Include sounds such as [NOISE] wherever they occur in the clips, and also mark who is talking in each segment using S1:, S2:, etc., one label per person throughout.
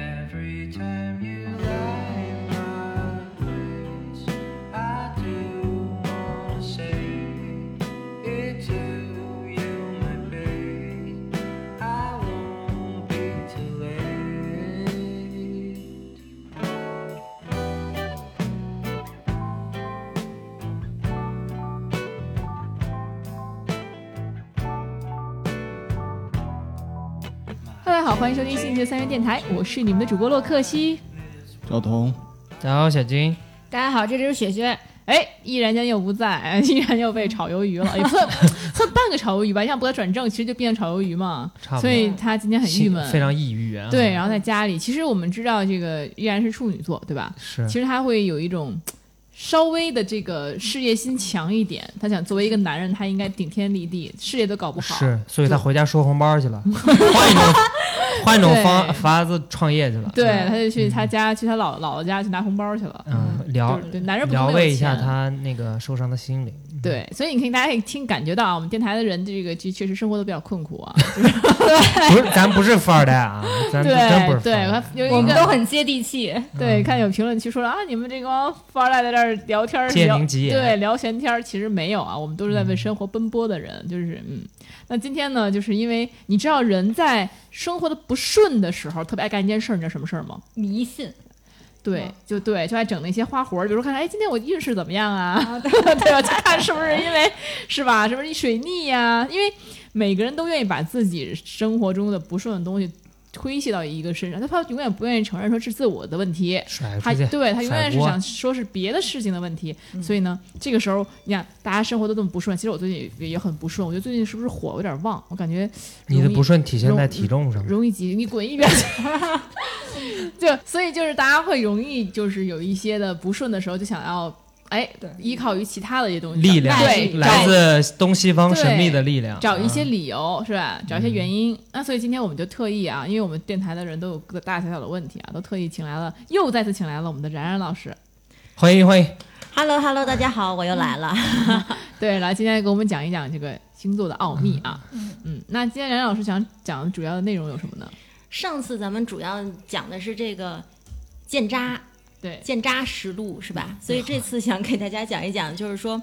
S1: Every time you light my face, I do wanna say it to you, my babe. I won't be too late.
S2: 大家好，欢迎收听新一期的三元电台，我是你们的主播洛克西。
S3: 赵彤，
S4: 然后小金，
S2: 大家好，这就是雪雪。哎，依然间又不在， [LAUGHS] 依然又被炒鱿鱼 [LAUGHS] 了，也不算算半个炒鱿鱼吧，像不他转正，其实就变成炒鱿鱼嘛。
S4: 差不多
S2: 所以他今天很郁
S4: 心
S2: 闷，
S4: 非常抑郁啊。
S2: 对，，然后在家里，其实我们知道这个依然是处女座，对吧？
S4: 是
S2: 其实他会有一种稍微的这个事业心强一点，他想作为一个男人，他应该顶天立地，事业都搞不好。
S4: 是，所以他回家收红包
S2: [LAUGHS]
S4: 去了，换一种换一种
S2: 对
S4: 方法子创业去了。
S2: 对，他就去他家，去他姥姥姥家去拿红包去了。
S4: 嗯，疗
S2: 就是对，男人不
S4: 疗
S2: 能没有
S4: 慰一下
S2: 钱
S4: 他那个受伤的心
S2: [LAUGHS]
S4: 灵。
S2: 对，所以你看，大家可以听感觉到啊，我们电台的人这个这确实生活都比较困苦啊。
S4: [LAUGHS] 不是，咱不是富二代
S2: [LAUGHS]
S4: 啊，咱真不
S2: 对
S4: 是富啊嗯
S2: 对，
S4: 二
S2: 我
S4: 代嗯
S2: 看。有
S5: 我
S2: 一
S5: 们都
S2: 个
S5: 很接地气，
S2: 对，看有评论区说了啊，你们这帮富二代在这儿聊天儿，
S4: 借
S2: 聊
S4: 名集言
S2: 对聊闲天儿，其实没有啊，我们都是在为生活奔波的人，就是嗯。那今天呢，就是因为你知道人在生活的不顺的时候，特别爱干一件事儿，你知道什么事儿吗？
S5: 迷信
S2: 对
S5: 嗯，
S2: 就对，就爱整那些花活儿，比如说看，哎，今天我运势怎么样 [LAUGHS] 啊？对吧？去看是不是因为是吧？是 [LAUGHS] 不是水逆呀、因为每个人都愿意把自己生活中的不顺的东西推卸到一个身上，但他永远不愿意承认说是自我的问题。
S4: 甩
S2: 他
S4: 出去，
S2: 对他永远是
S4: 甩锅
S2: 想说是别的事情的问题，所以呢，这个时候你看大家生活都这么不顺，其实我最近也也很不顺，我觉得最近是不是火有点旺？我感觉
S4: 你的
S2: 容易
S4: 不顺体现在
S2: 容
S4: 体重上面。
S2: 容易急，你滚一边去。 [LAUGHS] 就所以就是大家会容易就是有一些的不顺的时候，就想要哎
S5: 对
S2: 依靠于其他的一些东西，
S4: 力量
S2: 对
S4: 来
S2: 找
S4: 自东西方神秘的力量，
S2: 找一些
S4: 嗯
S2: 理由是吧？找一些原因。那所以今天我们就特意啊，因为我们电台的人都有各大大小小的问题啊，都特意请来了，又再次请来了我们的然然老师。
S4: 欢迎欢迎，
S5: Hello Hello，大家好，我又来了。
S2: 对，来今天给我们讲一讲这个星座的奥秘啊。嗯那今天然然老师想讲的主要的内容有什么呢？
S5: 上次咱们主要讲的是这个建渣，
S2: 对，
S5: 建渣实录是
S4: 嗯
S5: 吧？所以这次想给大家讲一讲，就是说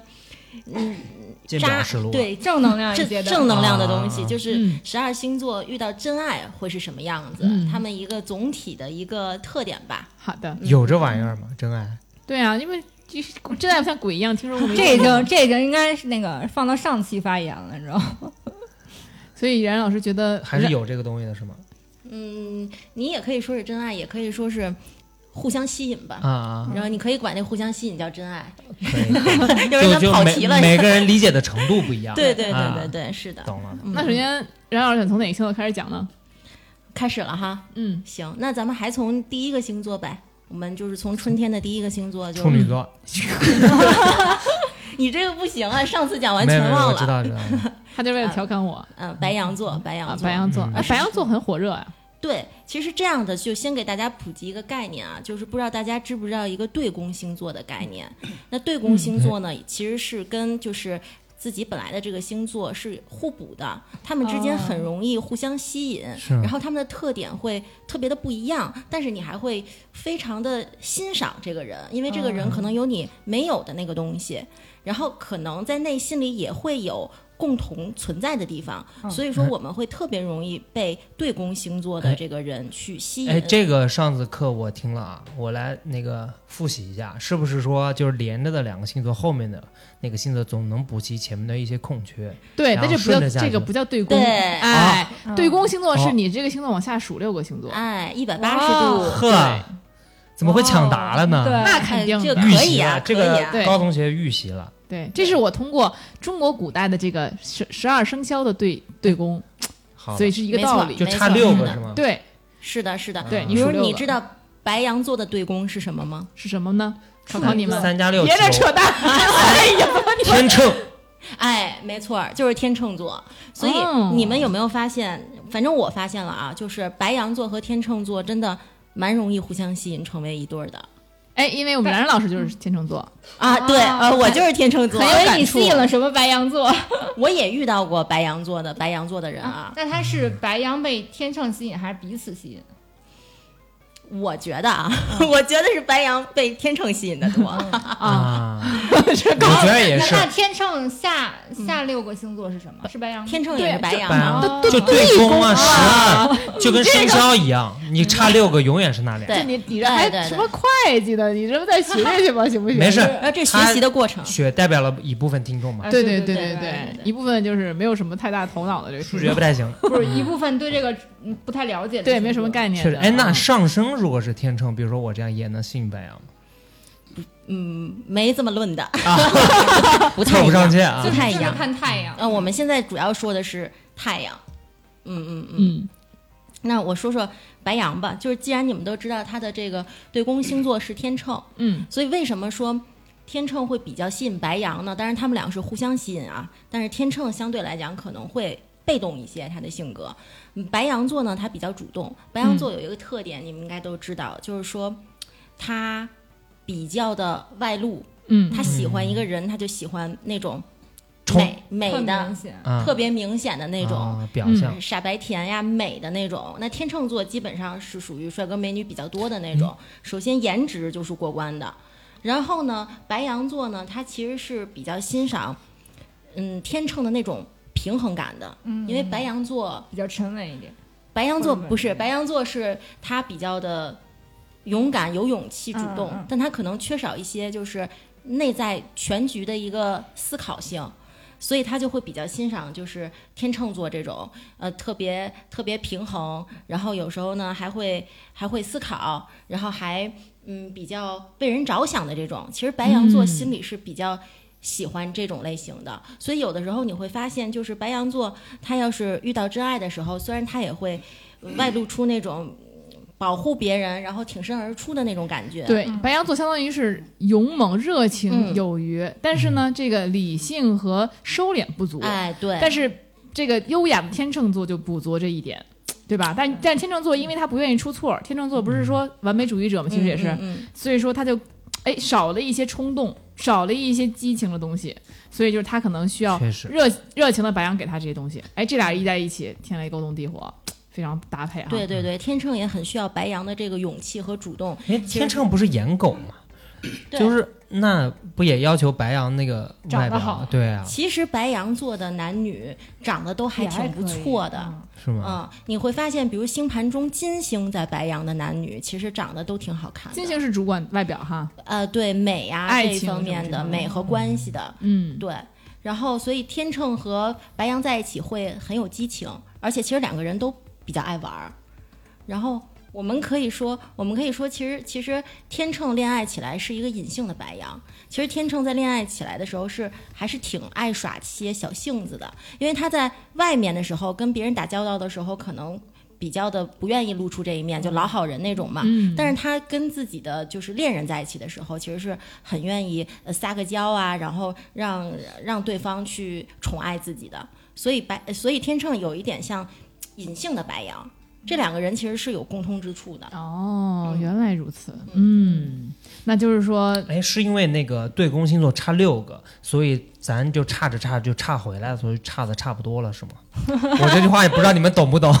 S4: 进不
S5: 渣
S4: 了实录，
S5: 对
S6: 正能量一些
S5: 正
S6: 的，
S5: 正能量的东
S4: 啊
S5: 西，就是
S2: 嗯
S5: 十二星座遇到真爱会是什么样子
S2: 嗯，
S5: 他们一个总体的一个特点吧。
S2: 好的，
S4: 有这玩意儿吗？真爱
S2: 对啊，因为这真爱不像鬼一样，听说过没有？
S6: 这已经这已经应该是那个放到上期发言了，你知道吗？
S2: 所以冉老师觉得
S4: 还是有这个东西的是吗？
S5: 嗯，你也可以说是真爱，也可以说是互相吸引吧。
S4: 啊啊，
S5: 然后你可以管那互相吸引叫
S4: [LAUGHS]
S5: 真爱，
S4: 可以。
S5: 要不然
S4: 就
S5: 咱
S4: 就
S5: 跑
S4: 每
S5: 题了。
S4: 每个人理解的程度不一
S5: [LAUGHS]
S4: 样。
S5: 对对对
S4: 啊
S5: 对对，是的。
S4: 懂了。
S5: 嗯
S2: 那首先，冉老师想从哪个星座开始讲呢？
S5: 开始了哈，
S2: 嗯，
S5: 行，那咱们还从第一个星座呗，我们就是从春天的第一个星座就
S4: 处女，座，
S5: 你这个不行啊，上次讲完
S4: 没有
S5: 全
S4: 没有，
S5: 忘
S4: 我知道
S5: 了。[LAUGHS]
S4: 知道。
S2: 他就是为了调侃我
S5: 嗯，白羊座，白羊
S2: 啊，
S5: 座，
S2: 白羊座，
S4: 嗯
S2: 哎，白羊座很火热啊呀。
S5: 对，其实这样的就先给大家普及一个概念啊，就是不知道大家知不知道一个对宫星座的概念。
S4: 嗯
S5: 那对宫星座呢，其实是跟就是自己本来的这个星座是互补的，他们之
S2: 哦
S5: 间很容易互相吸引，
S4: 是
S5: 然后他们的特点会特别的不一样，但是你还会非常的欣赏这个人，因为这个人可能有你没有的那个东
S4: 嗯
S5: 西，然后可能在内心里也会有。共同存在的地方，
S4: 嗯
S5: 所以说我们会特别容易被对宫星座的这个人去吸引。
S4: 哎，这个上次课我听了啊，我来那个复习一下，是不是说就是连着的两个星座后面的那个星座总能补齐前面的一些空缺？
S2: 对，
S4: 然
S2: 但
S4: 后
S2: 这不叫
S4: 顺着下去
S2: 这个不叫对宫，
S5: 对
S2: 哎，对宫星座是
S4: 哦
S2: 你这个星座往下数六个星座，
S5: 哎，一百八十
S6: 哇
S5: 度，
S4: 呵，怎么会抢答了呢？
S6: 对，
S2: 那肯定
S5: 哎这
S2: 的
S5: 个。
S4: 预
S5: 可以
S4: 习
S5: 啊
S4: 了，这
S5: 可以
S4: 个
S5: 啊
S2: 对
S4: 高同学预习了，
S2: 对，这是我通过中国古代的这个十十二生肖的对对宫，
S4: 好
S2: 所
S4: 了，
S2: 以是一个
S5: 没错
S2: 道理
S4: 哦就。
S5: 没
S4: 差
S5: 错嗯
S4: 六个
S5: 是的
S4: 是吗？
S2: 对，
S5: 是的，是的。
S4: 嗯
S2: 对你
S5: 比如
S2: 说六
S5: 你
S2: 个
S5: 知道白羊座的对宫是什么吗？
S2: 是什么呢？考考你们，
S4: 三加六，
S2: 别再
S4: 九
S2: 扯淡。哎呀，
S4: 天秤，
S5: 哎，没错儿，就是天秤座。所
S2: 哦
S5: 以你们有没有发现？反正我发现了啊，就是白羊座和天秤座真的蛮容易互相吸引，成为一对儿的
S2: 哎，因为我们冉冉老师就是天秤座，
S5: 啊。对，呃，我就是天秤座，
S2: 很有
S6: 所以
S2: 感
S6: 哦你
S2: 触
S6: 吸引了什么白羊座？
S5: [LAUGHS] 我也遇到过白羊座的白羊座的人啊。
S6: 那他是白羊被天秤吸引，还是彼此吸引？
S5: 我觉得啊，[LAUGHS]
S6: 嗯
S5: 我觉得是白羊被天秤吸引的多。
S2: 啊，
S4: 啊，
S2: 这
S4: 我觉得也
S6: 那
S4: 是，
S6: 那天秤下下六个星座是什么？是白羊吗？
S5: [LAUGHS] 天秤也是白羊啊
S4: 白
S5: 嘛，
S4: 羊
S6: 哦
S4: 就对宫啊，十二 [LAUGHS] 就跟生肖一样，你差六个永远是那俩。
S5: 对
S2: 你你这还
S5: 对对对
S2: 什么会计的？你这不再学
S5: [LAUGHS]
S2: 学去吧，行不嗯行？
S4: 没事
S5: 然后呃这学习的过程，
S4: 雪代表了一部分听众嘛
S6: 啊，
S2: 对
S6: 对
S2: 对
S6: 对
S2: 对
S6: 对
S5: 对，对
S2: 一部分就是没有什么太大头脑的这个
S4: 数学不太
S2: [LAUGHS]
S4: 行。
S6: 不是一部分对这个嗯不太了解的，
S2: 对，没什么。概念
S4: 确
S2: 的。
S4: 实，哎，那
S2: 嗯
S4: 上升如果是天秤，比如说我这样也能吸引白羊吗？
S5: 嗯，没这么论的，不太
S4: 凑不
S5: 一
S4: 上
S5: 样。
S4: 线啊
S6: 就
S5: 不
S6: 是
S5: 太一
S6: 就
S5: 样
S6: 是看太阳，
S5: 呃，我们现在主要说的是太阳。嗯嗯嗯。
S2: 嗯
S5: 那我说说白羊吧，就是既然你们都知道它的这个对宫星座是天秤，
S2: 嗯
S5: 所以为什么说天秤会比较吸引白羊呢？当然，他们俩是互相吸引啊，但是天秤相对来讲可能会被动一些，他的性格。嗯白羊座呢，他比较主动。白羊座有一个特点，你们应该都知道，就是说他比较的外露，
S2: 嗯
S5: 他喜欢一个人，他就喜欢那种
S4: 冲
S5: 美美
S6: 特明
S5: 的、
S6: 显。
S4: 啊，
S5: 特别明显的那种。
S4: 啊表
S2: 嗯
S4: 象。
S5: 傻白甜呀、美的那种。那天秤座基本上是属于帅哥美女比较多的那种。
S6: 嗯
S5: 首先颜值就是过关的，然后呢，白羊座呢，他其实是比较欣赏，嗯，天秤的那种平衡感的，
S6: 嗯，
S5: 因为白羊座，
S6: 比较沉稳一点，
S5: 白羊座
S6: 会不会
S5: 不是白羊座是他比较的勇敢、有勇气、主动，
S6: 嗯嗯
S5: 但他可能缺少一些就是内在全局的一个思考性。所以他就会比较欣赏，就是天秤座这种，呃，特别特别平衡，然后有时候呢还会还会思考，然后还嗯比较为人着想的这种。其实白羊座
S2: 嗯
S5: 心里是比较喜欢这种类型的，所以有的时候你会发现，就是白羊座他要是遇到真爱的时候，虽然他也会呃外露出那种保护别人，然后挺身而出的那种感觉。
S2: 对，
S6: 嗯
S2: 白羊座相当于是勇猛、热情、
S5: 嗯
S2: 有余，但是呢，这个理性和收敛不足。
S5: 哎，对，
S2: 但是这个优雅的天秤座就补足这一点，对吧？但但天秤座因为他不愿意出错，天秤座不是说完美主义者吗？其实也是，
S5: 嗯嗯嗯
S2: 所以说他就哎少了一些冲动，少了一些激情的东西，所以就是他可能需要
S4: 确实
S2: 热热情的白羊给他这些东西，哎，这俩一在一起，天雷勾动地火，非常搭配啊。
S5: 对对对，天秤也很需要白羊的这个勇气和主动。
S4: 哎，天秤不是颜狗吗？
S5: 对
S4: 就是那不也要求白羊那个
S2: 长
S4: 外
S2: 得
S4: 表
S2: 好
S4: 吗？对啊，
S5: 其实白羊座的男女长得都还
S6: 也还
S5: 挺不
S6: 可以
S5: 错的，
S6: 嗯
S4: 是吗？
S5: 嗯，你会发现，比如星盘中金星在白羊的男女，其实长得都挺好看的。
S2: 金星是主管外表哈，
S5: 呃，嗯对美呀、
S2: 爱
S5: 这一
S2: 情
S5: 方
S2: 什么
S5: 面
S2: 之
S5: 的
S2: 类的
S5: 美和关系的，
S2: 嗯，
S5: 对。然后，所以天秤和白羊在一起会很有激情，而且其实两个人都比较爱玩儿。然后我们可以说，我们可以说，其实其实天秤恋爱起来是一个隐性的白羊。其实天秤在恋爱起来的时候是还是挺爱耍些小性子的，因为他在外面的时候跟别人打交道的时候，可能比较的不愿意露出这一面，就老好人那种嘛。
S2: 嗯
S5: 但是他跟自己的就是恋人在一起的时候，其实是很愿意呃撒个娇啊，然后让让对方去宠爱自己的。所以白，所以天秤有一点像隐性的白羊，这两个人其实是有共通之处的。
S2: 哦，
S5: 嗯
S2: 原来如此，嗯，那就是说，
S4: 哎，是因为那个对宫星座差六个，所以咱就差着差着就差回来了，所以差的差不多了，是吗？ [LAUGHS] 我这句话也不知道你们懂
S2: [LAUGHS]
S4: 不懂。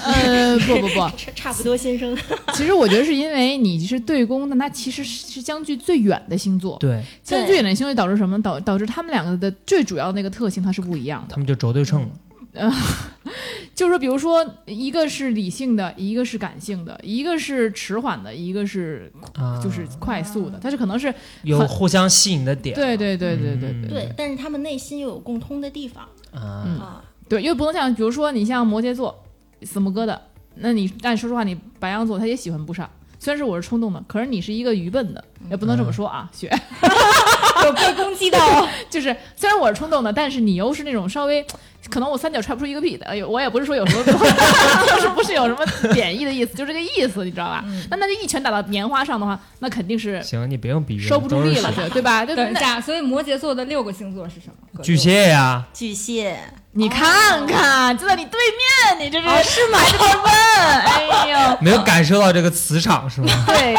S5: [LAUGHS]
S2: 呃，不不不，
S5: 差差不多，先生。
S2: 其实我觉得是因为你是对宫的，那其实是是相距最远的星座，
S4: 对
S2: 相距最远的星座导致什么？导导致他们两个的最主要的那个特性它是不一样的。
S4: 他们就轴对称
S2: [LAUGHS]
S4: 了，
S2: 就是说，比如说，一个是理性的，一个是感性的，一个是迟缓的，一个是
S4: 啊，
S2: 嗯就是快速的，它是可能是
S4: 有
S2: 很
S4: 互相吸引的点。
S2: 对对对对对
S4: 嗯
S2: 对
S5: 对，但是他们内心又有共通的地方
S4: 啊，
S2: 嗯
S5: 啊。 [LAUGHS]
S2: 对，因为不能像比如说你像摩羯座死木疙瘩，那你但说实话，你白羊座他也喜欢不上。虽然是我是冲动的，可是你是一个愚笨的，也不能这么说啊，雪 [LAUGHS]
S6: 有被攻击到，
S2: 就是虽然我是冲动的，但是你又是那种稍微，可能我三脚踹不出一个屁的。哎呦，我也不是说有什么， [LAUGHS] 就是不是有什么贬义的意思，就这个意思，你知道吧？那那就一拳打到棉花上的话，那肯定是
S4: 行，你不用比喻了，
S2: 收不住
S4: 都是
S2: 力了，
S4: 水
S2: 对对吧？对
S6: 等一
S2: 那
S6: 下，所以摩羯座的六个星座是什么？
S4: 巨蟹呀、
S5: 巨蟹，
S2: 你看看，就在你对面，你这是啊是吗？这么问， [LAUGHS] 哎呦， [LAUGHS]
S4: 没有感受到这个磁场是吗？啊
S2: 对，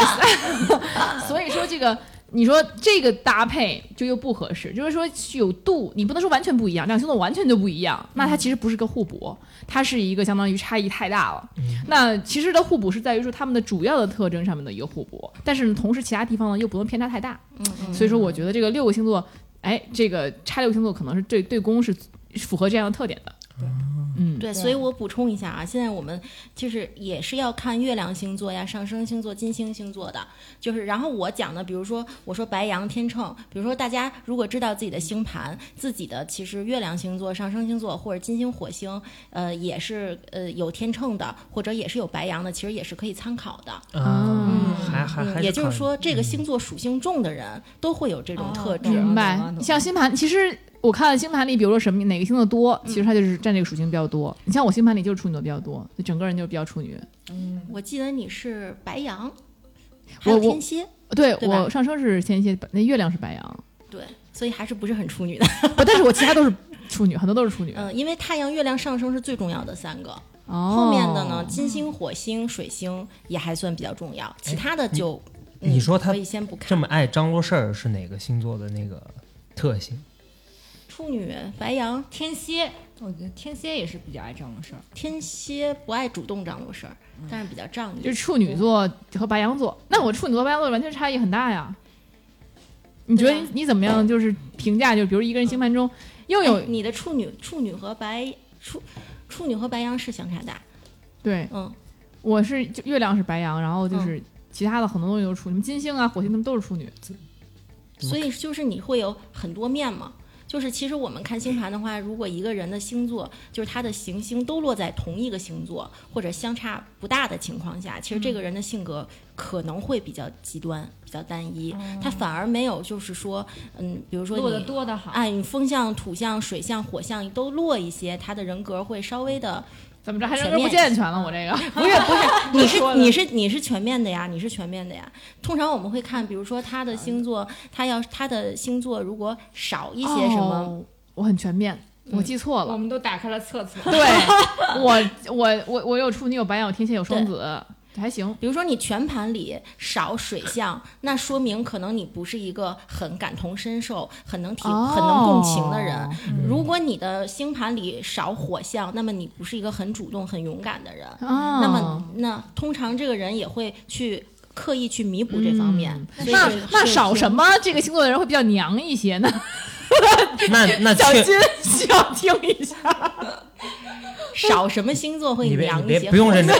S2: 所以说这个你说这个搭配就又不合适，就是说有度，你不能说完全不一样，两星座完全就不一样，
S4: 嗯
S2: 那它其实不是个互补，它是一个相当于差异太大了。
S4: 嗯
S2: 那其实的互补是在于说他们的主要的特征上面的一个互补，但是同时其他地方呢又不能偏差太大。
S5: 嗯
S2: 所以说，我觉得这个六个星座，哎，这个差六个星座可能是对对宫是符合这样的特点的。嗯，
S5: 对，所以我补充一下啊，现在我们就是也是要看月亮星座呀、上升星座、金星星座的，就是然后我讲的，比如说我说白羊、天秤，比如说大家如果知道自己的星盘，自己的其实月亮星座、上升星座或者金星、火星，呃，也是呃有天秤的，或者也是有白羊的，其实也是可以参考的。
S4: 啊，还还还
S5: 嗯，
S4: 是
S5: 也就是
S4: 看
S5: 说，这个星座属性重的人都会有这种特质。
S6: 哦
S2: 明白
S6: 懂了懂。了
S2: 像星盘，其实我看星盘里，比如说什么哪个星座多，
S5: 嗯
S2: 其实它就是占这个属性比较多。你像我星盘里就是处女座比较多，就整个人就是比较处女。
S5: 我记得你是白羊，还有
S2: 我我
S5: 天蝎，
S2: 对
S5: 对吧
S2: 我上升是天蝎，那月亮是白羊， [LAUGHS]
S5: 对，所以还是不是很处女的。
S2: 不，但是我其他都是处女，很多都是处女。
S5: 嗯，因为太阳、月亮上升是最重要的三个，
S2: 哦，
S5: 嗯后面的呢，？金星、火星、水星也还算比较重要，其他的就
S4: 哎
S5: 嗯
S4: 你你说他
S5: 可以先不看。
S4: 这么爱张罗事儿是哪个星座的那个特性？
S5: 处女、白羊、
S6: 天蝎，我觉得天蝎也是比较爱这种事儿。
S5: 天蝎不爱主动张罗事儿，
S4: 嗯
S5: 但是比较仗
S2: 就
S5: 义
S2: 是。处女座和白羊座，那我处女座、白羊座完全差异很大呀。你觉得
S5: 对
S2: 你
S5: 啊
S2: 你怎么样？就是评价，就比如一个人星盘中又有
S5: 哎你的处女、处女和白处处女和白羊是相差大，
S2: 对，
S5: 嗯，
S2: 我是就月亮是白羊，然后就是其他的很多东西都是处女，金星啊、火星他们都是处女。
S5: 所以就是你会有很多面嘛。就是其实我们看星盘的话，如果一个人的星座就是他的行星都落在同一个星座或者相差不大的情况下，其实
S6: 嗯
S5: 这个人的性格可能会比较极端、比较单一，他反而没有就是说，嗯，比如说
S6: 哦落的
S5: 你。
S6: 多的好，
S5: 哎，你风象、土象、水象、火象都落一些，他的人格会稍微的，
S2: 怎么着还人格不健全了？我这个
S5: 不是不是，
S2: [LAUGHS]
S5: 你是
S2: 说的
S5: 你是你是全面的呀，你是全面的呀。通常我们会看，比如说他的星座，
S2: 嗯
S5: 他要他的星座如果少一些什么
S2: 哦我很全面，
S5: 嗯
S2: 我记错
S6: 我
S2: 了。哦
S6: 们都打开了测测。
S2: 对我我我我有处女，有白羊，有天蝎，有双子，还行。
S5: 比如说你全盘里少水象，那说明可能你不是一个很感同身受、很能体、很能共情的人
S2: 哦。
S5: 如果你的星盘里少火象，那么你不是一个很主动、很勇敢的人。
S2: 哦
S5: 那么那通常这个人也会去刻意去弥补这方面。所以
S2: 嗯那
S5: 是
S2: 那
S5: 是
S2: 少
S5: 是
S2: 什么？这个星座的人会比较娘一些呢？ [LAUGHS]
S4: 那
S5: [LAUGHS]
S4: 那
S2: 小
S4: 确
S2: 金需要听一下。
S5: 少什么星座会
S4: 你别
S5: 阳
S4: 你
S5: 一
S4: 别
S5: 些
S2: [LAUGHS]
S4: 不用认真，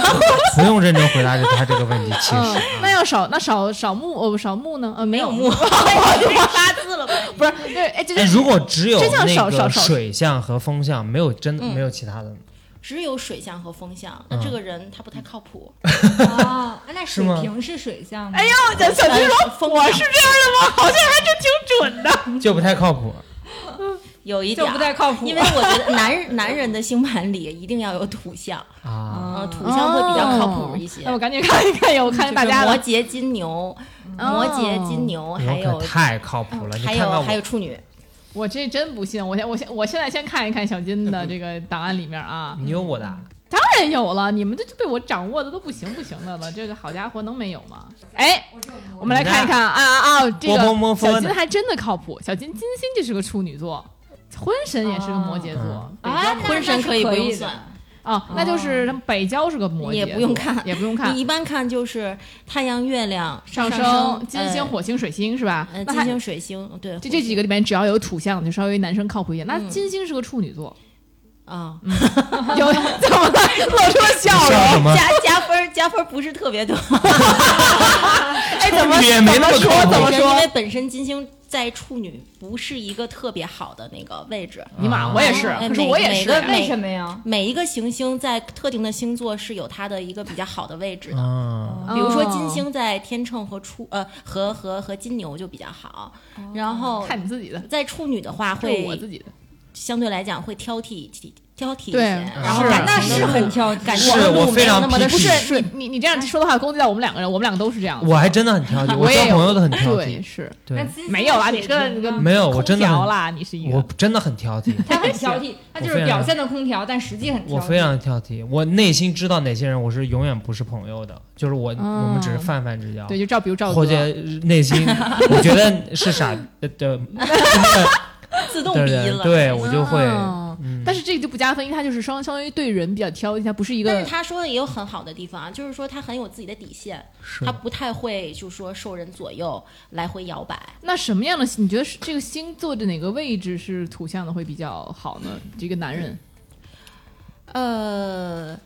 S4: [LAUGHS] 不用认真回答这他这个问题。其
S2: 嗯，[LAUGHS]
S4: 实啊
S2: 那要少那少少木哦少木呢？呃，没
S5: [LAUGHS] 没
S2: 有
S5: 有
S2: 木
S5: 木，，八字了吧？
S2: 不是对哎，这
S4: 哎，
S2: 是
S4: 如果只有
S2: 真相
S4: 那
S2: 少少
S4: 个
S2: 少
S4: 水象和风象，没有真的
S5: 嗯
S4: 没有其他的，
S5: 只有水象和风象，
S4: 嗯
S5: 那这个人他不太靠谱。
S2: 嗯
S6: 哦，那水
S4: 吗
S6: 瓶是水象吗？
S2: 哎呦，小金说我是这样的吗？好像还真挺准的。
S4: 就不太靠谱。
S5: 有一
S6: 就
S5: 点
S6: 不
S5: 儿
S6: 太靠谱。啊
S5: 因为我觉得男男人的星盘里一定要有土象，
S4: 啊，
S5: 呃，土
S6: 啊，
S5: 象会比较靠谱一些。
S2: 哦那我赶紧看一看，有我看看
S5: 就
S2: 大
S5: 是
S2: 家
S5: 摩
S2: 了。
S5: 羯、金牛、
S2: 哦
S5: 摩羯、金牛，
S2: 嗯
S5: 还
S4: 我
S5: 有
S4: 哎可太靠谱了。你
S5: 还
S4: 看到
S5: 有
S4: 我
S5: 还有处女，
S2: 我这真不信，我先我先我现在先看一看小金的这个档案里面啊，
S4: 你有我的啊，
S2: 当然有了，你们这就对我掌握的都不行不行的了，这个好家伙能没有吗？哎，我们来看一看啊啊啊，这
S4: 波波
S2: 个
S4: 摸佛
S2: 小金
S4: 呢
S2: 还真的靠谱，小金金星就是个处女座，婚神也是个摩羯座
S4: 哦，
S2: 北
S6: 啊，那
S5: 婚神
S6: 那是
S5: 可
S6: 可
S5: 以不用
S6: 以的
S5: 算。
S2: 啊，那就是他们北郊是个摩羯，
S5: 啊也不用看
S2: 也不用看
S5: 你一般看就是太阳、月亮、
S2: 上
S5: 升、
S2: 金星、
S5: 呃
S2: 火星、水星是吧？
S5: 呃
S2: 那
S5: 金
S2: 还
S5: 星、水星，对，
S2: 就这几个里面，只要有土象的，就稍微男生靠谱一点。那
S5: 嗯
S2: 金星是个处女座，
S5: 啊，
S2: 有 [LAUGHS] 怎么了？露出了笑
S4: 你笑什
S2: 容。
S4: 么？
S5: 加加分儿加分儿不是特别多，
S2: 哎，怎么
S4: 处女也没
S2: 怎
S4: 那
S2: 么
S4: 么靠
S2: 说？
S4: 谱
S2: 怎么
S5: 因为
S2: 说？
S5: 本身金星在处女不是一个特别好的那个位置，
S2: 尼玛，我也是，
S5: 哎
S2: 可是
S5: 每
S2: 我也
S5: 每
S2: 是
S5: 个
S2: 呀。
S5: 每
S6: 为什么呀？
S5: 每一个行星在特定的星座是有它的一个比较好的位置的。
S4: 啊，
S5: 嗯比如说
S2: 哦
S5: 金，星在天秤和处呃和和和金牛就比较好，然后
S2: 看你自己的，
S5: 在处女的话
S2: 这是我
S5: 会
S2: 自己的。
S5: 相对来讲会挑剔挑挑剔一些，
S2: 对
S5: 然后
S4: 是
S5: 感
S6: 那
S5: 情
S6: 是
S5: 都
S6: 很挑剔，
S5: 感
S4: 是
S5: 情都
S4: 我
S5: 没
S4: 非
S5: 有
S4: 常
S5: 那么的
S4: 不
S2: 不
S4: 是
S2: 是
S5: 顺利
S2: 你你你这样说的话，攻击到我们两个人，我们两个都是这样的。
S4: 我还真的
S2: [LAUGHS]
S4: 很挑剔，
S2: 我
S4: 交
S2: 也有
S4: 朋友都很挑
S2: 对，
S4: 剔，
S2: 是
S4: 对，
S6: 那
S2: 没
S4: 啊
S2: 有啦，啊你是个你个
S4: 没有，我
S2: 空
S4: 真的
S2: 调
S4: 很，
S2: 啦，你是一
S4: 我
S2: 个。
S4: 真的很挑
S2: [LAUGHS]
S4: 剔，
S6: 他啊很挑剔，他就
S4: 我非
S6: 是
S4: 常
S6: 表现的空调，但实际很挑
S4: 我
S6: 剔。
S4: 非常挑剔，我内心知道哪些人我是永远不是朋友的，就是我、
S2: 哦
S4: 我们只是泛泛之交，
S2: 对，就照比如赵
S4: 或者
S2: 哥，[LAUGHS]
S4: 内心我觉得是傻的的
S5: 自动
S4: 的
S5: 逼
S4: 人，
S5: 了。
S4: 对我就会，
S5: 啊
S2: 哦
S4: 嗯，
S2: 但是这个就不加分，因为他就是相相当于对人比较挑剔，他不是一
S5: 但
S2: 个
S5: 是他说的也有很好的地方啊，就是说他很有自己的底线，
S4: 是
S5: 他不太会就说受人左右，来回摇摆。
S2: 那什么样的？你觉得是这个星座的哪个位置是土象的会比较好呢？这个男人，
S5: 呃，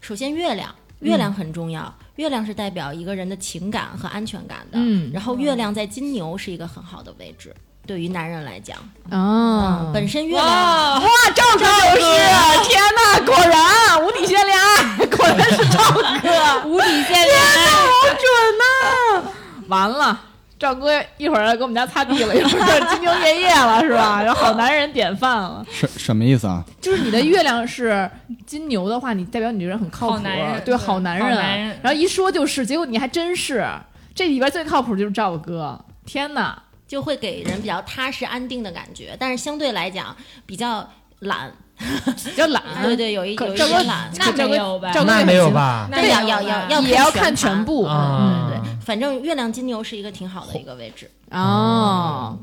S5: 首先月亮，
S2: 嗯
S5: 月亮很重要，月亮是代表一个人的情感和安全感的。
S2: 嗯
S5: 然后月亮在金牛是一个很好的位置，对于男人来讲，
S2: 啊
S5: 本身月亮。
S6: 哇，
S2: 哇，赵哥就是，天哪，果然啊无底线恋爱，果然是赵哥， [LAUGHS]
S6: 无底线恋爱，
S2: 好准呐、完了，赵哥一会儿要给我们家擦地了，一会儿金牛爷爷了，是吧？有好男人典范了。
S3: 什什么意思啊？
S2: 就是你的月亮是金牛的话，你代表你这人很靠谱，
S6: 好男人
S2: 对，
S6: 对
S2: 好男人。啊
S6: 好男人
S2: 然后一说就是，结果你还真是，这里边最靠谱就是赵哥。天哪，
S5: 就会给人比较踏实安定的感觉，但是相对来讲比较懒，
S2: 比较懒。
S5: 对对，有一
S2: 啊可
S5: 有一
S2: 赵
S5: 些
S2: 哥
S5: 懒，
S6: 那
S2: 赵
S6: 没
S2: 哥
S6: 有吧
S2: 赵哥
S4: 那
S2: 也
S4: 没有
S2: 很勤
S4: 吧？
S5: 那要要要要
S2: 也要看
S5: 全
S2: 全
S5: 盘
S2: 部
S4: 啊
S5: 对对，反正月亮金牛是一个挺好的一个位置，
S2: 嗯哦，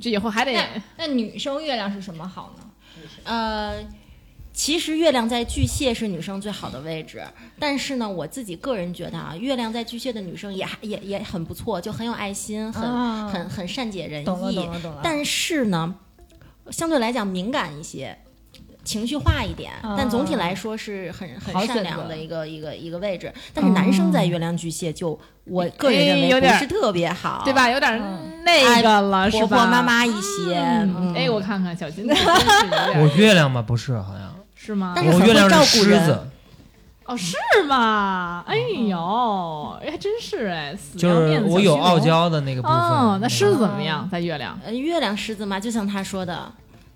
S2: 这以后还得
S6: 那那女生月亮是什么好呢？
S5: 呃。其实月亮在巨蟹是女生最好的位置，但是呢，我自己个人觉得啊，月亮在巨蟹的女生也也也很不错，就很有爱心，很、
S6: 啊
S5: 很很善解人意。
S6: 懂了懂了懂了。
S5: 但是呢，相对来讲敏感一些，情绪化一点，但总体来说是很
S6: 好
S5: 很
S6: 选择
S5: 善良的一个一个一个位置。但是男生在月亮巨蟹就，我个人
S2: 哎
S5: 认
S2: 有
S5: 为
S2: 点
S5: 不是特别好，
S2: 对？吧？有点那个了，是
S5: 哎婆
S2: 吧？
S5: 婆妈妈一些，
S2: 嗯，
S5: 嗯，
S2: 哎，我看看小金真是有点
S4: 我月亮嘛不是，好像
S2: 是吗？
S5: 但是
S4: 我
S5: 很
S4: 月亮
S5: 会照
S4: 是
S5: 顾
S4: 狮
S5: 人
S4: 子，
S2: 哦，是吗？哎呦，还真是哎，死
S4: 就
S2: 要面
S4: 是
S2: 子
S4: 我
S2: 小
S4: 有
S2: 虚
S4: 傲
S2: 荣。
S4: 娇的那个部分。
S2: 哦，那
S4: 嗯
S2: 狮子怎么样？在月亮？
S5: 呃，月亮狮子嘛，就像他说的，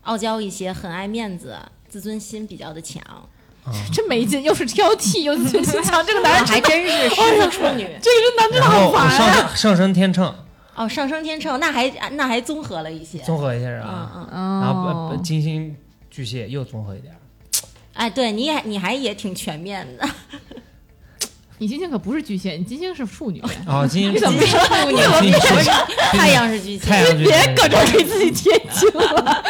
S5: 傲娇一些，很爱面子，自尊心比较的强。
S2: 真没劲，又是挑剔，又是心强，这个男人
S5: 还真是狮子处女
S2: 这个男真的
S4: 然后
S2: 好
S4: 我
S2: 烦
S4: 上
S2: 啊！
S4: 升上升天秤，
S5: [LAUGHS] 哦，上升天秤，那还那还综合了一些。
S4: 综合一下啊，
S5: 嗯嗯，
S4: 然后呃
S2: 哦，
S4: 金星巨蟹又综合一点儿。
S5: 哎，对，你也你还也挺全面的。
S2: 你金星可不是巨蟹，你金星是处
S4: [LAUGHS]
S2: 女。
S4: 哦，
S2: [LAUGHS]
S4: 金星
S2: 你怎么
S4: 金
S2: 说？你怎么
S4: 星巨蟹
S5: 太阳是巨蟹，
S4: 太阳
S2: [LAUGHS]
S4: 巨蟹
S2: 别搁这儿给自己贴金了？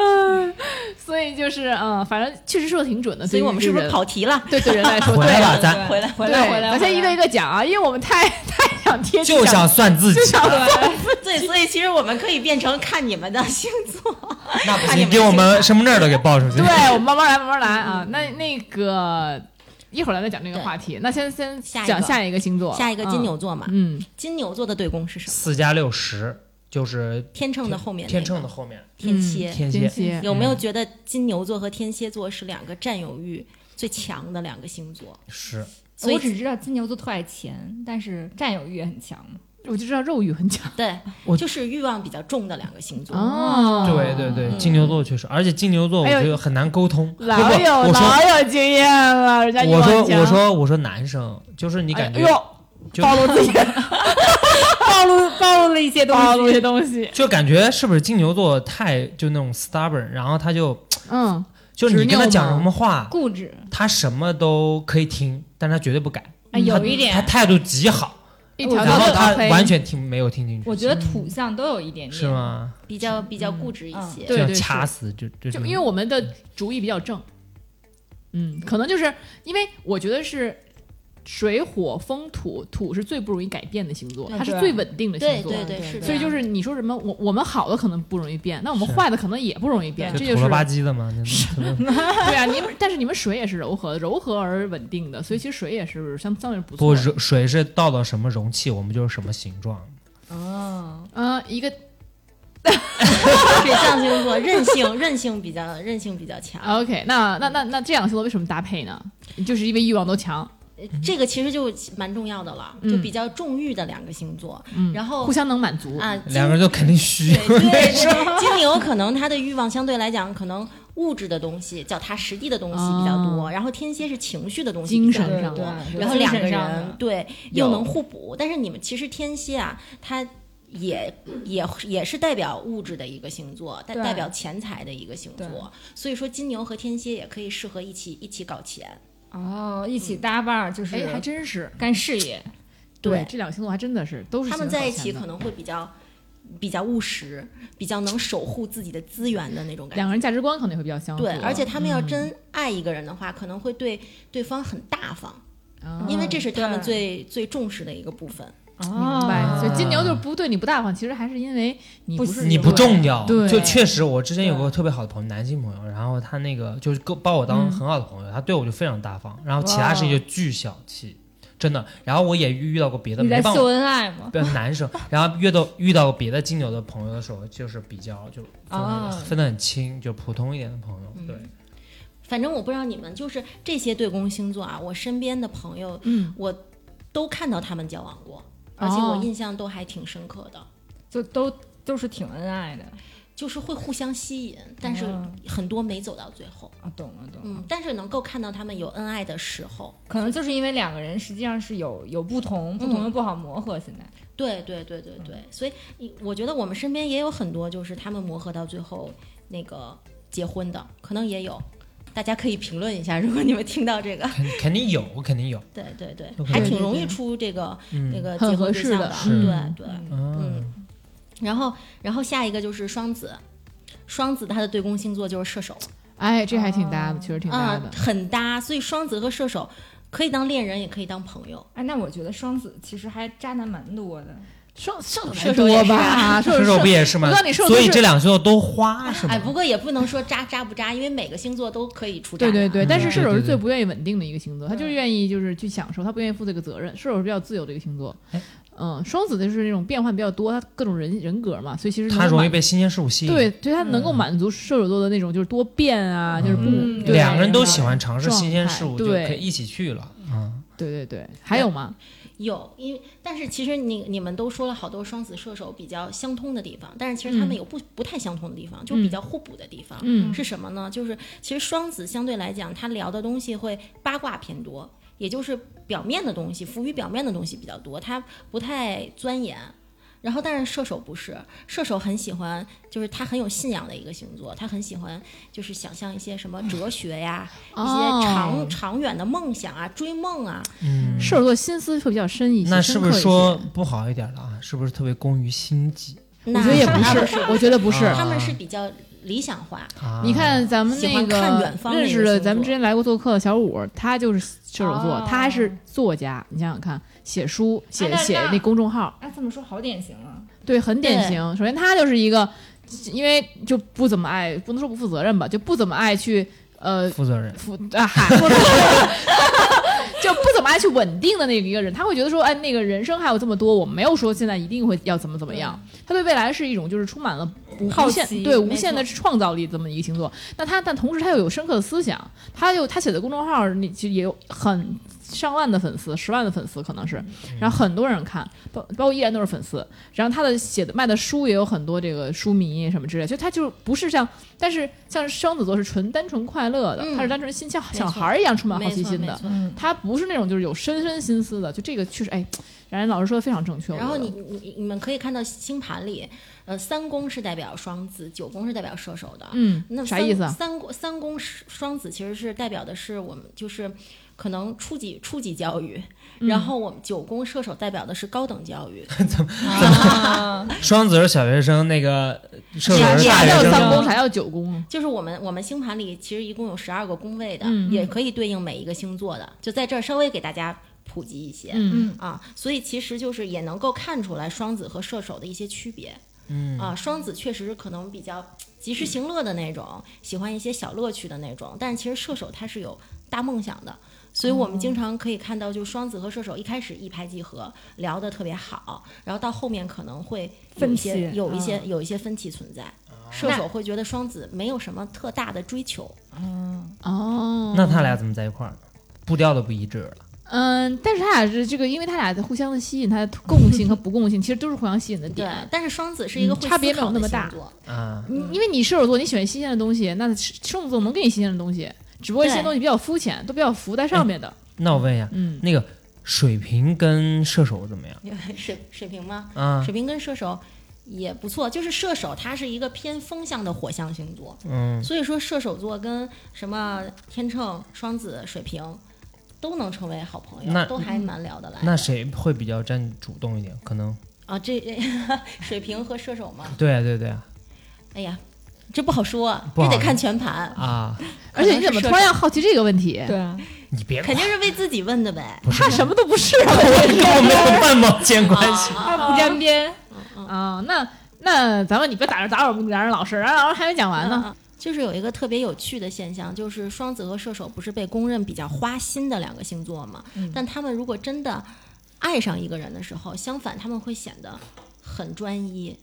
S2: 嗯， [LAUGHS] 所以就是嗯，反正确实说的挺准的。
S5: 所以我们是不
S2: 对于
S5: 是
S2: 人
S5: 跑题了？
S2: [LAUGHS] 对对人来说，
S4: 回来
S2: 对
S4: 吧，咱
S6: 对
S5: 回来
S6: 回来
S2: 对
S6: 回来，
S2: 咱先一个一个讲啊，因为我们太太想贴近
S4: 就
S2: 想
S4: 想算自己
S2: 就，想
S5: [LAUGHS] 对，所以其实我们可以变成看你们的星座。
S4: 那不行，给我们身份证都给报出去。
S2: [LAUGHS] 对，我们慢慢来，慢慢来啊。那那个一会儿咱再讲这个
S5: 对
S2: 话题，那先先
S5: 下一
S2: 讲
S5: 个
S2: 下一个星座，
S5: 下一个金牛座嘛，
S2: 嗯，嗯，
S5: 金牛座的对宫是什么？
S4: 四加六十就是
S5: 天秤的后面那个
S4: 天秤的嗯后面，
S5: 天蝎。
S4: 天
S2: 天
S4: 蝎
S2: 蝎，
S5: 有没有觉得金牛座和天蝎座是两个占有欲最强的两个星座？
S4: 是
S5: 所以
S6: 我只知道金牛座特爱钱，但是占有欲也很强。
S2: 我就知道肉欲很强
S5: 对
S4: 我，
S5: 就是欲望比较重的两个星座。
S2: 哦
S4: 对对对，金牛座确实，而且金牛座我
S2: 哎呦
S4: 觉得很难沟通。不不，
S2: 老有
S4: 我说
S2: 老有经验了，人家欲
S4: 我
S2: 望
S4: 说
S2: 强
S4: 我，说我说男生，就是你
S2: 哎
S4: 感
S2: 哎
S4: 觉
S2: 呦，
S4: 就
S2: 暴露自
S4: [LAUGHS]
S2: 己，
S6: 暴露暴露了一些东
S2: 暴露一些
S6: 西，
S2: 东西，
S4: 就感觉是不是金牛座太就那种 stubborn，然后他就
S2: 嗯，
S4: 就是你跟他
S2: 执拗
S4: 讲
S2: 吗
S4: 什么话，
S6: 固执，
S4: 他什么都可以听，但是他绝对不改。
S6: 哎，有一
S4: 他
S6: 点，
S4: 态度极好，
S2: 一条
S4: 然
S2: 道
S4: 后
S2: 走
S4: 他
S2: 到黑，
S4: 完全听没有听进去，
S6: 我觉得土象都有一点点，
S4: 是？吗？
S5: 比较比较固执一些。
S2: 嗯对
S4: 就
S2: 对
S4: 要掐
S2: 是
S4: 死，就就
S2: 就是因为我们的主意比较正，嗯，可能就是因为我觉得是水火风土，土是最不容易改变的星座，
S6: 对
S2: 它是
S6: 对
S2: 最稳定的星
S5: 对
S2: 座。
S5: 对对，
S6: 对
S5: 是的。
S2: 所以就是你说什么，我我们好的可能不容易变，那我们
S4: 是
S2: 坏的可能也不容易变，这
S4: 就
S2: 就
S4: 土
S2: 是
S4: 了吧唧的嘛，那那
S2: 对啊。你们但是你们水也是柔和的，柔和而稳定的，所以其实水也是相相对不
S4: 不
S2: 错的。
S4: 水水是倒到什么容器，我们就是什么形状。
S6: 哦，
S2: 嗯，一个
S5: 水象星座韧性韧性比较韧性比较强。
S2: OK，那那那那这两个星座为什么搭配呢？就是因为欲望都强，
S5: 这个其实就蛮重要的了，
S2: 嗯
S5: 就比较重欲的两个星座。
S2: 嗯，
S5: 然后
S2: 互相能满足。
S5: 啊，
S4: [LAUGHS]
S5: 金
S4: 两个人都肯定虚，
S2: [LAUGHS]
S5: 对对对，金牛可能他的欲望相对来讲可能物质的东西，脚踏实地的东西比较多，然后天蝎是情绪的东
S2: 啊
S5: 西
S2: 精
S5: 比较
S2: 神
S5: 多。
S2: 上的
S6: 对对对
S5: 然后两个
S6: 精神上
S5: 人
S6: 的
S5: 对又
S4: 有
S5: 能互补，但是你们其实天蝎啊，它也也也是代表物质的一个星座，代
S6: 对
S5: 代表钱财的一个星
S6: 对
S5: 座，所以说金牛和天蝎也可以适合一起一起搞钱。
S6: 哦，一起搭伴儿就是
S2: 哎，还真是。
S6: 干事业，
S5: 对
S2: 这两个星座还真的是都是
S5: 他们
S2: 喜欢
S5: 在一
S2: 搞
S5: 起
S2: 钱的
S5: 可能会比较比较务实，比较能守护自己的资源的那种感觉。
S2: 两个人价嗯值观可能会比较相符，
S5: 对，而且他们要真爱一个人的话，可能会对对方很大方，
S2: 啊
S5: 因为这是他们
S6: 对
S5: 最最重视的一个部分。
S2: 明白，
S6: 哦
S2: 所以金牛就是不对你不大方，其实还是因为你
S6: 不
S2: 是
S6: 行
S4: 你不重要，
S2: 对
S4: 就确实，我之前有
S6: 对
S4: 个特别好的朋友，男性朋友，然后他那个就是跟把我当很好的朋友，他对我就非常大方，然后其他事情就巨小气，真的。然后我也遇到过别的
S6: 你在
S4: 没办
S6: 秀
S4: 法，
S6: 恩爱吗？
S4: 不要男生，然后遇到遇到别的金牛的朋友的时候，就是比较就分得
S6: 哦
S4: 分得很清，就普通一点的朋友，对，
S5: 嗯反正我不知道你们，就是这些对宫星座啊，我身边的朋友，
S2: 嗯，
S5: 我都看到他们交往过，而且我
S2: 哦
S5: 印象都还挺深刻的，
S6: 就都都是挺恩爱的。
S5: 就是会互相吸引，但是
S6: 哦
S5: 很多没走到最后。
S6: 啊，懂了懂了，
S5: 嗯，但是能够看到他们有恩爱的时候。
S6: 可能就是因为两个人实际上是有有不同，不同又不好磨合。现在，
S5: 对对对对对，所以你我觉得我们身边也有很多就是他们磨合到最后那个结婚的，可能也有，大家可以评论一下，如果你们听到这个，
S4: 肯肯定有，肯定有，
S5: 对对对，
S4: 都可以
S5: 还挺容易出这个那
S4: 嗯，
S5: 个
S2: 很
S5: 结婚
S2: 合
S5: 对
S2: 适
S5: 象
S2: 的
S4: 是
S5: 对对，
S4: 嗯
S5: 嗯，然后然后下一个就是双子。双子他的对宫星座就是射手，
S2: 哎，这还挺搭的，确实挺搭
S5: 嗯
S2: 的，。
S5: 很搭，所以双子和射手可以当恋人，也可以当朋友。
S6: 哎，那我觉得双子其实还渣男蛮多的。
S2: 射射手
S5: 射
S2: 还
S5: 手也
S2: 多
S5: 是
S2: 吧， [LAUGHS]
S5: 啊
S2: 射
S4: 射手不也是
S2: 我
S4: 吗
S2: 告诉你，射手
S4: 所以
S2: 是
S4: 这两个星座都花是吗
S5: 哎，？不过也不能说渣渣不渣，因为每个星座都可以出渣
S2: 对
S5: 男。
S2: 对对，但是
S4: 嗯
S2: 射手
S4: 对
S2: 是
S4: 对
S2: 最
S4: 对
S2: 不愿意稳定的一个星座，他就是愿意就是去享受，他不愿意负这个责任。射手是比较自由的一个星座
S4: 哎，
S2: 嗯，双子的就是那种变换比较多，他各种人人格嘛，所以其实能
S4: 他容易
S2: 满
S4: 被新鲜事物吸引，
S2: 对，所以他能够满足射手座的那种就是多变啊，就是
S6: 嗯
S2: 不
S6: 对
S4: 两个人都
S2: 喜
S4: 喜
S2: 欢。
S4: 欢尝试新鲜事物，就
S2: 状态
S4: 可以一起去了。嗯，
S2: 对对对，还有吗？嗯
S5: 有，因为但是其实你你们都说了好多双子射手比较相通的地方，但是其实他们
S2: 嗯
S5: 有不、不太相通的地方，就比较互补的地方。
S2: 嗯
S5: 是什么呢？就是其实双子相对来讲，他聊的东西会八卦偏多，也就是表面的东西，浮于表面的东西比较多，他不太钻研。然后，但是射手不是，射手很喜欢，就是他很有信仰的一个星座，他很喜欢就是想象一些什么哲学呀，一些长、
S2: 哦
S5: 长远的梦想啊，追梦啊，
S2: 射手座心思会比较深一些，
S4: 嗯那是
S2: 深
S4: 不
S2: 刻
S4: 是
S2: 一
S4: 说
S2: 些
S4: 不好一点了啊？是不是特别功于心计
S5: 那
S2: 我觉得也
S5: 当然
S2: 不是，我觉得不是。
S4: 啊
S5: 他们是比较理想化，
S4: 啊？
S2: 你看咱们
S5: 喜
S2: 那
S5: 欢看远
S2: 个
S5: 方的
S2: 认
S5: 一
S2: 识
S5: 个
S2: 了，
S5: 星
S2: 咱们
S5: 座
S2: 之前来过做客的小五，他就是射手座
S6: 哦，
S2: 他还是作家。你想想看，写书、写
S5: 哎
S6: 那
S2: 写
S6: 那
S2: 那公众号，
S6: 哎，这么说好典型啊。
S2: 对，很典
S5: 对
S2: 型。首先，他就是一个，因为就不怎么爱，不能说不负责任吧，就不怎么爱去呃
S4: 负责任，
S2: 负啊喊，不是不是 [LAUGHS] 就不怎么爱去稳定的那个一个人，他会觉得说，哎，那个人生还有这么多，我没有说现在一定会要怎么怎么样。他对未来是一种就是充满了无
S6: 好
S2: 无限
S6: 奇
S2: 对
S5: 没
S2: 无
S5: 错
S2: 限的创造力这么一个星座。那他但同时他又有深刻的思想，他又他写的公众号，你就也有很上万的粉丝，十万的粉丝可能是，然后很多人看，包包括依然都是粉丝。然后他的写的卖的书也有很多这个书迷什么之类，就他就不是像，但是像双子座是纯单纯快乐的，
S5: 嗯
S2: 他是单纯心像
S5: 没
S2: 小
S5: 错
S2: 孩儿一样充满好
S5: 没
S2: 奇
S5: 错
S2: 心
S5: 没
S2: 的，
S5: 错。
S6: [LAUGHS] 嗯，
S2: 他不是那种就是有深深心思的，就这个确实哎，冉冉老师说的非常正确。我
S5: 然后
S2: 觉得
S5: 你你你们可以看到星盘里，呃，三宫是代表双子，九宫是代表射手的。
S2: 嗯，
S5: 那
S2: 啥
S5: 三
S2: 意思啊？
S5: 三宫三宫是双子其实是代表的是我们就是可能初级初级教育，
S2: 嗯
S5: 然后我们九宫射手代表的是高等
S2: [LAUGHS]
S5: 教育。
S6: 啊，
S4: 双子是小学生，那个射手
S2: 啥
S4: 是
S2: 啥
S4: 大学
S2: 叫
S4: 生
S2: 三
S4: 啊。
S2: 宫？啥叫九宫啊？
S5: 就是我们我们星盘里其实一共有十二个宫位的，
S2: 嗯
S5: 也可以对应每一个星座的，就在这儿稍微给大家普及一些。
S2: 嗯
S6: 嗯，
S5: 啊，所以其实就是也能够看出来双子和射手的一些区别。嗯啊，双子确实是可能比较及时行乐的那种，喜欢一些小乐趣的那种，但是其实射手他是有大梦想的，所以我们
S2: 哦
S5: 经常可以看到，就双子和射手一开始一拍即合，聊得特别好，然后到后面可能会有一些
S6: 分歧
S5: 有一
S2: 嗯
S5: 些有一些分歧存在。射手会觉得双子没有什么特大的追求，
S2: 哦，
S5: 嗯
S4: 那他俩怎么在一块儿呢？步调都不一致了。
S2: 嗯，但是他俩是这个，因为他俩在互相的吸引，他的共性和不共性其实都是互相吸引的
S5: 对
S2: 点。，
S5: 但是双子是一个
S2: 嗯
S5: 会
S2: 差别
S5: 思
S2: 没有
S5: 考
S2: 那
S5: 的
S2: 么
S5: 星
S2: 大 [LAUGHS]
S5: 座
S4: 啊，
S2: 你因为你射手座，你喜欢新鲜的东西，那双子座能给你新鲜的东西，只不过这些
S5: 对
S2: 东西比较肤浅，都比较浮在上面的。
S4: 那我问一下，
S2: 嗯，
S4: 那个水瓶跟射手怎么样
S5: 水水瓶吗？
S2: 嗯
S4: 啊？
S5: 水瓶跟射手也不错，就是射手它是一个偏风向的火象星座，
S4: 嗯，
S5: 所以说射手座跟什么天秤、双子、水瓶都能成为好朋
S4: 那
S5: 友，都还蛮聊得来的。
S4: 那谁会比较占主动一点？可能
S5: 啊，这 [LAUGHS] 水瓶和射手
S2: [LAUGHS]
S5: 嘛，
S4: 对啊对啊对啊
S5: 哎呀，这不好说，啊
S4: 不
S5: 这
S4: 好
S5: 得
S4: 说
S5: 看全盘，
S4: 啊！
S2: 而且你怎么突然要好奇这个问题？
S6: [LAUGHS] 对啊，
S4: 你别
S5: 肯定是为自己问
S2: [LAUGHS]
S5: 的呗。
S4: 不是
S2: 他什么都不是啊
S4: 跟我没有半毛钱
S2: 哎
S4: 关系。
S5: 啊
S6: 他不沾边，
S2: 啊！那那咱们你别打扰打扰我们俩人老师，然后老师还没讲完呢。
S5: 嗯嗯就是有一个特别有趣的现象，就是双子和射手不是被公认比较花心的两个星座嘛？
S6: 嗯
S5: 但他们如果真的爱上一个人的时候，相反他们会显得很专一，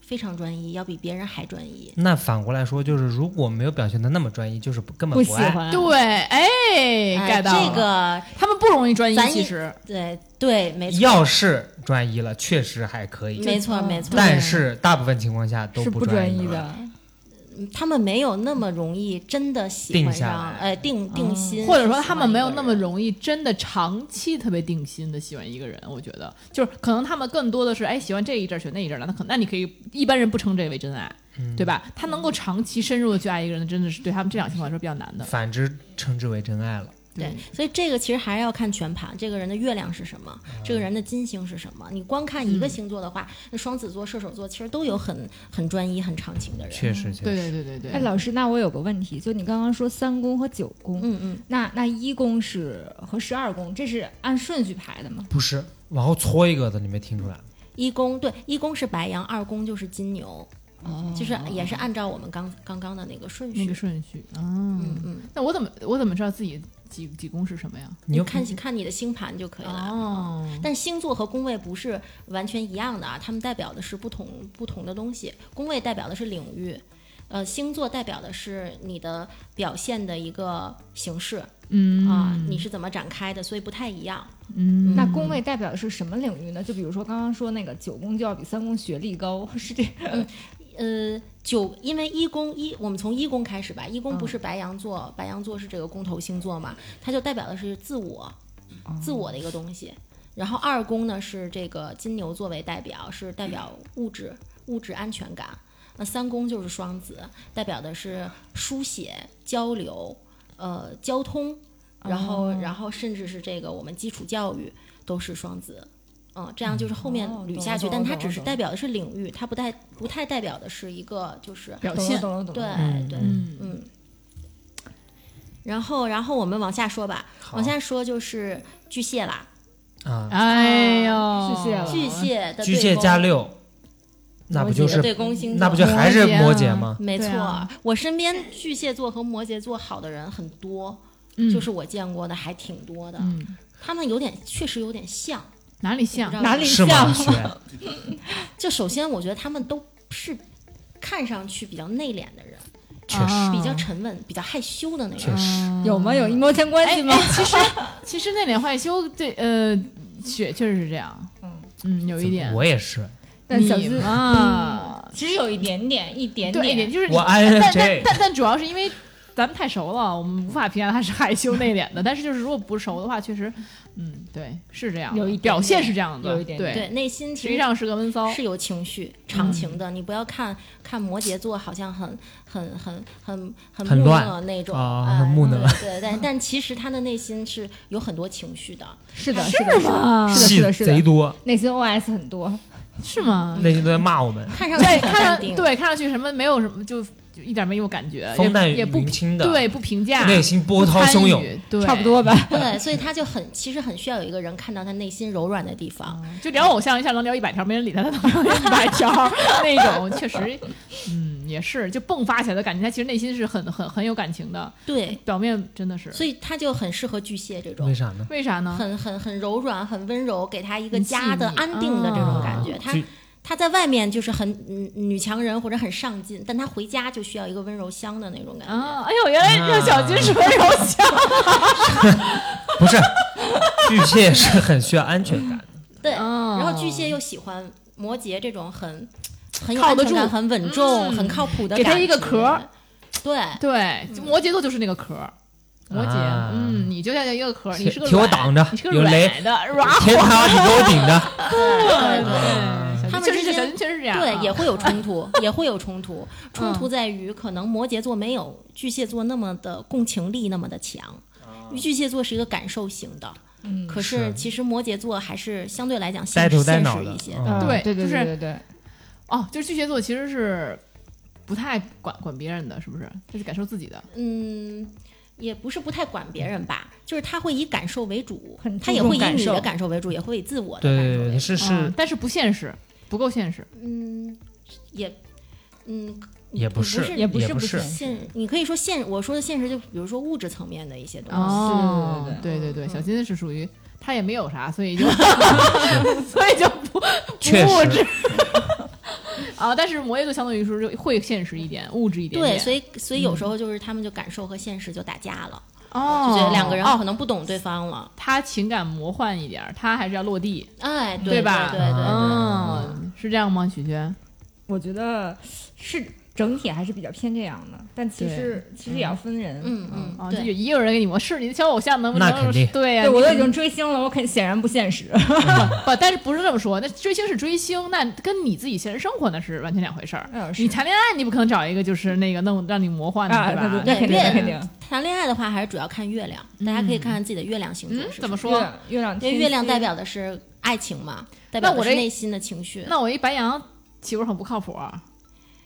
S5: 非常专一，要比别人还专一。
S4: 那反过来说，就是如果没有表现的那么专一，就是不根本
S6: 喜
S4: 爱。
S6: 欢，
S2: 对，哎，get
S5: 哎
S2: 到了
S5: 这个，
S2: 他们不容易专一，
S5: 咱一
S2: 其实
S5: 对对，没错，
S4: 要是专一了，确实还可以，
S5: 没
S2: 嗯
S5: 错，没错。
S4: 但是大部分情况下都
S6: 是不
S4: 专
S6: 专一
S4: 了。
S6: 的，
S5: 他们没有那么容易真的喜
S4: 定
S5: 欢
S4: 下
S5: 上
S4: 来，
S5: 呃，定定心，
S2: 哦或者说他们没有那么容易真的长期特别定心的喜欢一个人，我觉得就是可能他们更多的是哎喜欢这一阵儿选那一阵儿了，那可那你可以一般人不称这为真爱，
S4: 嗯
S2: 对吧？他能够长期深入的去爱一个人，真的是对他们这两情况来说比较难的。
S4: 反之称之为真爱了。
S5: 对，所以这个其实还是要看全盘，这个人的月亮是什么，这个人的金星是什么。你光看一个星座的话，那双子座、射手座其实都有很很专一、很长情的人。
S4: 确实，确
S2: 对
S4: 实，
S2: 对对对对，
S6: 哎，老师，那我有个问题，就你刚刚说三宫和九宫，
S5: 嗯嗯，
S6: 那那一宫是和十二宫，这是按顺序排的吗？
S4: 不是往后搓一个的，你没听出来吗？
S5: 一宫对，一宫是白羊，二宫就是金牛，就是也是按照我们刚刚刚的那个顺
S2: 那
S5: 序。
S2: 个顺序，嗯
S5: 嗯，嗯，
S2: 那我怎么我怎么知道自己几几宫是什么呀？
S4: 你又
S5: 看看你的星盘就可以了。
S2: 哦，
S5: 但星座和宫位不是完全一样的啊，它们代表的是不同不同的东西。宫位代表的是领域，呃，星座代表的是你的表现的一个形式啊、
S2: 嗯
S5: 你是怎么展开的，所以不太一样。
S2: 嗯，
S6: 那宫位代表的是什么领域呢？就比如说刚刚说那个九宫就要比三宫学历高，是这个
S5: 呃，九，因为一宫一，我们从一宫开始吧。一宫
S6: 嗯
S5: 不是白羊座，白羊座是这个宫头星座嘛，它就代表的是自我，
S6: 哦
S5: 自我的一个东西。然后二宫呢是这个金牛座为代表，是代表物质物质安全感。那三宫就是双子，代表的是书写、交流、呃交通，然后、
S6: 哦
S5: 然后甚至是这个我们基础教育都是双子。嗯，这样就是后面
S6: 哦
S5: 捋
S6: 懂
S5: 下
S6: 了
S5: 去，
S6: 懂
S5: 但
S6: 了
S5: 它
S6: 懂
S5: 只
S6: 了
S5: 是
S6: 懂了
S5: 代表的是领域，它不太不太代表的是一个就是
S2: 表
S6: 懂了
S2: 现，
S6: 懂了懂
S5: 对
S6: 了。
S5: 对
S2: 嗯
S5: 嗯。然后然后我们往下说吧，往下说就是巨蟹啦，
S4: 啊，
S2: 哎
S5: 哦
S2: 呦，
S6: 巨蟹了
S5: 巨蟹的
S4: 巨
S5: 对
S4: 蟹
S5: 宫
S4: 加六，那不就
S5: 摩羯的
S4: 是
S5: 对宫星座？
S4: 那不就还是摩
S2: 摩羯
S4: 羯
S2: 啊
S4: 吗？
S5: 没错
S2: 对啊，
S5: 我身边巨蟹座和摩羯座好的人很多，
S2: 嗯
S5: 就是我见过的还挺多的。
S2: 嗯，
S5: 他们有点确实有点像，
S2: 哪里
S5: 你
S2: 像
S5: 知？道吗
S6: 哪里
S4: 是
S6: 像
S4: 吗？雪
S5: 就首先我觉得他们都是看上去比较内敛的人，
S4: 确
S2: 啊
S4: 实
S2: 嗯
S5: 比较沉稳、比较害羞的那
S4: 确
S5: 种。
S4: 实，
S6: 有吗？有一毛钱关
S2: 哎
S6: 系吗？
S2: 哎其实其实内敛害羞，对，呃，确确实是这样，
S6: 嗯
S2: 嗯，有一点，
S4: 我也是，
S6: 但小嗯
S2: 你
S6: 资
S2: 嘛，
S6: 其实有一点点，一点
S2: 对一点就是你
S4: 我
S2: 但但
S4: INFJ
S2: 但但主要是因为咱们太熟了，我们无法评价他是害羞内敛的。但是就是如果不熟的话，确实，嗯，对，是这样的，
S6: 有一点
S2: 表现是这样的，
S6: 有一点
S2: 对，
S5: 对，内心
S2: 实
S5: 其
S2: 际
S5: 实
S2: 上是个闷骚。
S5: 是有情绪、长情的。你不要看看摩羯座好像很很很很很
S4: 很
S5: 木
S4: 乱
S5: 讷那种，
S4: 啊
S5: 哎
S4: 很木讷
S5: 对对，但但其实他的内心是有很多情绪的。
S6: 是的，啊是的，是
S2: 吗
S6: 的，是
S4: 戏
S6: 的，是
S4: 贼
S6: 的，
S4: 多，
S6: 内心 OS 很多，
S2: 是吗？
S6: 嗯
S4: 那些都在骂我们，
S5: 看上去
S2: 对，
S5: 很
S2: 看上
S5: 淡定，
S2: 对看上去什么没有什么，就就一点没有感觉，
S4: 风淡
S2: 也也不
S4: 云轻的，
S2: 对不评价，
S4: 内心波涛汹
S2: 不
S4: 涌，
S2: 参与，对，
S6: 差不。多吧。
S5: 对，所以他就很其实很需要有一个人看到他内心柔软的地方。
S2: 就聊偶像一下能聊一百条，没人理他，他能聊一百条那种，确实，嗯，也是，就迸发起来的感情，他其实内心是很很很有感情的，
S5: 对，
S2: 表面真的是。
S5: 所以他就很适合巨蟹这
S4: 为
S5: 种，
S4: 啥呢？
S2: 为啥呢？
S5: 很很很柔软、很温柔，给他一个
S2: 很细
S5: 家的
S2: 腻
S5: 安定的这种
S2: 啊
S5: 感觉。他
S4: 巨
S5: 他在外面就是很嗯女强人或者很上进，但他回家就需要一个温柔乡的那种感
S2: 啊
S5: 觉。
S4: 啊
S2: 啊！哎呦，原来让小军是温柔乡，
S4: 不是巨蟹是很需要安全感的。
S5: 对，
S2: 哦
S5: 然后巨蟹又喜欢摩羯这种很很有
S2: 靠
S5: 安
S2: 得
S5: 全感、
S2: 住
S5: 很稳重、
S2: 嗯
S5: 很靠谱的
S2: 给
S5: 感觉，
S2: 他一个壳儿
S5: 对，
S2: 对，摩羯座就是那个壳儿。摩羯，
S4: 啊
S2: 嗯，你就像一个壳儿，你是个
S4: 替我
S2: 软
S4: 挡着
S2: 你是个
S4: 有
S2: 软
S4: 雷
S2: 的软货
S4: 天
S5: 啊
S4: 塌你给我顶着，
S5: 对对对
S4: 啊
S2: 对，
S5: 他们
S2: 确
S5: 之
S2: 实是
S5: 间
S2: 小金确实是这样啊，嗯
S5: 对，也
S2: [LAUGHS]
S5: 会有冲突，也会有冲突。冲突在于，可能摩羯座没有巨蟹座那么的共情力那么的强。巨蟹座是一个感受型的，
S6: 嗯，
S5: 可
S4: 哦是
S5: 是其实摩羯座还是相对来讲
S4: 呆
S5: 现
S4: 头
S5: 实
S4: 呆
S5: 现
S4: 脑
S5: 实
S4: 的
S5: 一些。。
S4: 嗯
S2: 对
S6: 啊对对
S2: 就是
S6: 对对对，
S2: 哦，就是巨蟹座其实是不太管管别人的，是不是？就是感受自己的，
S5: 嗯，也不是不太管别人吧，就是他会以感受为主
S6: 很，
S5: 他
S6: 注
S5: 也
S6: 重
S5: 会以
S6: 感
S5: 你的
S6: 受
S5: 感受为主，也会以自我的
S4: 对
S5: 感
S4: 对
S5: 受
S4: 对
S5: 为
S4: 对，
S5: 主。
S4: 是是
S2: 嗯，但是不现实，不够现实。
S5: 嗯，也嗯。
S4: 也不
S5: 是，
S4: 是
S6: 也不
S4: 也
S6: 是
S4: 不
S6: 不
S4: 是
S6: 是
S5: 现，你可以说现，我说的现实就比如说物质层面的一些东西，
S2: 哦，
S6: 是
S2: 对对对，
S5: 嗯
S2: 小金是属于他也没有啥，所以就所以就不
S4: 确
S2: 不物
S4: 实
S2: 质啊。但是摩羯座相对于说就会现实一点，物质一点嗯
S5: 对，
S2: 点。
S5: 所
S2: 以
S5: 以所以有时候就是他们就感受和现实就打架了，
S2: 哦，
S5: 就觉得两个人
S2: 哦，哎
S5: 可能不懂对方了。
S2: 他情感魔幻一点儿，他还是要落地。
S5: 哎，
S2: 对
S5: 对
S2: 吧
S5: 对对对
S2: 嗯，是这样吗，许轩？
S6: 我觉得是整体还是比较偏这样的，但其
S2: 对
S6: 实其实也要分人，
S5: 嗯嗯
S2: 啊，就
S5: 对
S2: 有也有人给你模试，你的小偶像能不
S4: 那
S2: 能？
S4: 肯定
S2: 对呀、
S6: 对我
S2: 你
S6: 都已经追星了，我肯显然不现实。
S2: 不，但是不是这么说？那追星是追星，那跟你自己现实生活那是完全两回事儿。
S6: 嗯是
S2: 你谈恋爱，你不可能找一个就是那个弄让你魔幻的，
S6: 啊
S2: 对
S6: 那
S2: 吧？
S6: 就那肯定
S5: 对
S6: 那肯定。
S5: 谈恋爱的话，还是主要看月亮，大家可以看看自己的月亮星座
S2: 嗯
S5: 是，
S2: 怎么
S5: 什
S2: 说？
S6: 月亮月亮
S5: 么，因
S6: 天
S5: 为
S6: 蝎
S5: 月亮代表的是爱情嘛，代表
S2: 那我
S5: 的是
S2: 这
S5: 内心的情绪。
S2: 那我一白羊岂不是很不靠谱啊？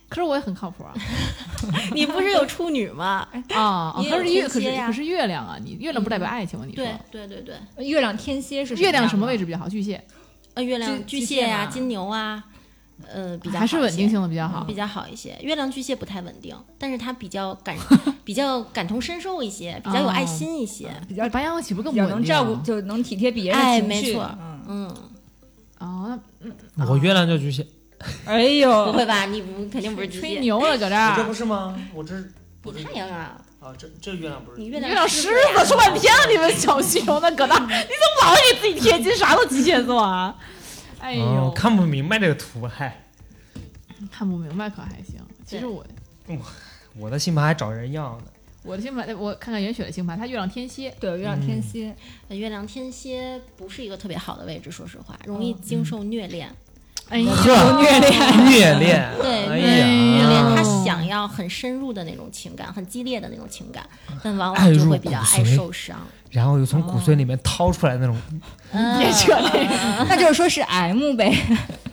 S2: 可是我也很靠谱
S6: [LAUGHS]
S2: 啊！
S5: [LAUGHS] 你不是有处女吗？
S2: 啊，啊
S5: 你也
S2: 可是
S5: 有
S2: 月，可是
S5: 天蝎呀
S2: 可是月亮啊！你月亮不代表爱情吗？你说
S5: 对对对对，
S6: 月亮天蝎嗯是
S2: 月亮什么位
S6: 置？
S2: 置比较好？巨蟹
S5: 呃，月亮
S6: 巨
S5: 巨蟹呀、
S6: 巨蟹嘛
S5: 金牛啊，呃，比较
S2: 还是
S5: 好一
S2: 稳定
S5: 些
S2: 性的比较
S6: 嗯
S2: 好嗯
S5: 比。较好一些。月亮巨蟹不太稳定，但是它比较
S2: [LAUGHS]
S5: 感比较感同身受一些，比较
S2: 哦
S5: 有爱心一些。
S6: 比较
S2: 白羊岂不是更
S6: 比
S2: 不
S6: 较
S2: 稳定啊
S6: 能照顾，就能体贴别人的
S5: 哎
S6: 情
S5: 没
S6: 绪。
S5: 错
S6: 嗯，
S5: 嗯，
S2: 哦，
S4: 我月亮就巨蟹，
S6: 哎
S5: 不
S6: 呦，
S5: 会吧？你不肯定不是巨
S2: 吹
S5: 蟹，
S2: 牛了，搁这
S4: 我
S2: 儿。
S4: 是吗？我这是
S5: 你太阳啊，
S4: 啊，这这月亮不
S5: 你月
S2: 月
S5: 亮
S2: 亮狮子说半
S5: 啊
S2: 天了，你们小虚荣的搁那儿，你怎么老给自己贴金？啥都巨蟹座啊！哎呦，
S4: 哦，看不明白这个图，嗨，
S2: 看不明白可还行。其实
S5: 对
S2: 我
S4: 我的星盘还找人要
S5: [LAUGHS]
S4: 呢。
S2: 我的星盘，我看看袁雪的星盘，她月亮天蝎，
S6: 对，月亮天蝎，
S5: 呃月亮天蝎不是一个特别好的位置，说实话，容易
S2: 嗯
S5: 经受虐恋。
S2: 哎呀，
S4: 呵
S2: 虐恋，
S4: [LAUGHS] 虐恋，
S5: [LAUGHS] 对
S4: 哎
S2: 虐
S5: 虐恋
S4: 呀，
S5: 他想要很深入的那种情感，很激烈的那种情感，但往
S4: 爱
S5: 往就
S4: 入
S5: 会比较
S4: 骨
S5: 爱
S4: 髓
S5: 受伤。
S4: 然后又从骨髓里面掏出来那
S5: 哦
S4: 种，
S2: 别扯
S5: 哎
S2: 那个。
S6: 那就是说是 M 呗。 [LAUGHS]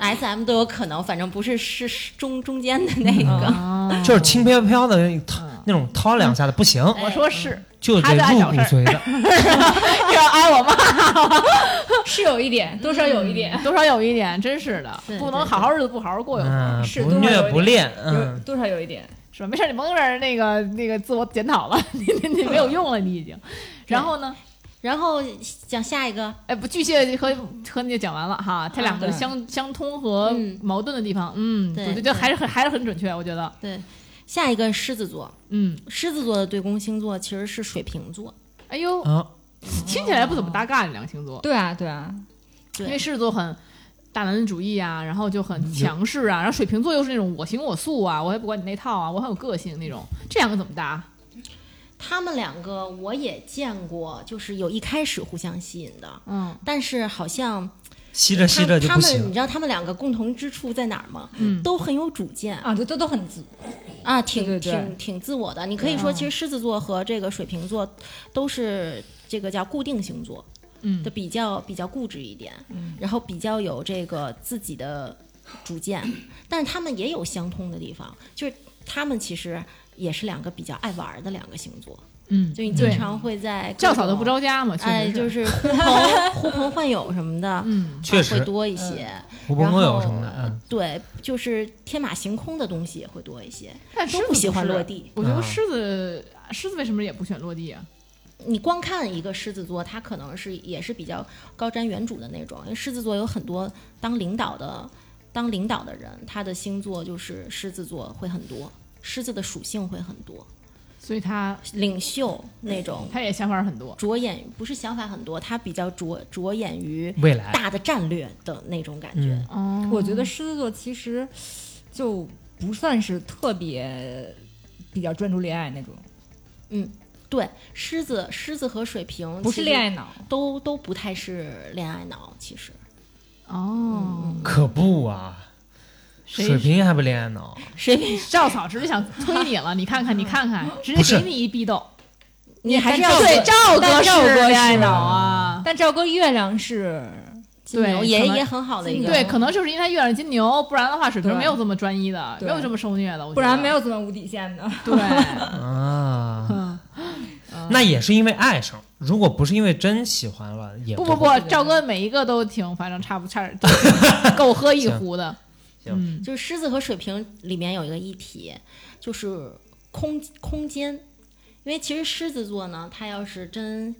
S5: S M 都有可能，反正不是是是中中间的那个。
S2: 啊
S4: 就是轻飘飘的
S5: 嗯
S4: 那种掏那种掏两下的不行，
S2: 我说是，
S4: 就得
S2: 他在
S4: 入
S2: 找
S4: 骨
S2: 事儿
S5: [LAUGHS]
S4: 髓的。
S2: 要挨我妈
S6: 是有一点，多少有一点，
S2: 多少有一点，真是的
S5: 对，
S2: 不
S5: 哎对
S2: 能好好日子不好好过有时候
S4: 嗯，
S6: 是
S4: 不
S6: 多少有
S4: 虐
S6: 一
S4: 不
S6: 点
S4: 恋，
S6: 有
S4: 嗯，
S6: 多少有一点。
S2: 是吧？没事儿，你甭在这儿那个那个自我检讨了，你你你没有用了，你已经。然后呢？
S5: [LAUGHS] 然后讲下一个，
S2: 哎，不，巨蟹和和你讲完了哈，它两个
S6: 对
S2: 相相通和
S5: 嗯
S2: 矛盾的地方，嗯，
S5: 对
S2: 我觉得
S5: 对
S2: 还是很还是很准确，我觉得，
S5: 对，下一个狮子座，
S2: 嗯，
S5: 狮子座的对宫星座其实是水瓶座，
S2: 哎
S5: 哦
S2: 呦，
S4: 啊，
S2: 听起来不怎么搭嘎，这两个星座，
S6: 对啊，对啊，
S5: 对
S2: 因为狮子座很大男子主义啊，然后就
S4: 嗯
S2: 很强势
S4: [LAUGHS]
S2: 啊，然后水瓶座又是那种我行我素啊，我也不管你那套啊，我很有个性那种，这两个怎么搭？
S5: 他们两个我也见过，就是有一开始互相吸引的，
S2: 嗯
S5: 但是好像
S4: 吸着吸着就
S5: 他
S4: 不
S5: 们，
S4: 行
S5: 你。知道他们两个共同之处在哪儿吗？
S2: 嗯
S5: 都很有主见
S6: 啊，都都都很自
S5: 啊，挺
S6: 对对
S5: 挺挺自我的。你可以说，其实狮子座和这个水瓶座都是这个叫固定星座，
S2: 嗯
S5: 就比较比较固执一点，
S4: 嗯
S5: 然后比较有这个自己的
S4: [LAUGHS]
S5: 主见，但是他们也有相通的地方，就是他们其实也是两个比较爱玩儿的两个星座，
S2: 嗯，
S5: 就你经常会在各
S2: 叫草都
S5: 种
S2: 不。着家嘛，确实
S5: 哎，
S2: [LAUGHS]
S5: 就是呼朋呼朋唤友什么的，
S2: 嗯
S4: 确
S5: 会
S4: 实，
S5: 多一些。
S4: 狐朋狗
S5: 然
S4: 友
S5: 后
S4: 什么的，嗯，
S5: 对，就是天马行空的东西也会多一些，
S2: 但狮
S5: 都
S2: 子
S5: 不喜欢
S2: 是
S5: 落。地。
S2: 我觉得
S4: 啊
S2: 狮子，狮子为什么也不选落地啊？
S5: 你光看一个狮子座，他可能是也是比较高瞻远瞩的那种，因为狮子座有很多当领导的当领导的人，他的星座就是狮子座会很多，狮子的属性会很多，
S2: 所以他
S5: 领袖那种
S2: 他也想法很多。
S5: 着眼于，不是想法很多，他比较着着眼于
S4: 未来，
S5: 大的战略的那种感觉
S4: 嗯。
S2: 哦
S6: 我觉得狮子座其实就不算是特别比较专注恋爱那种，
S5: 对，狮子狮子和水瓶
S6: 不是恋爱，脑。
S5: 都都不太是恋爱脑，其实。
S2: 哦，
S4: 可不啊，
S2: 谁
S4: 水瓶还不恋爱脑，
S5: 水瓶，
S2: 赵嫂直接想推你了，你看看，你看看，直
S4: 不
S2: 接
S4: 是
S2: 给你一逼斗。
S5: 你还是
S6: 但
S5: 要
S6: 赵
S2: 对，赵哥
S6: 哥但赵
S2: 是
S6: 哥
S2: 恋爱
S6: 是
S2: 脑啊。
S6: 但赵哥月亮是，
S5: 金牛
S2: 对
S5: 也
S2: 可能
S5: 也很好的一个，
S2: 嗯对，可能就是因为他月亮金牛，不然的话，水瓶
S6: 对
S2: 没有这么专一的，
S6: 对
S2: 没有这么受虐的，我觉得
S6: 不嗯然
S2: [LAUGHS]
S6: 没有这么无底线的。
S2: 对。
S4: 啊，
S2: 嗯
S4: 那也是因为爱上，如果不是因为真喜欢了，也
S2: 不
S4: 不
S2: 不
S4: 会
S2: 不，赵哥每一个都挺，反正差不差够喝一壶的。
S4: 行
S2: 嗯，
S5: 就是狮子和水瓶里面有一个议题，就是空空间，因为其实狮子座呢，他要是真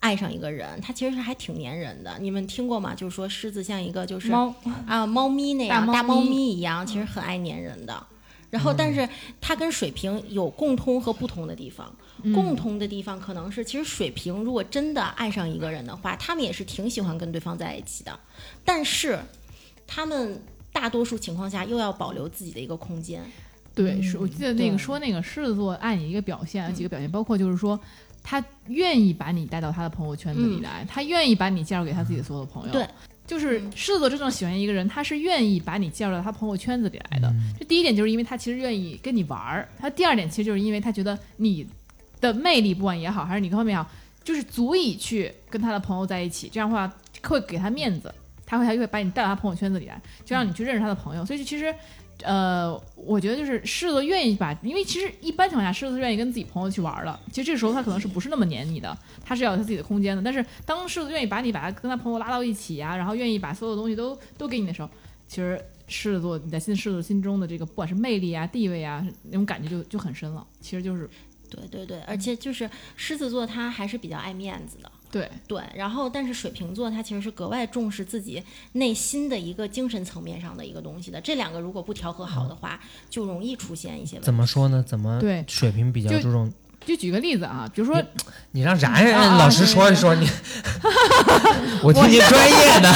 S5: 爱上一个人，他其实是还挺粘人的。你们听过吗？就是说狮子像一个就是
S6: 猫，
S5: 啊猫咪那样
S2: 大猫咪嗯
S5: 大猫咪一样，其实很爱粘人的。然后，但是它跟水瓶有共通和不同的地方。
S2: 嗯
S5: 共通的地方可能是，其实水瓶如果真的爱上一个人的话，他们也是挺喜欢跟对方在一起的，但是他们大多数情况下又要保留自己的一个空间。
S2: 对，是我记得那个说那个狮子座爱你一个表现，几个表现，包括就是说。他愿意把你带到他的朋友圈子里来，他愿意把你介绍给他自己所有的朋友。
S5: 对，
S2: 就是
S5: 嗯
S2: 狮子座真正喜欢一个人，他是愿意把你介绍到他朋友圈子里
S4: 嗯
S2: 来的。这第一点就是因为他其实愿意跟你玩儿，他第二点其实就是因为他觉得你的魅力，不管也好，还是你各方面也好，就是足以去跟他的朋友在一起，这样的话会给他面子，他会还会把你带到他朋友圈子里来，就让你去认识他的朋友。所以其实，呃，我觉得就是狮子座愿意把，因为其实一般情况下狮子座愿意跟自己朋友去玩儿的，其实这个时候他可能是不是那么黏你的，他是要有他自己的空间的。但是当狮子愿意把你把他跟他朋友拉到一起啊，然后愿意把所有东西都都给你的时候，其实狮子座你在心狮子座心中的这个不管是魅力啊、地位啊那种感觉就就很深了。其实就是
S5: 对对对，嗯而且就是狮子座，他还是比较爱面子的。
S2: 对
S5: 对，然后但是水瓶座他其实是格外重视自己内心的一个精神层面上的一个东西的。这两个如果不调和好的话，就容易出现一些问题。
S4: 怎么说呢？怎么
S2: 对
S4: 水平比较
S2: 就
S4: 注重？
S2: 就举个例子啊，比如说
S4: 你让冉冉
S2: 啊
S4: 老师
S2: 对
S4: 说一说你，我听听专业的。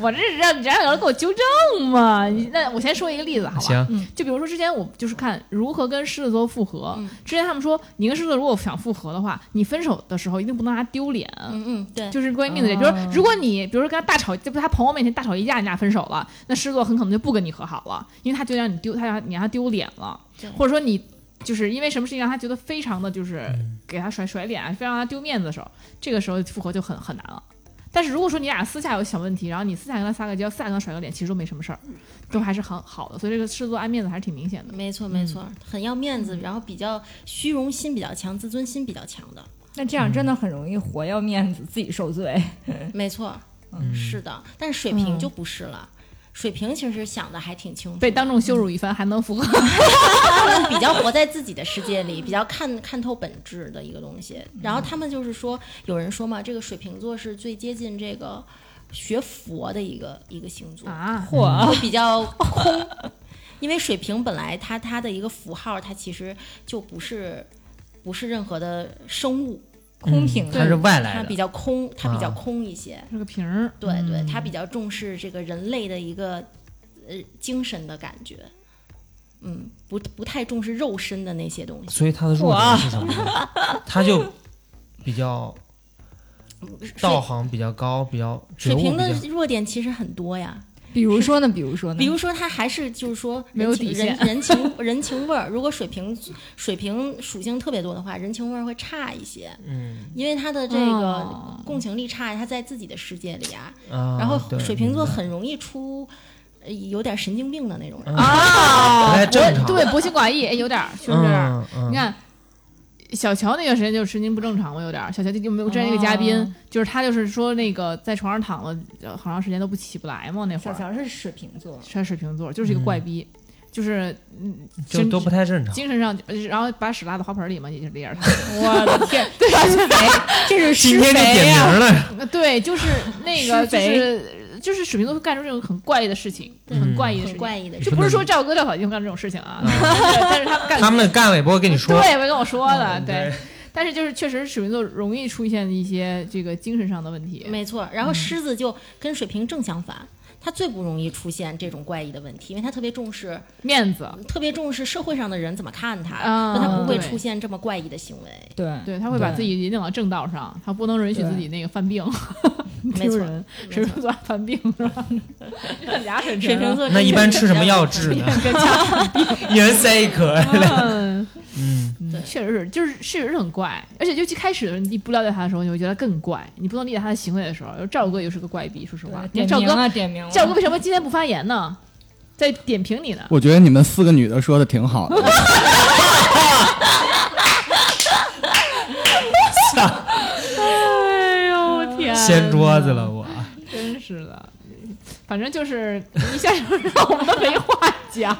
S2: 我这是让你让有人给我纠正嘛？你那我先说一个例子好吧？啊
S4: [LAUGHS] 行，
S2: 就比如说之前我就是看如何跟狮子座复合，
S5: 嗯
S2: 之前他们说你跟狮子座如果想复合的话，你分手的时候一定不能拿丢脸。
S5: 嗯嗯，对，
S2: 就是关于面子这，比如说，如果你比如说跟他大吵，在他朋友面前大吵一架，你俩分手了，那狮子座很可能就不跟你和好了，因为他就让你丢，他让你让他丢脸了
S5: 对，
S2: 或者说你就是因为什么事情让他觉得非常的就是给他甩甩脸啊，非常让他丢面子的时候，这个时候复合就很很难了。但是如果说你俩私下有小问题，然后你私下跟他撒个娇，私下跟他甩个脸，其实都没什么事儿，都还是很好的。所以这个狮子座爱面子还是挺明显的。
S5: 没错没错，很要面子，然后比较虚荣心比较强，自尊心比较强的，
S6: 那这样真的很容易活要面子，自己受罪。
S5: 没错，
S4: 嗯
S5: 是的。但是水瓶就不是了，水瓶其实想的还挺清楚的，
S2: 被当众羞辱一番还能复合，
S5: 他们比较活在自己的世界里，比较看看透本质的一个东西。
S4: 嗯
S5: 然后他们就是说，有人说嘛，这个水瓶座是最接近这个学佛的一个一个星座，
S2: 啊！
S4: [LAUGHS]
S6: 嚯，
S5: 会比较空。因为水瓶本来它它的一个符号，它其实就不是不是任何的生物，
S6: 空瓶
S4: 嗯
S6: 子
S4: 它是外
S5: 它
S4: 来
S5: 比
S4: 的，
S5: 较空，它比较
S4: 啊
S5: 空一些。
S2: 是个瓶儿，嗯
S5: 对对，它比较重视这个人类的一个呃精神的感觉，嗯，不不太重视肉身的那些东西。
S4: 所以它的弱点是什么呢？它就比较道行比较高，比较觉
S5: 水
S4: 悟
S5: 瓶
S4: 比
S5: 的
S4: 较
S5: 弱点其实很多呀，
S6: 比如说呢，比如说呢，
S5: 比如说他还是就是说人
S2: 啊没有
S5: 情
S2: 底
S5: 人
S2: 线
S5: 人情 [LAUGHS] 人情味儿。如果水瓶水瓶属性特别多的话，人情味儿会差一些，
S4: 嗯
S5: 因为他的这个
S2: 哦
S5: 共情力差，他在自己的世界里啊，
S4: 啊。
S5: 然后
S4: 对
S5: 水瓶座
S4: 明白
S5: 很容易出呃有点神经病的那种人。
S2: 啊，
S4: 不太
S2: 我
S4: 嗯哎正常
S2: 对，薄情寡义，哎，有点儿，确实有点儿。
S4: 嗯嗯
S2: 你看，小乔那段时间就是神经不正常，我有点儿。小乔就没有之前一个嘉宾，
S6: 哦
S2: 就是他就是说那个在床上躺了呃好长时间都不起不来嘛，那会
S6: [LAUGHS] 小
S2: 儿
S6: 乔是水瓶座，
S2: 是水瓶座，就是一个怪逼，就是嗯，
S4: 就
S2: 神
S4: 都不太正常。
S2: 精神上，呃然后把屎拉到花盆里嘛，也就是这样。
S4: [LAUGHS]
S6: [LAUGHS] 我的 [LAUGHS] 天，施肥，这是
S4: 今
S6: 施
S2: 啊
S4: 天就
S6: 肥
S4: 点
S2: [LAUGHS]
S6: 呀、
S4: 名了，
S2: 对，就是那个
S6: 施
S2: 就
S6: 肥
S2: 是就是水瓶座会干出这种很怪异的事情，
S5: 对
S2: 很怪异的事
S5: 很
S2: 情。
S5: 怪异的
S4: 你
S5: 事
S2: 就
S4: 说
S2: 不是
S4: 那
S2: 说
S4: 种
S2: 赵哥、廖小军干这种事情啊，
S4: 啊
S2: 对 [LAUGHS] 但是他们干
S4: 他们干了也不会跟你说。
S2: 对，没跟我说的，
S4: 嗯
S2: 对。但是就是确实水瓶座容易出现一些这个精神上的问题，
S5: 没错，然后狮
S2: 嗯
S5: 子就跟水瓶正相反，它最不容易出现这种怪异的问题，因为它特别重视，
S2: 面子，
S5: 特别重视社会上的人怎么看它，
S2: 啊
S5: 但它不会
S2: 对
S5: 出现这么怪异的行为。
S6: 对
S2: 对他会把自己引领到正道上，他不能允许自己那个犯病，
S5: 没
S2: 丢
S5: 错
S2: 人， [LAUGHS]
S5: 没
S2: 水
S5: 错
S2: 瓶座犯病是吧？俩水
S5: 水
S2: 瓶
S5: 瓶
S2: 座。
S5: 座
S4: 那一般吃什么药
S5: 治？
S4: 治呢？一人塞一颗。
S2: 嗯，
S4: [LAUGHS] 嗯，
S5: 对
S2: 确实是，就是确实是很怪，而且尤其开始的时候，你不了解他的时候，你会觉得更怪。你不能理解他的行为的时候，赵哥也是个怪逼，说实话你
S6: 对，
S2: 看
S6: 点
S2: 赵
S6: 名
S2: 哥，
S6: 了，点名了，
S2: 赵哥为什么今天不发言呢？在点评你呢，
S3: 我觉得你们四个女的说的挺好的，
S2: 哎呦我天，
S4: 掀桌子了，我。
S2: 真是的，反正就是一下就让我们没话讲。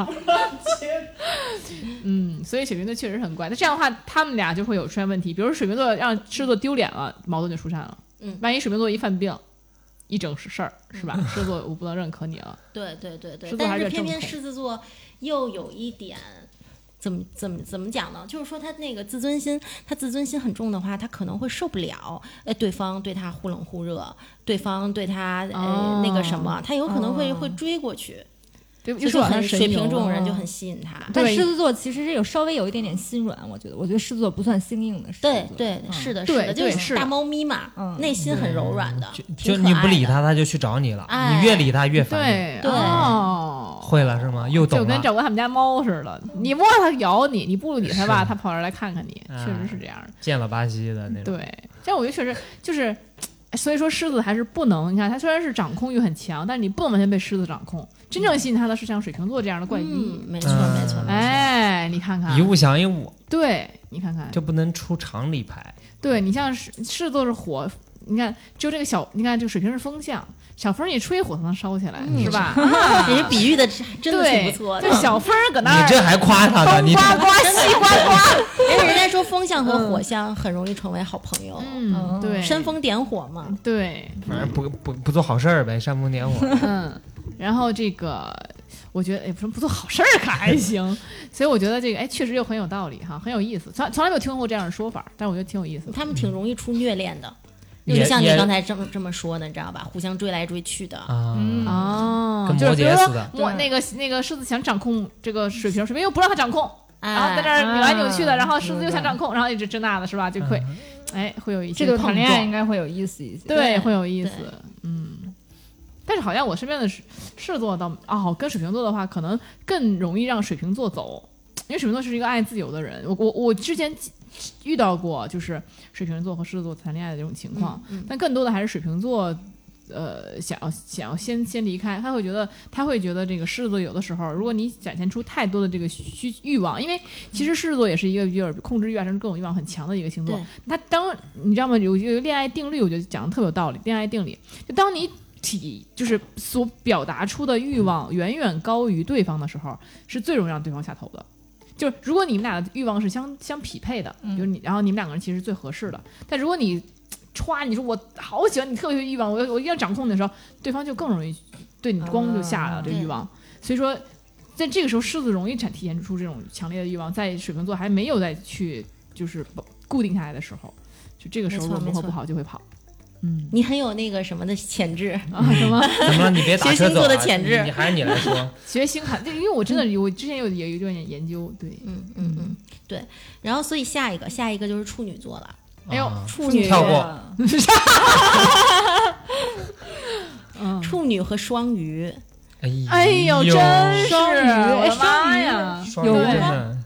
S2: 嗯，所以水瓶座确实很怪。那这样的话，他们俩就会有出现问题。比如说水瓶座让狮子座丢脸了，矛盾就出现了。
S5: 嗯
S2: 万一水瓶座一犯病，一整事儿是吧？狮子座我不能认可你
S5: [LAUGHS]
S2: 了。
S5: [LAUGHS] 对对对对
S2: 狮，子还
S5: 但
S2: 是
S5: 是
S2: 比较
S5: 偏偏
S2: 正统
S5: 狮子座又有一点。怎么怎么怎么讲呢？就是说他那个自尊心，他自尊心很重的话，他可能会受不了，呃，对方对他忽冷忽热，对方对他呃、
S2: 哦
S5: 那个什么，他有可能会、
S2: 哦
S5: 会追过去，
S2: 对，
S5: 就
S2: 就是往
S5: 很
S2: 上
S5: 水瓶这种人
S2: 神
S5: 就
S2: 游嗯
S5: 很吸引他。
S6: 但
S2: 对
S6: 狮子座其实是有稍微有一点点心软，我觉得，我觉得狮子座不算心硬的狮子
S5: 对
S6: 座，
S5: 对，
S6: 嗯
S5: 是的，
S2: 对
S5: 的，就
S2: 对是
S5: 是
S2: 的
S5: 大猫咪嘛，
S6: 嗯
S5: 内心很柔软的，
S4: 就
S5: 挺可
S4: 你不理
S5: 爱的，
S4: 他，他就去找你了。
S5: 哎
S4: 你越理他越烦你。
S2: 对
S5: 对
S2: 哦。
S4: 会了是吗？又
S2: 就
S4: 懂
S2: 跟
S4: 了。
S2: 照顾他们家猫似的，你摸它咬你，你不理它吧，
S4: 是
S2: 它跑这儿来看看你，
S4: 哎
S2: 确实是这样的。
S4: 见了巴西的那种。
S2: 对，但我觉得确实就是，所以说狮子还是不能，你看它虽然是掌控欲很强，但是你不能完全被狮子掌控。真正吸引它的是像水瓶座这样的怪
S5: 嗯
S2: 逼。，
S5: 没错
S4: 嗯
S5: 没错，没错，
S2: 哎，你看看
S4: 一，物降一物，
S2: 对你看看，
S4: 就不能出常理牌。
S2: 对你像狮狮子座是火，你看只有这个小，你看这个水瓶是风象，小风一吹火才能烧起来，
S5: 嗯
S2: 是
S5: [LAUGHS]
S2: 吧？啊
S5: 人家比喻的真的挺
S2: 对，
S5: 不错的
S2: 就。小风搁那
S4: 你
S2: 儿
S4: 这还夸他呢？
S2: 风
S4: 你
S2: 刮刮西刮刮，
S5: 因为人家说风象和火象很容易成为好朋友，
S2: 嗯，对，
S5: 煽风点火嘛。
S2: 对，
S4: 反正不不不做好事儿呗，煽风点火。
S2: 嗯，然后这个，我觉得也不是不做好事儿可还
S6: [LAUGHS]
S2: 行，所以我觉得这个哎，确实又很有道理哈，很有意思，从从来没有听过这样的说法，但是我觉得挺有意思的。
S5: 他们挺容易出虐恋的，
S4: 也
S5: 就像你
S4: 也
S5: 刚才这么这么说的，你知道吧？互相追来追去的。
S2: [LAUGHS]
S4: 啊，
S6: 嗯
S2: 哦
S4: 跟，
S2: 就
S4: 摩
S2: 是比如
S4: 羯似
S2: 说
S4: 的，
S2: 我那个那个狮子想掌控这个水瓶，水瓶又不让他掌控，然后在这
S5: 哎，
S2: 儿扭来扭去的，
S6: 嗯啊嗯
S2: 然后狮子又想掌控，然后一直这那的是吧？就会，
S4: 嗯
S2: 哎，会有一些
S6: 这个谈恋爱
S2: 碰撞
S6: 应该会有意思一些。
S2: 对
S5: 对
S2: 会有意思
S5: 对，
S2: 嗯。但是好像我身边的狮狮子座倒哦，跟水瓶座的话，可能更容易让水瓶座走，因为水瓶座是一个爱自由的人。我我我之前遇到过，就是水瓶座和狮子座谈恋爱的这种情况，
S5: 嗯
S2: 但更多的还是水瓶座，呃，想要想要先先离开，他会觉得他会觉得这个狮子座有的时候，如果你展现出太多的这个需欲望，因为其实狮子座也是一个有点控制欲啊，甚至各种欲望很强的一个星座
S5: 对。
S2: 他当你知道吗？有有恋爱定律，我觉得讲的特别有道理。恋爱定理就当你。体就是所表达出的欲望远远高于对方的时候，是最容易让对方下头的。就是如果你们俩的欲望是相相匹配的，
S6: 嗯
S2: 就是你，然后你们两个人其实是最合适的。但如果你歘，你说我好喜欢你，特别有欲望，我我一定要掌控你的时候，对方就更容易对你光就下了、
S6: 啊
S2: 这个欲望。所以说，在这个时候，狮子容易产体现出这种强烈的欲望，在水瓶座还没有再去就是固定下来的时候，就这个时候
S5: 没错
S2: 如果
S5: 没错
S2: 不好就会跑。 [LAUGHS] 嗯
S5: 你很有那个什么的潜质，
S2: 啊，什么
S4: 怎么了？你
S2: [LAUGHS]
S4: 别打
S5: 学
S4: 车
S5: 星
S4: 走
S5: 座的
S4: 啊
S5: 潜质
S4: 你你还是你来说。
S2: 学星盘？对，因为我真的有我之前有也有一段研究，对，
S4: 啊
S5: 嗯嗯嗯，对。然后所以下一个，下一个就是处女座了。
S2: 哎呦
S4: 啊
S5: 处女
S4: 跳过
S2: 嗯，
S5: 处女和双鱼，
S2: 哎呦，真是
S6: 双鱼
S2: 我的妈
S6: 哎双鱼
S2: 呀！
S4: 双鱼
S6: 有
S4: 真
S2: 吗
S4: 的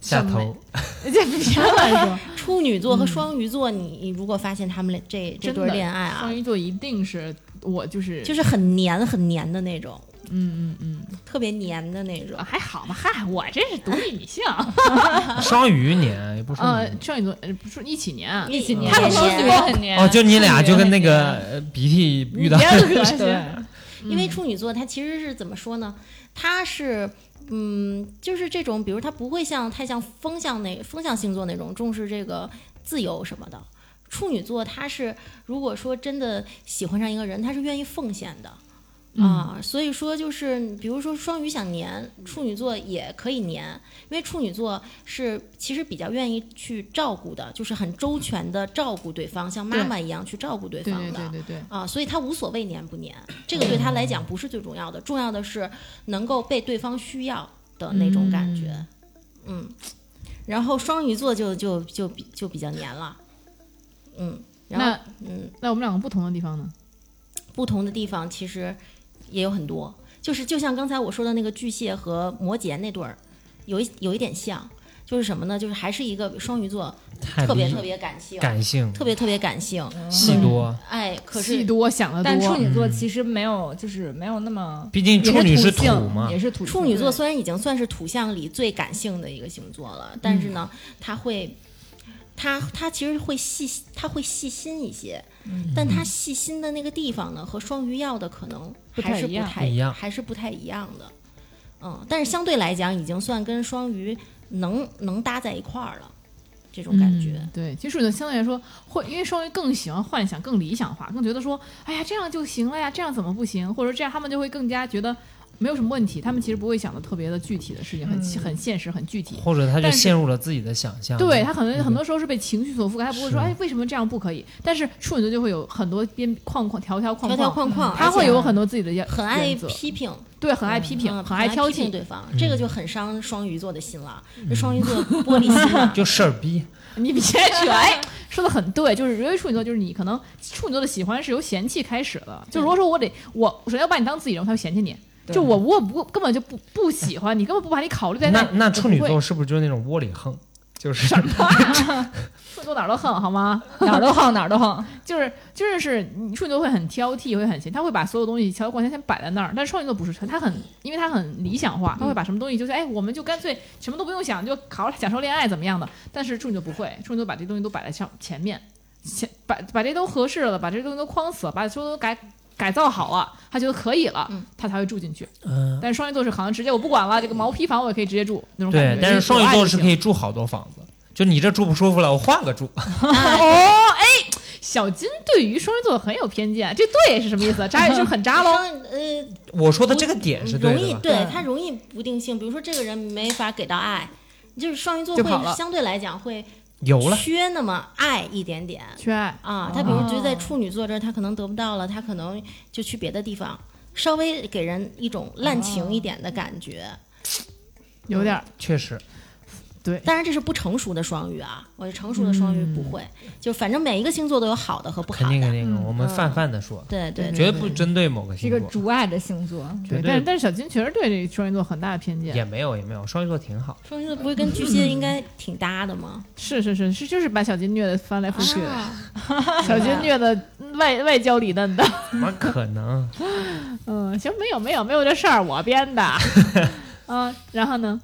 S4: 下头，
S2: 这别 [LAUGHS] 乱说，
S5: 处女座和双鱼座，你你如果发现他们俩这这
S2: 嗯真
S5: 对
S2: 的
S5: 儿恋爱啊
S2: 双，鱼座一定是我就是
S5: 就是很黏很黏的那种，
S2: 嗯嗯
S5: 特别黏的那种
S2: 嗯，。还好吧，嗨，我这是独立女性，啊
S4: 双鱼年也不是
S2: 呃
S4: 你，
S2: 双鱼座呃不是一起年啊，
S5: 一起
S6: 对，
S5: 黏
S2: 他们
S6: 也
S2: 双
S6: 是
S2: 子
S5: 黏
S2: 座
S6: 很黏
S4: 哦，就你俩就跟那
S6: 处女
S4: 个
S6: 也很黏
S4: 呃鼻涕遇
S2: 你
S4: 到
S2: 别恶心，
S6: 对
S2: 嗯
S5: 因为处女座它其实是怎么说呢？它是。嗯，就是这种，比如它不会像太像风象那风象星座那种重视这个自由什么的。处女座它是，如果说真的喜欢上一个人，他是愿意奉献的，
S2: 嗯
S5: 啊、所以说就是，比如说双鱼想黏，处女座也可以黏，因为处女座是其实比较愿意去照顾的，就是很周全的照顾对方，像妈妈一样去照顾对
S2: 对
S5: 方
S2: 对
S5: 的。
S2: 对对对，
S5: 啊，所以他无所谓黏不黏，这个对他来讲不是最重要的，重要的是能够被对方需要的那种感觉，嗯。然后双鱼座就就就比就比较黏了，嗯。然后
S2: 那
S5: 嗯，
S2: 那我们两个不同的地方呢？
S5: 不同的地方其实也有很多，就是就像刚才我说的那个巨蟹和摩羯那对儿，有一有一点像，就是什么呢？就是还是一个双鱼座，
S4: 太
S5: 特别
S4: 理
S5: 特别感性，
S4: 感性，嗯
S5: 特别特别感性，
S4: 戏多。
S5: 哎，可
S2: 戏
S5: 是
S2: 多想的
S6: 但处
S2: 多，
S6: 女座其实没有，就是没有那么，
S4: 毕竟
S6: 也
S4: 处女
S6: 是
S4: 是
S6: 土性
S4: 土嘛
S6: 也，是土性
S5: 处女座虽然已经算是土象里最感性的一个星座了，但
S2: 嗯
S5: 是呢，他会，他他其实会细，他会细心一些，
S2: 嗯
S5: 但他细心的那个地方呢，和双鱼要的可能
S6: 不
S5: 还
S6: 太
S5: 是不
S6: 一样
S5: 太
S4: 不一样
S5: 还是不太一样的。嗯，但是相对来讲，已经算跟双鱼能能搭在一块儿了，这种感觉。
S2: 嗯对，其实呢，相对来说会，因为双鱼更喜欢幻想，更理想化，更觉得说，哎呀，这样就行了呀，这样怎么不行？或者说这样他们就会更加觉得没有什么问题，他们其实不会想的特别的具体的事情，很、
S5: 嗯
S2: 很现实，很具体。
S4: 或者他就
S2: 但是
S4: 陷入了自己的想象。
S2: 对他可能
S4: 嗯
S2: 很多时候是被情绪所覆盖，他不会说
S4: 是
S2: 哎为什么这样不可以？但是处女座就会有很多边框框条条框框，
S5: 条条框框，
S2: 他
S5: 而且
S2: 会嗯有很多自己的原
S5: 很爱
S2: 原则
S5: 批评，
S2: 对，很爱批评，
S5: 嗯
S2: 很爱挑
S5: 批评
S2: 剔，嗯
S5: 对方，这个就很伤双鱼座的心了。这双鱼座玻璃心
S2: [LAUGHS]
S5: 嘛，
S4: 就事儿逼，
S2: 你别选，
S5: [LAUGHS]
S2: 哎，说的很对，就是因为处女座，就是你可能处女座的喜欢是由嫌弃开始的，就如果说我得我首先要把你当自己人，我才会嫌弃你。
S6: 对
S2: 就我我不根本就不不喜欢你，根本不把你考虑在
S4: 那
S2: 内。
S4: 那
S2: 我
S4: 处女
S2: 不会
S4: 座是不是就是那种窝里横？就是 [LAUGHS]
S2: 处女座哪儿都横，好吗？
S6: 哪儿都横，哪儿都横。
S2: 就是就是是你处女座会很挑剔，会很嫌，他会把所有东西条条框框先摆在那儿。但是双鱼座不是，他很因为他很理想化，他会把什么东西就是哎，我们就干脆什么都不用想，就好好享受恋爱怎么样的。但是处女座不会，处女座把这东西都摆在上前面，前把把这都合适了，把这东西都框死了，把所有都改。改造好了，他觉得可以了
S5: 嗯，
S2: 他才会住进去。
S4: 嗯，
S2: 但是双鱼座是好像直接我不管了，这个毛坯房我也可以直接住那种感觉。，
S4: 对但是双鱼座是可
S2: 以
S4: 以住好多房子，就你这住不舒服了，我换个住。 [LAUGHS]
S2: 哦，哎，小金对于双鱼座很有偏见，这对是什么意思？渣也就是很渣 [LAUGHS] 喽。
S5: 双呃
S4: 我说的这个点是对
S5: 容易
S4: 的吧，
S5: 对
S2: 嗯
S6: 对
S5: 他容易不定性。比如说这个人没法给到爱，就是双鱼座
S2: 就跑了
S5: 会相对来讲会
S4: 有了，
S5: 缺那么爱一点点
S2: 缺爱，
S5: 啊。他比
S2: 哦
S5: 如觉得在处女座这儿他可能得不到了，他可能就去别的地方，稍微给人一种滥
S2: 哦
S5: 情一点的感觉。
S2: 有点儿
S4: 确实
S5: 当然这是不成熟的双鱼啊，我觉得成熟的双
S2: 嗯
S5: 鱼不会。就反正每一个星座都有好的和不
S4: 肯
S5: 好
S4: 定肯
S5: 的。嗯
S4: 定，我们泛泛的说，
S5: 对
S2: 嗯
S5: 对
S4: 绝不针对某个
S6: 是
S4: 星
S6: 一个
S4: 座，嗯
S6: 主爱的星座，
S4: 绝
S2: 但
S4: 对
S2: 是但是小金确实对这双鱼座很大的偏见。
S4: 也没有也没有，双鱼座挺
S5: [LAUGHS]
S4: 好。
S5: 双鱼座不会跟巨蟹应该挺搭的吗？
S2: 是是是是，就是把小金虐的翻来覆去的，
S5: 啊
S2: [LAUGHS] 小金虐的外外焦里嫩的。
S4: 怎么可能？
S2: 嗯，行，没有没有没有这事儿，我编的。嗯，然后呢？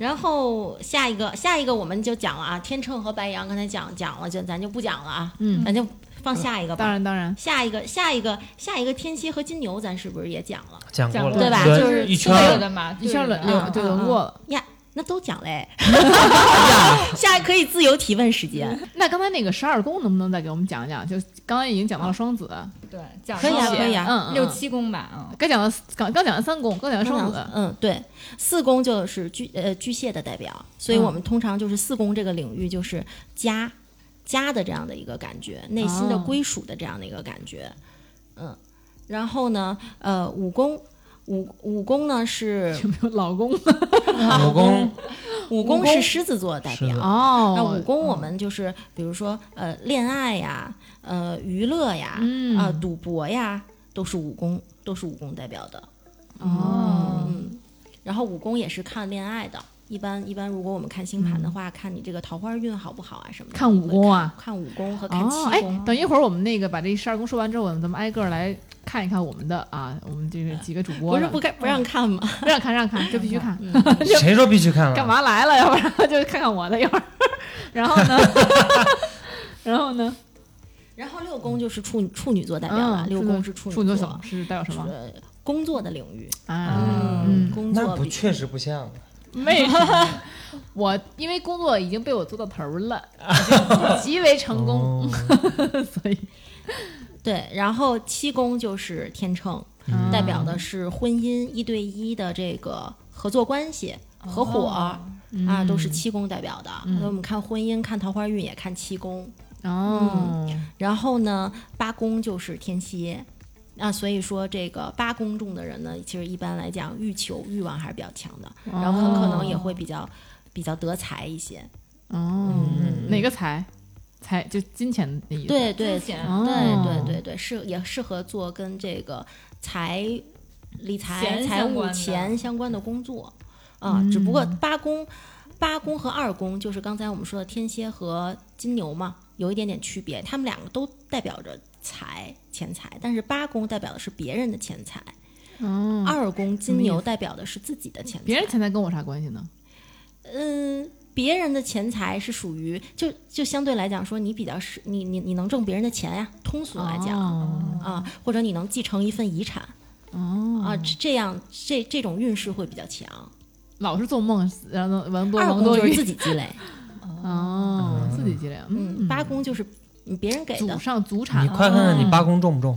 S5: 然后下一个，下一个我们就讲了啊，天秤和白羊，刚才讲讲了，就咱就不讲了啊，
S2: 嗯
S5: 咱就放下一个
S2: 当
S5: 吧。
S2: 然当然，
S5: 下一个，下一个，下一个天蝎和金牛，咱是不是也讲了？
S4: 讲过
S6: 讲
S4: 了
S6: 过对
S5: 吧
S4: 轮
S5: 就是
S4: 一
S5: 所
S4: 圈
S5: 有
S6: 对
S4: 儿，
S6: 的嘛，
S2: 一下
S6: 对的啊
S2: 轮
S6: 嘛
S2: 有就轮过了。
S5: 呀，那都讲嘞。
S2: 哎
S5: [LAUGHS] 下可以自由提问时间，
S2: 那刚才那个十二宫能不能再给我们讲讲？就刚才已经讲到了双子，
S6: 对，讲
S5: 可以啊，
S6: 到
S5: 可以啊。
S2: 嗯，嗯
S6: 六。七宫吧，嗯，
S2: 该讲的刚刚讲的三宫，刚讲的双子，
S5: 嗯，对，四宫就是巨呃巨蟹的代表，所
S2: 嗯
S5: 以我们通常就是四宫这个领域就是家家的这样的一个感觉，内心的
S2: 哦
S5: 归属的这样的一个感觉，嗯，然后呢，呃，五宫五五宫呢是
S2: [LAUGHS] 有没有老公？
S4: 武功
S5: 五宫是狮子座的代
S4: 狮子
S5: 表。
S2: 哦，
S5: 那五宫我们就是，比如说呃，恋爱呀，呃，娱乐呀，啊、
S2: 嗯
S5: 赌博呀，都是五宫，都是五宫代表的。
S2: 哦，
S5: 嗯，然后五宫也是看恋爱的。一般一般，如果我们看星盘的话，看你这个桃花运好不好啊什么
S2: 嗯
S5: 的。
S2: 看五宫啊，
S5: 看五宫和看七
S2: 哦，哎
S5: 宫。，
S2: 等一会儿我们那个把这十二宫说完之后，我们咱们挨个儿来看一看我们的啊，我们这个几个主播
S5: 嗯不是
S2: 的哦
S5: 不嗯看不让看吗？
S2: 不让看让看，这必须看，
S4: 谁说必须
S5: 嗯
S4: 看了？
S2: 干？嘛来了？要不然就看看我的一会儿，然后
S5: [LAUGHS]
S2: 呢，然后呢，
S5: 然后六宫就是处女处女座代表了，
S2: 嗯
S5: 六宫是处
S2: 处
S5: 女
S2: 座什么是代表什么
S5: 呃，工作的领域，
S2: 啊？
S4: 嗯
S5: 工作
S4: 那不
S5: 比
S4: 确实不像。
S5: [LAUGHS]
S2: 为什么？我因为工作已经被
S5: 哦
S2: 我做到头儿了，已经极为成功，
S4: 哦
S2: 所以
S5: 对，然后七宫就是天秤，
S2: 嗯
S5: 代表的是婚姻一对一的这个合作关系、合伙啊，都是七宫代表的。
S2: 哦嗯
S5: 所以我们看婚姻、看桃花运也看七宫。
S2: 哦，
S5: 然后呢，八宫就是天蝎。那所以说，这个八宫中的人呢，其实一般来讲，欲求欲望还是比较强的，然后很可能也会比较比较得财一些。
S6: 嗯
S2: 哦，哪个财？财就金钱的意思。
S5: 对对，
S6: 金钱
S2: 哦，
S5: 对对对对，适也适合做跟这个财理财、
S6: 钱
S5: 财
S6: 相
S5: 务、
S6: 关的
S5: 钱相关的工作啊。只不过
S2: 嗯
S5: 八宫、八宫和二宫就是刚才我们说的天蝎和金牛嘛，有一点点区别。他们两个都代表着财、钱财，但是八宫代表的是别人的钱财，
S6: 嗯
S2: 哦，
S5: 二宫
S2: 什么
S5: 金
S2: 意
S5: 牛
S2: 思
S5: 代表的是自己的钱财。
S2: 别人钱财跟我啥关系呢？
S5: 嗯，别人的钱财是属于就就相对来讲说，你比较是你你你能挣别人的钱呀，通俗来讲。
S2: 哦
S5: 啊，或者你能继承一份遗产
S2: 哦，
S5: 啊，这这样这这种运势会比较强。
S2: 老是做梦，然后文不
S5: 二
S2: 能
S5: 宫
S2: 多
S5: 就是
S2: 余
S5: 自。己积
S2: [LAUGHS]
S5: 累，
S2: 哦，自己积累。
S5: 嗯，八宫就是别人给
S2: 祖
S5: 的，
S2: 上祖产
S4: 你，快看看你八宫重不重？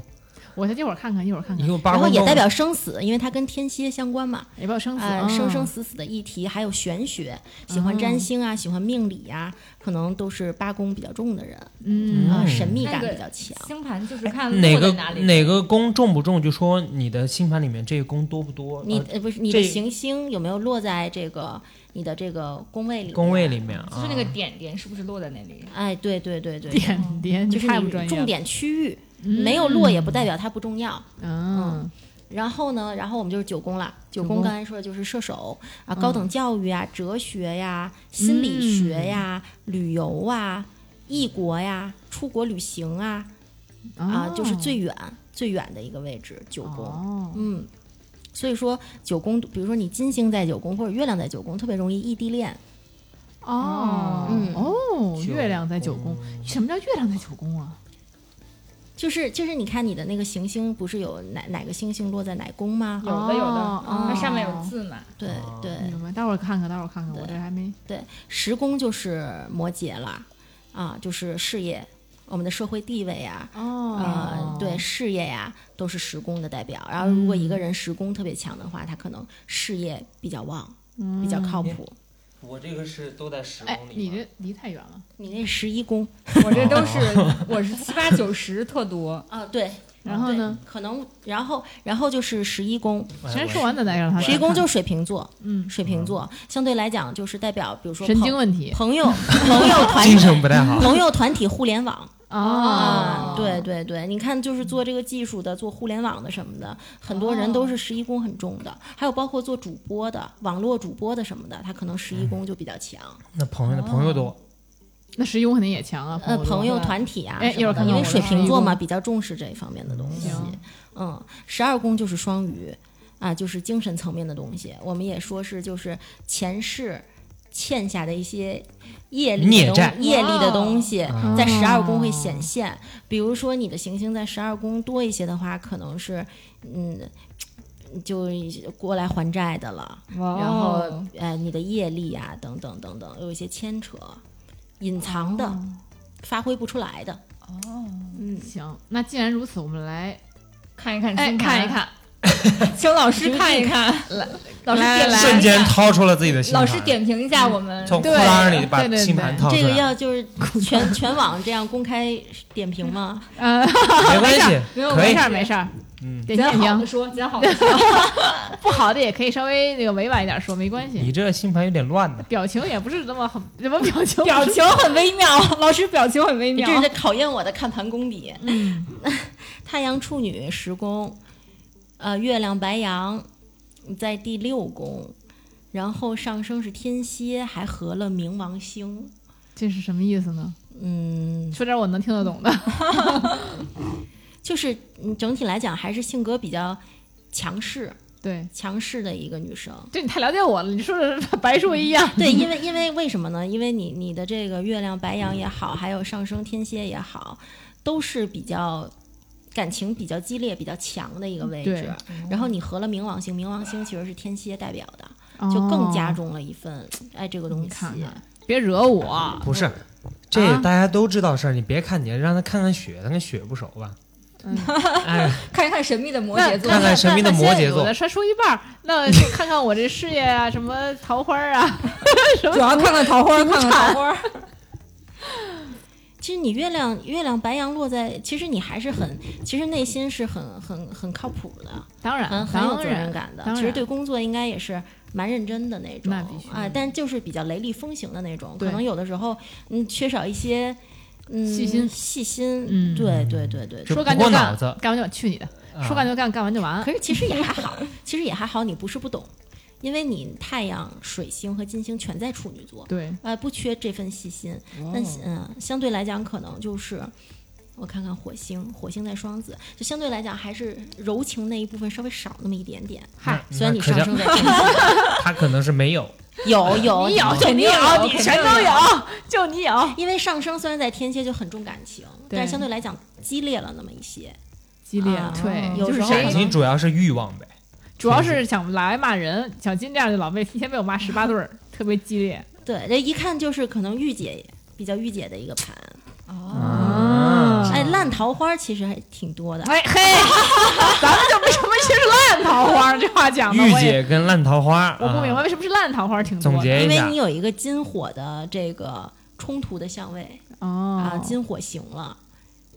S2: 我先一会儿看看，一会儿看
S4: 你
S2: 看，
S4: 用八
S5: 然
S4: 宫
S5: 后也
S4: 重
S5: 代表生死，因为它跟天蝎相关嘛，
S2: 也不要生死，哦
S5: 啊，
S2: 嗯
S5: 生生死死的议题，还有玄学，喜欢占星啊，喜欢命理呀，可能都是八宫比较重的人
S2: 嗯
S5: 啊，
S4: 嗯
S5: 神秘感
S6: 那个
S5: 比较强。
S6: 星盘就是看
S4: 哎哪
S6: 落在
S4: 个
S6: 哪里
S4: 哪个宫重不重，就说你的星盘里面这个宫多不多，
S5: 你
S4: 呃
S5: 呃不是你的
S4: 这
S5: 行星有没有落在这个你的这个宫位里？
S4: 宫位。里面
S6: 就
S4: 啊
S6: 是那个点点是不是落在那里？
S5: 哎，对对对对，
S2: 点点，
S5: 就是
S2: 你太不专
S5: 你
S2: 业了。
S5: 重点区域没有落也不代表它不重要。
S2: 嗯，
S5: 然后呢，然后我们就是九宫了。九
S2: 九宫嗯
S5: 宫刚才说的就是射手啊，高等教育啊，哲学呀、心理
S2: 嗯
S5: 学呀、旅游啊、异国呀、出国旅行啊啊，就是最远最远的一个位置，九宫。
S2: 哦，
S5: 嗯，所以说九宫，比如说你金星在九宫或者月亮在九宫，特别容易异地恋。
S2: 哦，
S5: 嗯
S2: 哦，
S4: 九
S2: 月亮在九宫，什么叫月亮在九宫啊？
S5: 就是就是，你看你的那个行星不是有哪哪个星星落在哪宫吗？
S6: 有的有的
S2: 哦，
S6: 它上面有字嘛。
S5: 对对，
S2: 明白，待会儿看看，待会儿看看，我这
S5: 对
S2: 还没
S5: 对，十宫就是摩羯了，啊，就是事业，我们的社会地位啊，
S2: 哦
S5: 呃，，对，事业呀、都是十宫的代表。然后，如果一个人十宫特别强的话，他可能事业比较旺，
S2: 嗯
S5: 比较靠谱。
S4: 我这个是都在十
S2: 哦哎，你这离太远了。
S5: 你那十一宫
S6: 我这都是
S4: 哦
S6: 我是七八九十特多，
S5: 啊，对，
S2: 然后呢，
S5: 可能然后然后就是十一宫，
S4: 哎
S2: 先说完，咱再让他
S5: 十一宫就是水瓶座，
S2: 嗯
S5: 水瓶座相对来讲就是代表，比如说
S2: 神
S5: 朋
S2: 经问题
S5: 朋友朋友团
S2: [LAUGHS]
S4: 精
S5: 体
S4: 神不太好。
S5: 朋友团体互联网。
S2: 啊
S5: 啊，，对对对，你看，就是做这个技术的，做互联网的什么的，很多人都是十一宫很重的，还有包括做主播的、网络主播的什么的，他可能十一宫就比较强。
S4: 那朋友的朋友多，
S2: 那十一宫肯定也强啊，
S5: 呃，
S2: 多
S5: 朋友团体啊
S2: 哎
S5: 什
S2: 一会儿
S5: 么
S2: 看看
S5: 的，因为
S2: 我的
S5: 水
S2: 十一
S5: 瓶座嘛，
S2: 宫
S5: 比较重视这一方面的东西
S2: 行。
S5: 嗯，十二宫就是双鱼啊，就是精神层面的东西。我们也说是就是前世欠下的一些业力
S4: 孽
S5: 的东
S4: 债
S5: 业力的东西，
S2: 嗯
S4: 啊
S2: 哦
S5: 在十二宫会显现。比如说你的行星在十二宫多一些的话，可能是嗯。就过来还债的了，
S2: 哦
S5: 然后呃，你的业力啊，等等等等，有一些牵扯，隐藏的，发挥不出来的，
S2: 行，那既然如此，我们来
S6: 看一看，
S2: 哎看一，看，
S6: 请老师看一看，老师
S2: 来
S6: 点
S2: 来
S6: 评
S4: 瞬
S6: 一
S4: 间
S6: 下
S4: 掏出了自己的星盘，嗯
S6: 老师点评一下我们
S4: 从裤
S2: 对
S4: 裆里把
S2: 对对
S4: 星盘掏出
S5: 这个
S4: 来，
S5: 要就是全全网这样公开点评吗？
S2: 呃，
S4: 没关系，
S6: 没有
S4: 可
S2: 没
S4: 以
S2: 事。儿没事儿，
S4: 嗯，
S2: 点点
S6: 捡好的
S2: 评，
S6: 说，捡好
S2: [LAUGHS]
S6: 的说，
S2: 不好的也可以稍微那个委婉一点说，没关系。
S4: 你这个星盘有点乱呢。
S2: 表情也不是那么很什么表情，
S6: [LAUGHS] 表情很微妙， [LAUGHS] 老师表情很微
S5: 你
S6: 妙
S5: 这。是在考验我的看盘功底。嗯，太阳处女十宫，呃，月亮白羊在第六宫，然后上升是天蝎，还合了冥王星。
S2: 这是什么意思呢？
S5: 嗯，
S2: 说点我能听得懂的。 [LAUGHS]
S5: 就是嗯整体来讲还是性格比较强势、
S2: 对，
S5: 强势的一个女生。
S2: 对你太了解我了，你说的是白说一样。 [LAUGHS]
S5: 对，因为因为为什么呢？因为你你的这个月亮
S2: 嗯
S5: 白羊也好，还有上升天蝎也好，都是比较感情比较激烈、比较强的一个位
S2: 对
S5: 置。然后你合了冥王星，冥王星其实是天蝎代表的，就更加重了一份哎这个东
S2: 哦你
S5: 西。
S2: 看看，别惹我。
S4: 不是，这大家都知道事儿，你别看你，让他看看雪，他跟雪不熟吧？哎，
S6: 看一看神秘的摩
S2: 那
S6: 羯座
S4: 看，看神秘的摩羯座
S2: 有的说说一半儿，
S4: [LAUGHS]
S2: 那就看看我这事业啊，什么桃花儿啊，什么
S6: 主要看看 [LAUGHS] 桃花，看看桃花。
S5: 其实你月亮月亮白羊落在，其实你还是很，其实内心是很很很靠谱的，
S2: 当然
S5: 嗯很很有
S2: 当
S5: 责任
S2: 然
S5: 感的
S2: 当。
S5: 其实
S2: 然
S5: 对工作应该也是蛮认真的那种，
S2: 那必须
S5: 啊，但就是比较雷厉风行的那种，可
S2: 对
S5: 能有的时候嗯缺少一些嗯
S2: 细心
S5: 细心，
S2: 嗯
S5: 对对对对
S4: 就
S5: 对。
S2: 说
S4: 不
S2: 干
S4: 过
S2: 就
S4: 脑
S2: 干，
S4: 子，
S2: 干完就干，去你的！
S4: 啊
S2: 说干就干，干完就完。
S5: 可是其实也还好， [LAUGHS] 其实也还好，你不是不懂，因为你太阳、水星和金星全在处女座，
S2: 对，
S5: 呃，不缺这份细心。但
S2: 哦
S5: 嗯、相对来讲，可能就是我看看火星，火星在双子，就相对来讲还是柔情那一部分稍微少那么一点点。
S2: 嗨，
S5: 虽然
S4: 那
S5: 你
S4: 可
S5: 上
S4: 叫
S5: 升在天蝎
S4: 他可能是没有，
S5: 有
S2: [LAUGHS]
S5: 有
S2: 你有就
S6: 肯
S2: 你
S6: 定有
S2: 你
S6: 肯
S2: 全
S6: 定
S2: 都
S6: 有
S2: 有，就你
S5: [LAUGHS]
S2: 有。
S5: 因为上升虽然在天蝎就很重感情，但是相对来讲激烈了那么一些。
S2: 激烈
S5: 啊，
S2: 对，
S5: 有
S2: 就
S5: 时
S2: 是
S5: 候
S2: 谁
S5: 可
S4: 感情主要是欲望呗。
S2: 主要是想来骂人，小金这样就老被天天被我骂十八对儿，特别激烈。
S5: 对，这一看就是可能御姐比较御姐的一个盘。
S6: 哦，
S2: 啊
S5: 哎，烂桃花其实还挺多的。
S2: 哎
S5: [LAUGHS]
S2: 嘿，咱们就为什么是烂桃花？这话讲的，
S4: 御
S2: 我也
S4: 姐跟烂桃花，
S2: 我不明白
S4: 啊。
S2: 为什么是烂桃花挺多的。
S4: 总结
S5: 因
S4: 一
S5: 为
S4: 下
S5: 你，有一个金火的这个冲突的相位、啊，
S2: 哦，
S5: 金火行了，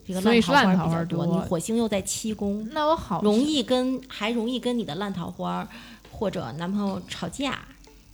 S5: 这个
S2: 所以
S5: 烂
S2: 是
S5: 桃
S2: 烂
S5: 花
S2: 桃
S5: 比
S2: 花
S5: 较
S2: 多
S5: 你火星又在七宫，
S2: 那我好
S5: 容易跟还容易跟你的烂桃花或者男朋友吵架， [LAUGHS]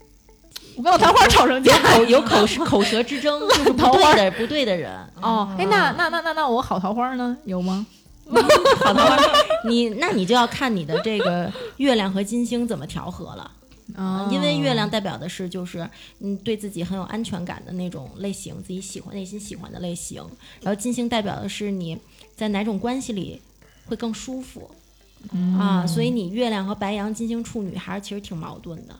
S2: 我跟我桃花吵成架
S5: 有。口有口舌口舌之争，就是不
S2: 桃花
S5: 对的不对的人。
S2: 哦，哎，
S5: 嗯
S2: 那那那那那我好桃花呢？有吗？
S5: [LAUGHS] 好的，你那你就要看你的这个月亮和金星怎么调和了。
S2: 啊
S5: 因为月亮代表的是就是嗯对自己很有安全感的那种类型，自己喜欢内心喜欢的类型。然后金星代表的是你在哪种关系里会更舒服、
S2: 嗯
S5: 啊，所以你月亮和白羊、金星处女还是其实挺矛盾的。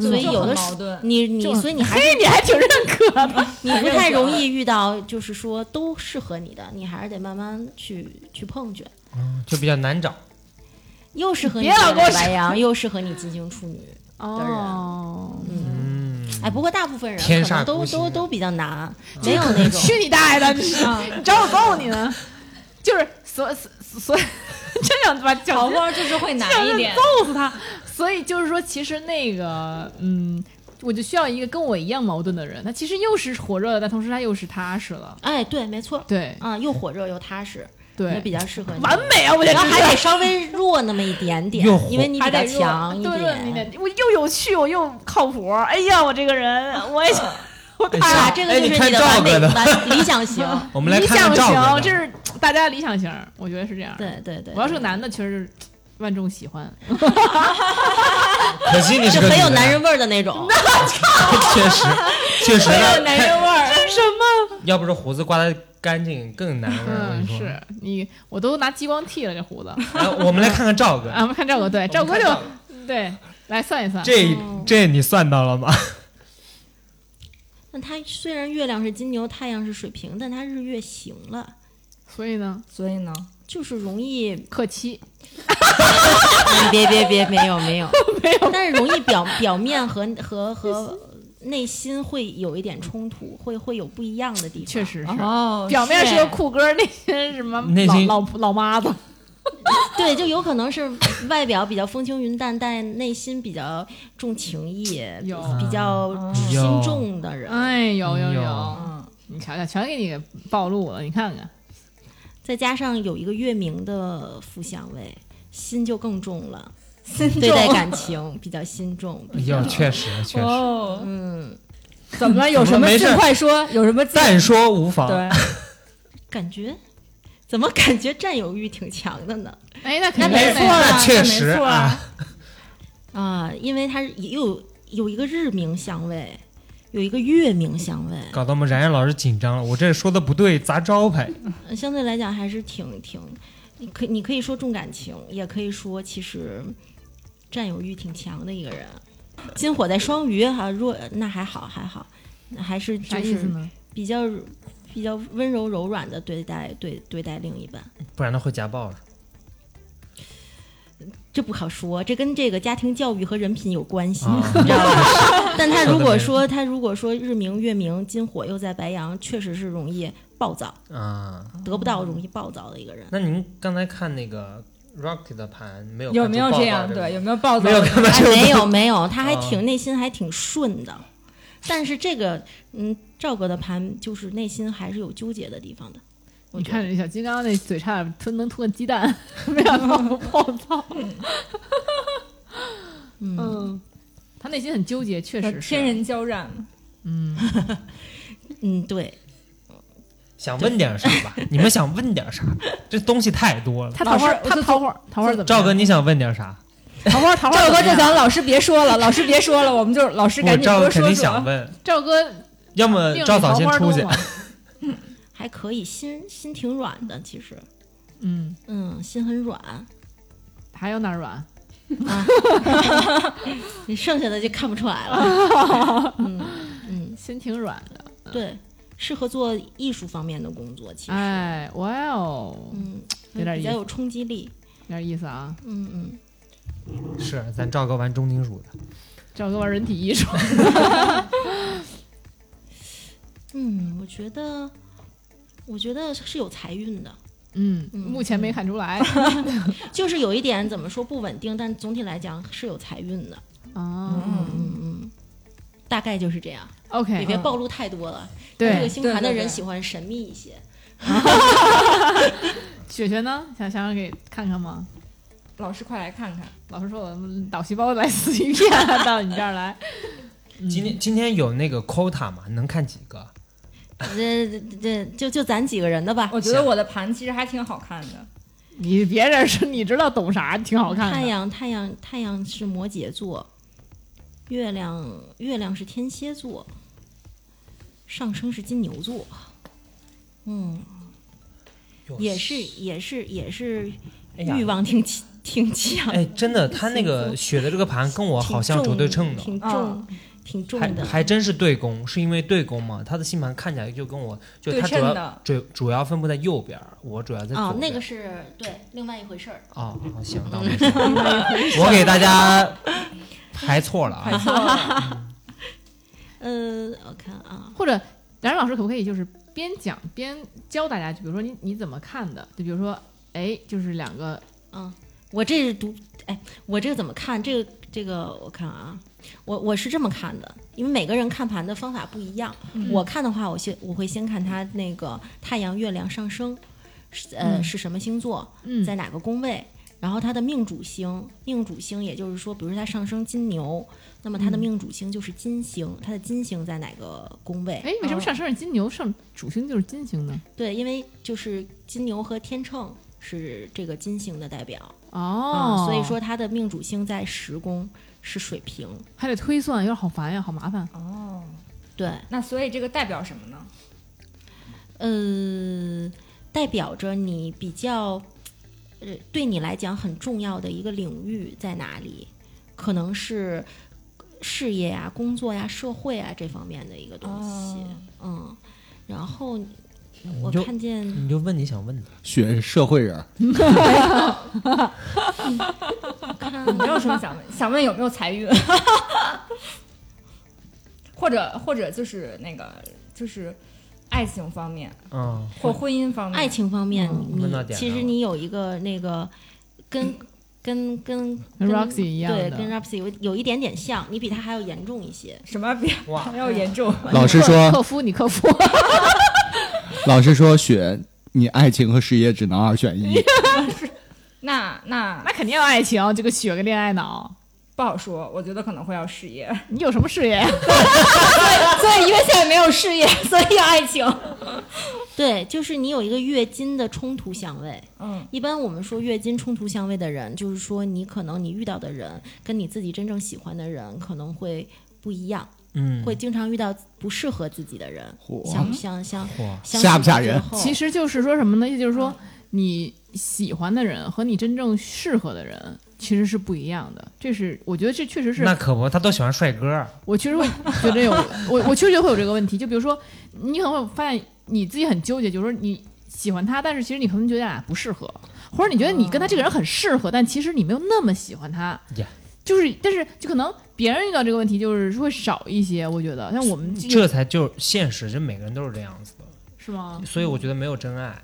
S5: 所以有的时
S6: 矛盾，
S5: 你你
S2: 这
S5: 所以你
S2: [LAUGHS]
S5: 还
S2: 嘿，你还挺认可的。
S5: [LAUGHS] 你不太
S2: [LAUGHS]
S5: 容易遇到就是说都适合你的，你还是得慢慢去去碰去。
S4: 嗯就比较难找。
S5: 又适合你
S2: 别老跟我
S5: 白羊，又适合你金星处女。
S2: 哦，
S5: 嗯，
S4: 嗯，
S5: 哎，不过大部分人
S4: 天
S5: 可
S4: 煞
S5: 能都
S4: 孤星嗯
S5: 都
S4: 啊
S5: 都比较难，没有那种。
S2: 去你大
S5: [LAUGHS]
S2: 爷的！你你找我揍你呢？就是所所所， [LAUGHS] 真想把
S6: 桃
S2: 小
S6: 花就是会难一 [LAUGHS] 点。
S2: 揍死他。所以就是说，其实那个，嗯，我就需要一个跟我一样矛盾的人。他其实又是火热的，但同时他又是踏实了。
S5: 哎，对，没错。
S2: 对
S5: 啊、又火热又踏实，那
S2: 对
S5: 比，较适合你。
S2: 完美啊！我觉
S5: 然
S2: 得
S5: 后还得稍微弱那么一点点
S4: 又火，
S5: 因为你
S2: [LAUGHS]
S5: 比
S2: 还
S5: 较
S2: 得弱
S5: 强一
S2: 哎对对，你
S5: 点。
S2: 得我又有趣，我又靠谱。哎呀，我这个
S5: [LAUGHS]
S2: 人，我也想，我
S4: 哎
S5: 是吧？
S2: 太
S4: 下
S5: 这个
S4: 哎
S5: 就
S4: 你
S5: 是
S4: 看
S5: 你的
S4: 赵
S5: 完
S4: 哥
S5: 美
S4: 的
S5: 完理想型。
S2: [LAUGHS]
S4: 我们来
S2: 理
S4: 看
S2: 想
S4: 看赵哥
S2: 型，
S4: 的
S2: 这是大家理想型，我觉得是这样。，
S5: 对对对，
S2: 我要是个男的，确实万众喜欢。
S4: 可惜你
S5: 就是
S4: 个
S5: 很
S4: 女
S5: 有
S4: 的
S5: 男人味儿的那种。
S4: 确实，确实呢，
S6: 人味儿，
S2: 什么？
S4: 要不是胡子刮得干净更难闻。我跟
S2: 嗯，
S4: 你说，
S2: 是你，我都拿激光剃了这胡子。
S4: 来，我们来看看赵哥，
S2: 啊，我们看赵哥，对，赵哥
S4: 我们看
S2: 就对，来算一算，
S4: 这这你算到了吗？
S5: 那他虽然月亮是金牛，太阳是水瓶，但他日月行了，
S2: 所以呢，
S6: 所以呢，
S5: 就是容易。
S2: 克妻，
S5: [LAUGHS] 别别别，没有没有没有，但是容易表表面和和和内心会有一点冲突，会会有不一样的地方。
S2: 确实是，
S6: 哦，
S2: 表面是
S6: 哎
S2: 个酷哥，内心是什么
S4: 内心
S2: 老老老妈子，
S5: 对，就有可能是外表比较风轻云淡，但内心比较重情义，
S2: 有
S5: 比较心重的
S2: [LAUGHS]
S5: 人。
S2: 哎，有有有，
S4: 有
S6: 嗯，
S2: 你瞧瞧，全给你暴露了，你看看，
S5: 再加上有一个月明的副相位，心就更重了，
S6: 心
S5: 对待
S6: 重
S5: 感情比较心重。
S4: 哎呦，确实确实，
S6: 哦，
S5: 嗯，
S6: 怎么了？有什么
S4: 没事
S6: 事快说，有什么字
S4: 但说无妨。
S6: 对，
S5: 感觉怎么感觉占有欲挺强的呢？
S2: 哎，那肯定
S5: 没
S2: 是
S5: 错儿
S4: 那
S5: 啊
S4: 确
S6: 那没
S4: 实
S6: 错儿
S4: 啊，
S5: 啊，因为它又有有一个日明相位，有一个月明相位，
S4: 搞得我们冉冉老师紧张了。我这说的不对，砸招牌。
S5: 呃相对来讲还是挺挺，你可你可以说重感情，也可以说其实占有欲挺强的一个人。金火在双鱼哈、弱那还好还好，那还是
S2: 啥
S5: 就
S2: 意思
S5: 是
S2: 呢？
S5: 比较比较温柔柔软的对待对对待另一半，
S4: 不然他会家暴。
S5: 这不好说，这跟这个家庭教育和人品有关系， [LAUGHS]
S4: 啊
S5: 你知道吧？但他如
S4: 说得
S5: 果
S4: 没
S5: 说他如果说日明月明，金火又在白羊，确实是容易暴躁，
S4: 啊。
S2: 哦
S5: 得不到容易暴躁的一个
S2: [LAUGHS]
S5: 人。
S4: 那您刚才看那个 Rocky 的盘没有？
S6: 有没有
S4: 这
S6: 样？对，有
S4: 有
S6: 没有暴躁
S4: 没？有看到
S5: 哎
S4: 这，个？
S5: 没有没有，他还挺、
S4: 啊
S5: 内心还挺顺的，但是这个嗯，赵哥的盘就是内心还是有纠结的地方的。我
S2: 你
S5: 觉得
S2: 看这小金刚那嘴差点吞能吞个鸡蛋， [LAUGHS] 没想到不暴躁。
S5: 嗯，
S2: 嗯，他内心很纠结，确实是
S6: 天人交战，
S2: 嗯，
S5: 嗯，对，
S4: 想问点啥吧？你们想问点啥？这东西太多了。
S2: 他桃花
S6: 老师我
S2: 他
S6: 就
S2: 桃花桃花怎么样？
S4: 赵哥，你想问点啥？
S2: 桃花桃花
S6: 赵
S2: 怎
S6: 哥，
S2: 么
S6: 这
S2: 样
S6: 咱老师别说了，老师别说了，我们就是老师
S4: 我
S6: 赶紧
S4: 赵
S6: 多
S4: 哥肯
S6: 说
S4: 定想
S6: 说。
S4: 问，
S2: 赵哥
S4: 要么
S2: 命里
S4: 呃赵嫂
S2: 桃
S4: 先
S2: 花
S4: 出
S2: 多
S4: 去
S2: 吗。？
S5: 还可以，心心挺软的，其实，
S2: 嗯，
S5: 嗯，心很软，
S2: 还有哪儿软？
S5: 你剩下的就看不出来了。
S2: [LAUGHS]
S5: 嗯嗯，
S2: 心挺软的。
S5: 对，适合做艺术方面的工作，其实，
S2: 哎，哇哦，
S5: 嗯，
S2: 有点
S5: 比
S2: 意
S5: 较
S2: 思
S5: 有冲击力。
S2: 有点意思啊！
S5: 嗯嗯，
S4: 是，咱赵哥玩重金属的。
S2: 赵哥玩人体艺术，
S5: 嗯，我觉得，我觉得是有财运的，
S2: 嗯，
S5: [LAUGHS] 嗯
S2: 目前没看出来
S5: 就是有一点怎么说不稳定，但总体来讲是有财运的。
S2: 啊。
S5: 嗯嗯，大概就是这样，也
S2: OK，
S5: 别暴露太多了。这个
S2: 对，
S5: 星盘的
S6: 对对
S5: 人
S6: 对
S5: 喜欢神秘一些。 [LAUGHS]
S2: 雪雪呢？想想给看看吗？
S6: 老师快来看看，
S2: 老师说我们脑细胞来死鱼片 [LAUGHS] 到你这儿来。嗯
S4: 今天今天有那个 quota 吗？能看几个？
S5: 这这这呃就就咱几个人的吧，
S6: 我觉得我的盘其实还挺好看的。
S2: 你别这是，你知道懂啥？挺好看
S5: 太
S2: 的。
S5: 阳，太阳，太阳是摩羯座，月亮，月亮是天蝎座，上升是金牛座。嗯，
S4: 哟
S5: 也是，也是，也是
S4: 哎呀
S5: 欲望挺起挺强，
S4: 哎，真的，他那个雪的这个盘跟我
S5: 挺
S4: 哦好像
S5: 重
S4: 轴对称的，
S5: 挺重
S6: 啊，
S5: 挺重
S4: 还
S5: 的。
S4: 还真是对宫，是因为对宫嘛？他的星盘看起来就跟我就
S6: 对
S4: 他主
S6: 称 [LAUGHS]
S4: 要
S6: 的
S4: 主主要分布在右边儿，我主要在
S5: 啊
S4: 左，
S5: 那个
S4: 边
S5: 是对另外一回事儿。
S4: 儿哦，哦行，那我没说我给大家排错了
S6: 还
S4: 啊，
S6: 错了，
S5: 呃，我看啊，
S2: 或者冉老师可不可以就是边讲边教大家？就比如说你你怎么看的？就比如说，哎，就是两个
S5: 嗯，我这是读，哎，我这个怎么看？这个这个我看啊，我我是这么看的，因为每个人看盘的方法不一样。
S6: 嗯
S5: 我看的话，我先我会先看他那个太阳、月亮上升，是呃、
S2: 嗯
S5: 是什么星座，
S2: 嗯
S5: 在哪个宫位。然后他的命主星，命主星也就是说，比如说他上升金牛，那么他的
S2: 嗯
S5: 命主星就是金星，他的金星在哪个宫位？
S2: 哎，为什么上升是金牛，上主星就是金星呢？
S5: 对，因为就是金牛和天秤是这个金星的代表。
S2: 哦
S5: 啊，，所以说它的命主星在十宫是水瓶，
S2: 还得推算，有点好烦呀，好麻烦。
S6: 哦，
S5: 对，
S6: 那所以这个代表什么呢？
S4: 嗯
S5: 呃，代表着你比较，呃，对你来讲很重要的一个领域在哪里？可能是事业呀、工作呀、社会啊这方面的一个东西，嗯，然后我
S4: 哦你就
S5: 看见
S4: 你就问你想问的，
S3: 雪是社会人儿，
S5: 看
S6: 我没有什么想问，想问有没有财运， [LAUGHS] 或者或者就是那个就是爱情方面
S4: 嗯，
S6: 或婚姻方面，
S5: 爱情方面，
S2: 嗯
S5: 你
S4: 问到点
S5: 其
S4: 上
S5: 实
S4: 了嗯
S5: 你有一个那个跟跟跟
S2: 跟 Roxy 一样
S5: 对，
S2: 的
S5: 跟 Roxy 有有一点点像，你比他还要严重一些。
S6: 什么比
S4: 哇
S6: 还，要严重？
S3: 老师
S2: 克
S3: 说，
S2: 克夫，你克夫，
S3: 老师说，雪，你爱情和事业只能二选
S6: [LAUGHS]
S3: 一。
S6: [LAUGHS] 那那
S2: 那肯定要爱情，这个雪个恋爱脑，
S6: 不好说，我觉得可能会要事业，
S2: 你有什么事业？
S6: 所以因为现在没有事业，所以要爱情。
S5: [LAUGHS] 对，就是你有一个月经的冲突相位。
S6: 嗯，
S5: 一般我们说月经冲突相位的人，就是说你可能你遇到的人跟你自己真正喜欢的人可能会不一样，
S4: 嗯，
S5: 会经常遇到不适合自己的人。
S3: 嚯
S5: 像像像
S4: 哇，
S5: 相
S3: 吓
S5: 处
S3: 不吓
S5: 之
S3: 人
S5: 后
S2: 其实就是说什么呢？意思就是
S4: 嗯
S2: 说，你喜欢的人和你真正适合的人其实是不一样的。这是我觉得这确实是
S4: 那可不，他都喜欢帅哥，
S2: 我确实会觉
S4: [LAUGHS]
S2: 得有我我确实觉得会有这个问题。就比如说，哎你可能会发现你自己很纠结，就是说你喜欢他，但是其实你可能觉得俩不适合，或者你觉得你跟他这个人很适合，但其实你没有那么喜欢他
S4: Yeah
S2: 就是但是就可能别人遇到这个问题就是会少一些，我觉得像我们
S4: 这才就是现实，这每个人都是这样子的，
S2: 是吗？
S4: 所以我觉得没有真爱。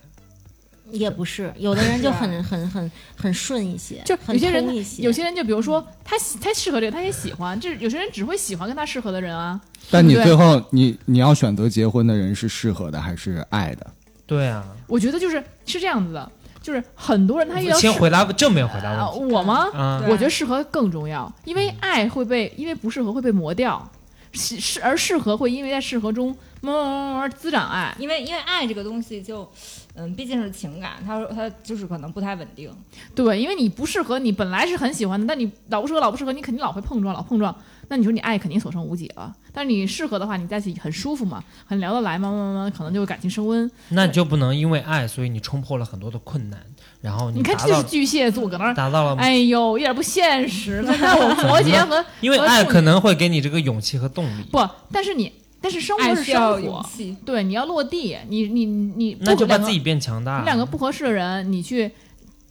S5: 也不是，有的人就
S2: [LAUGHS]
S5: 很很很很顺一些，
S2: 啊就
S5: 很
S2: 有些人
S5: 通一些，
S2: 有些人就比如说他喜他适合这个，他也喜欢，就是有些人只会喜欢跟他适合的人啊。
S3: 但你
S2: 对
S3: 最后你你要选择结婚的人是适合的还是爱的？
S4: 对啊，
S2: 我觉得就是是这样子的，就是很多人他遇到
S4: 先
S2: 适
S4: 回答正面回
S2: 啊
S4: 答问题
S2: 我吗？
S4: 啊
S6: 对，
S2: 我觉得适合更重要，因为爱会被，因为不适合会被磨掉，适适而适合会因为在适合中慢慢慢慢慢慢滋长爱。
S6: 因为因为爱这个东西就，嗯，毕竟是情感，它它就是可能不太稳定。
S2: 对，因为你不适合，你本来是很喜欢的，但你老不适合，老不适合，你肯定老会碰撞，老碰撞，那你说你爱肯定所剩无几了。但是你适合的话，你在一起很舒服嘛，很聊得来嘛，慢慢慢慢可能就会感情升温。
S4: 那你就不能因为爱，所以你冲破了很多的困难，然后
S2: 你看，
S4: 达
S2: 这就
S4: 到
S2: 是巨蟹座搁那儿。
S4: 达到了，
S2: 哎呦，一点不现实。看看我摩羯
S4: [LAUGHS]
S2: 和
S4: 因为
S2: 和
S4: 爱
S2: 处女
S4: 可能会给你这个勇气和动力。
S2: 不，但是你，但是生活
S6: 爱
S2: 是
S6: 需
S2: 生
S6: 要
S2: 活
S6: 勇，气，
S2: 对，你要落地，你你你，
S4: 那就
S2: 不
S4: 把
S2: 可能
S4: 自己变强大。
S2: 你两个不合适的人，你去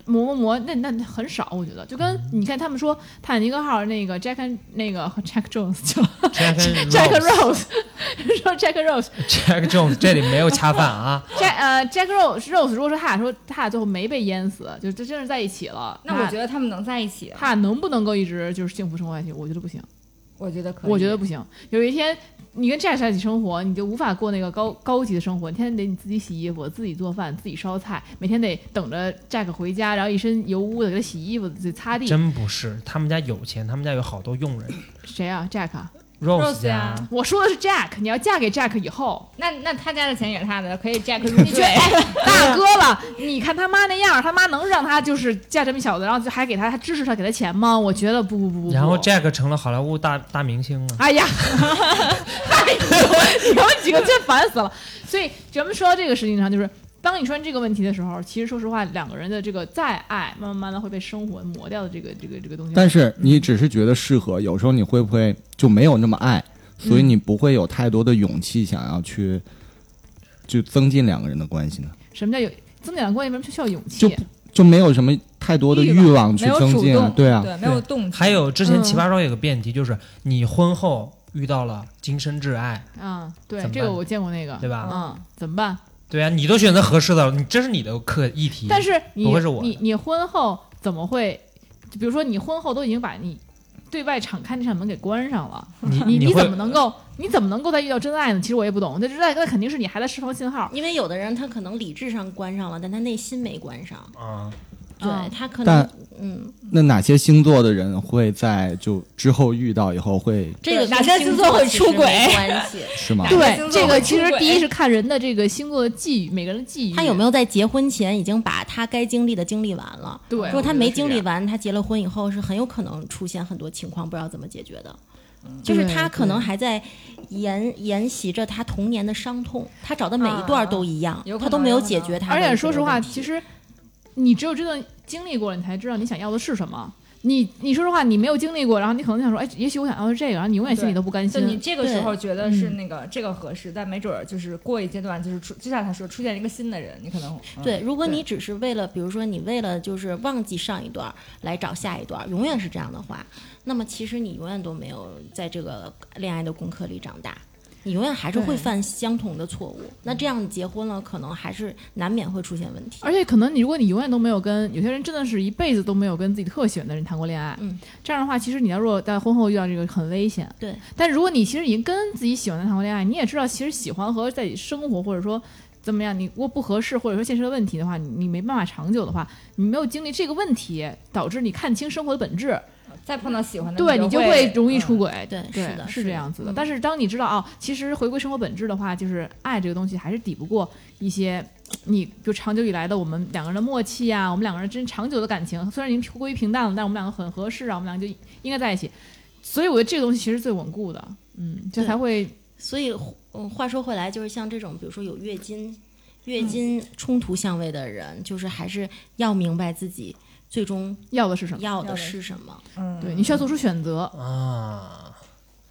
S2: 磨磨磨，那那很少，我觉得。就跟你看他们说《泰坦尼克号》那个 Jack and- 那个 Jack Jones 叫
S4: Jack
S2: [LAUGHS]
S4: and
S2: Jack
S4: Rose
S2: Rose，说 Jack Rose，Jack
S4: Jack Jones 这里没有恰
S2: [LAUGHS]
S4: 饭啊，
S2: 呃 Jack Rose Rose 如果说他俩说他俩最后没被淹死，就这真是在一起了，
S6: 那我觉
S2: 得。
S6: 得他们能在一起，
S2: 他俩能不能够一直就是幸福生活下去？我觉得不行，
S6: 我觉得可以。
S2: 我觉得不行。有一天你跟 Jack 在一起生活，你就无法过那个高高级的生活，你天天得你自己洗衣服、自己做饭、自己烧菜，每天得等着 Jack 回家，然后一身油污的给他洗衣服、自己擦地。
S4: 真不是。他们家有钱，他们家有好多佣人。
S2: 谁啊？Jack 啊？
S4: Rose
S6: Rose
S4: 家
S6: 呀
S2: 我说的是 Jack，你要嫁给 Jack 以
S6: [LAUGHS]
S2: 后，
S6: 那那他家的钱也是他的，可以 Jack 入
S2: 你觉得
S6: 赘。
S2: 哎大哥了？你看他妈那样，他妈能让他就是嫁这么小子，然后就还给他还支持他给他钱吗？我觉得不不不不不。
S4: 然后 Jack 成了好莱坞大大明星了。
S2: 哎呀，哎呦，你们几个真烦死了。所以咱们说到这个事情上，就是当你出现这个问题的时候，其实说实话，两个人的这个再爱，慢慢慢的会被生活磨掉的这个这个这个东西。
S3: 但是
S6: 嗯
S3: 你只是觉得适合，有时候你会不会就没有那么爱，所以
S6: 嗯
S3: 你不会有太多的勇气想要去就增进两个人的关系呢？
S2: 什么叫有增长关系？为什么需要勇气
S3: 就？就没有什么太多的欲望去
S6: 没有
S3: 增
S6: 主
S3: 进了
S6: 动，，
S3: 对啊，
S6: 对，没有动机。
S4: 还有之前
S2: 嗯
S4: 奇葩说有个辩题，就是你婚后遇到了今生挚爱，
S2: 啊，对
S4: 怎，么
S2: 这
S4: 办
S2: 个我见过那个，
S4: 对吧
S2: 嗯，怎么办？
S4: 对啊，你都选择合适的了，你这是你的课议题。
S2: 但是你
S4: 不会是我
S2: 你你婚后怎么会？就比如说你婚后都已经把你对外敞开那扇门给关上了，
S4: 你
S2: [LAUGHS] 你
S4: [LAUGHS] 你
S2: 怎
S4: 会
S2: 么能够你怎么能够再遇到真爱呢？其实我也不懂，那真爱那肯定是你还在释放信号。
S5: 因为有的人他可能理智上关上了，但他内心没关上，
S4: 啊？
S5: 对、
S2: 嗯
S5: 他可能
S3: 但
S5: 嗯，
S3: 那哪些星座的人会在就之后遇到以后会
S5: 这个
S6: 哪
S5: 跟
S6: 些
S5: 星
S6: 星座会
S5: 其
S6: 出
S5: 实没
S2: [LAUGHS]
S6: 轨
S5: 关系，
S3: 是吗？
S6: 对
S2: 对，
S6: 星座
S2: 这
S6: 会
S2: 个其实
S6: 出轨
S2: 第一是看人的这个星座的际遇，每个人的际遇。
S5: 他有没有在结婚前已经把他该经历的经历完了？
S2: 对
S5: 如果他没经
S2: 我觉得
S5: 历
S2: 是
S5: 完，他结了婚以后是很有可能出现很多情况，不知道怎么解决的。就是
S2: 嗯对
S5: 他可能
S2: 对
S5: 还在沿沿袭着他童年的伤痛，他找的
S2: 啊
S5: 每一段都一样，
S6: 有可
S5: 他
S6: 能
S5: 都没
S6: 有可能
S5: 解决他
S2: 而
S5: 的这个问
S2: 且
S5: 题。
S2: 说实话，其实你只有真的经历过了，你才知道你想要的是什么。你你说实话，你没有经历过，然后你可能想说，哎，也许我想要的是这个，然后你永远心里
S6: 对
S2: 都不甘
S6: 就
S2: 心。
S6: 你这个时
S5: 对
S6: 候觉得
S2: 嗯
S6: 是那个这个合适，但没准儿就是过一阶段，就是出，就像他说，出现一个新的人，你可能嗯
S5: 对，如果
S6: 对
S5: 你只是为了，比如说你为了就是忘记上一段儿来找下一段儿，永远是这样的话，那么其实你永远都没有在这个恋爱的功课里长大，你永远还是
S2: 对
S5: 会犯相同的错误。那这样你结婚了，可能还是难免会出现问题。
S2: 而且可能你，如果你永远都没有跟有些人真的是一辈子都没有跟自己特喜欢的人谈过恋爱，
S5: 嗯，
S2: 这样的话，其实你要如果在婚后遇到这个很危险。
S5: 对，
S2: 但如果你其实已经跟自己喜欢的人谈过恋爱，你也知道其实喜欢和在生活或者说怎么样，你如果不合适或者说现实的问题的话，你你没办法长久的话，你没有经历这个问题，导致你看清生活的本质，
S6: 再碰到喜欢的，
S2: 对你
S6: 就嗯
S2: 就会容易出
S6: 轨。
S2: 轨。
S5: 对
S2: 对，
S5: 是的，
S2: 是
S5: 的
S2: 这样子的。
S5: 嗯
S2: 但是当你知道啊、其实回归生活本质的话，就是爱这个东西还是抵不过一些你就长久以来的我们两个人的默契啊，我们两个人真长久的感情，虽然已经归于平淡了，但我们两个很合适啊，我们两个就应该在一起。所以我觉得这个东西其实是最稳固的，嗯，这
S5: 对
S2: 才会
S5: 所以，嗯，话说回来，就是像这种，比如说有月经、月
S2: 嗯
S5: 经冲突相位的人，就是还是要明白自己最终
S2: 要的是什么？
S5: 要的
S6: 的
S5: 是什么。
S6: 嗯，
S2: 对，你需要做出选择，
S4: 啊，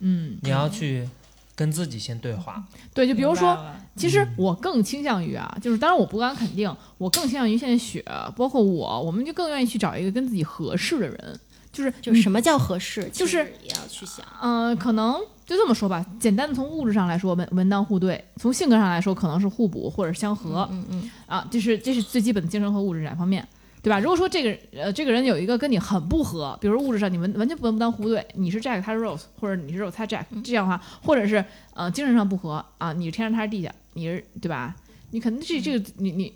S2: 嗯，
S4: 你要去跟自己先对话。
S2: 对，就比如说
S6: 明，白了
S2: 其实
S5: 嗯
S2: 我更倾向于啊，就是当然我不敢肯定，我更倾向于现在雪，包括我，我们就更愿意去找一个跟自己合适的人，就是
S5: 就是什么叫合适，
S2: 嗯就
S5: 其实
S2: 是
S5: 也要去想。
S2: 嗯、呃可能就这么说吧，简单的从物质上来说门门当户对，从性格上来说可能是互补或者相合，
S5: 嗯嗯，
S2: 啊，这是这是最基本的精神和物质两方面，对吧？如果说这个呃这个人有一个跟你很不合，比如说物质上你们完全不门不当户对，你是 Jack 他是 Rose，或者你是 Rose 他 Jack，这样的话，或者是呃精神上不合啊，你是天上他是地下，你是对吧？你肯定这这个你你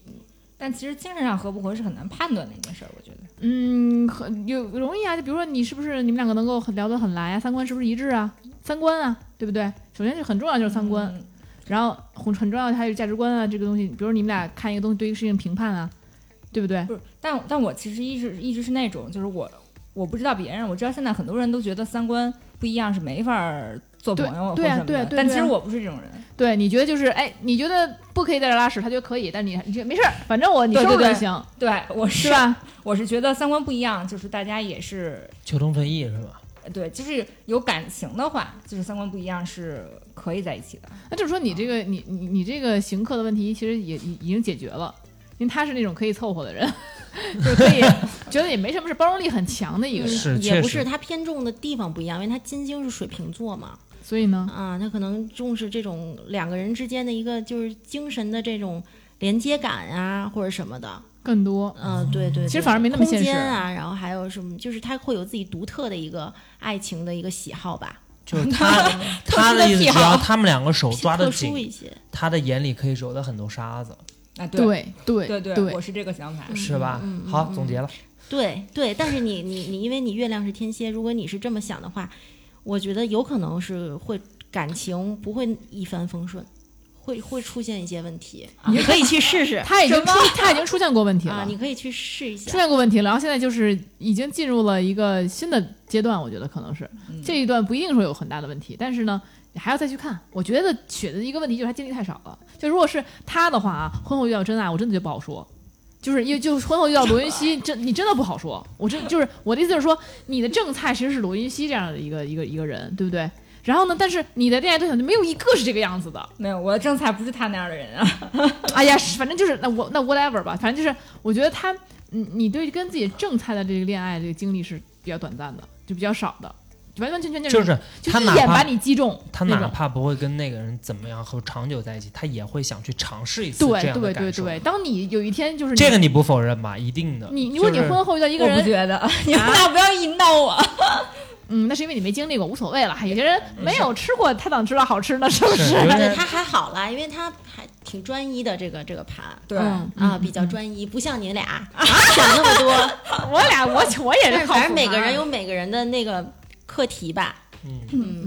S6: 但其实精神上合不合是很难判断的一件事儿，我觉得。
S2: 嗯很有容易啊，就比如说你是不是你们两个能够很聊得很来啊，三观是不是一致啊？三观啊，对不对？首先就很重要就是三观，
S6: 嗯，
S2: 然后很很重要的还有价值观啊，这个东西，比如你们俩看一个东西对一个事情评判啊，对不对？
S6: 不是，但但我其实一直一直是那种，就是我我不知道别人，我知道现在很多人都觉得三观不一样是没法儿做朋友或
S2: 对对啊
S6: 什么
S2: 对啊对
S6: 的，
S2: 啊
S6: 但
S2: 对
S6: 其实
S2: 啊
S6: 我不是这种人，
S2: 对，你觉得就是哎，你觉得不可以在这儿拉屎，他觉得可以，但你你觉得没事儿，反正我你
S6: 对
S2: 收拾
S6: 对
S2: 就
S6: 对
S2: 行，
S6: 对我是
S2: 是吧？
S6: 我是觉得三观不一样，就是大家也是
S4: 求同存异是吧？
S6: 对，就是有感情的话，就是三观不一样是可以在一起的。
S2: 那就是说你这个你你你这个行客的问题，其实也已已经解决了，因为他是那种可以凑合的人， [LAUGHS] 就是可
S6: [LAUGHS]
S2: 以觉得也没什么事，包容力很强的一
S6: 嗯
S2: 个人。
S4: 是
S5: 也
S4: 嗯确
S5: 不是，
S4: 实，
S5: 他偏重的地方不一样，因为他金星是水瓶座嘛，
S2: 所以
S4: 嗯
S2: 呢，
S5: 啊，他可能重视这种两个人之间的一个就是精神的这种连接感啊，或者什么的。
S2: 更多
S5: 嗯、对对对
S2: 其实反而没那么现
S5: 空
S2: 实
S5: 间啊，然后还有什么，就是他会有自己独特的一个爱情的一个喜好吧，
S4: 就是他他
S6: 特殊的
S4: 意思，只
S6: 癖好
S4: 要他们两个手抓
S5: 特
S4: 得
S5: 殊
S4: 紧，
S5: 一些。
S4: 他的眼里可以揉得很多沙子，
S6: 啊，
S2: 对对
S6: 对
S2: 对
S6: 我是这个想法。
S2: 嗯
S4: 是吧？
S5: 嗯
S4: 好，总结了，
S5: 对对，但是你你你，因为你月亮是天蝎，如果你是这么想的话，我觉得有可能是会感情不会一帆风顺，会会出现一些问题。啊、 [LAUGHS] 你可以去试
S2: [LAUGHS]
S5: 试
S2: 他已经出他已经出现过问题
S5: 啊，
S2: 了，
S5: 你可以去试一
S2: 出
S5: 下。
S2: 现过问题了，然后现在就是已经进入了一个新的阶段，我觉得可能是、
S6: 嗯
S2: 这一段不一定说有很大的问题，但是呢，你还要再去看。我觉得雪的一个问题就是她经历太少了，就如果是她的话啊，婚后遇到真爱，我真的觉得不好说。就是因为就是婚后遇到罗云熙，真你真的不好说。我真就是我的意思就是说，你的正菜其实是罗云熙这样的一个一个一个人，对不对？然后呢，但是你的恋爱对象就没有一个是这个样子的。
S6: 没有，我的正菜不是他那样的人啊。
S2: 哎呀，是反正就是那我那 whatever 吧，反正就是我觉得他，你你对跟自己正菜的这个恋爱这个经历是比较短暂的，就比较少的，完完全全
S4: 就是是
S2: 就
S4: 他
S2: 一
S4: 哪
S2: 眼把
S4: 怕
S2: 你击中
S4: 他
S2: 那
S4: 哪
S2: 种。
S4: 怕不会跟那个人怎么样和长久在一起，他也会想去尝试一次这
S2: 对
S4: 样的
S2: 对
S4: 感
S2: 对
S4: 受。
S2: 对，当你有一天就是你
S4: 这个你不否认吧？一定的。
S2: 你如果你
S4: 就是
S2: 婚后遇到一
S6: 一
S2: 个
S6: 我
S2: 人
S6: 不，觉得，你们俩不要引导我。
S2: 嗯，那是因为你没经历过，无所谓了。有些人没有吃过，他怎么知道好吃呢？是不
S4: 嗯是有
S5: 对
S4: 点
S5: 他还好啦，因为他还挺专一的这个这个盘。
S6: 对
S2: 嗯
S5: 啊，比较专一，不像
S2: [LAUGHS]
S5: 你俩想那么多。
S2: 我俩我我也是
S5: 但是
S2: 靠谱嘛，啊嗯
S5: 反正每个人有每个人的那个课题吧。
S4: 嗯，
S5: 嗯嗯，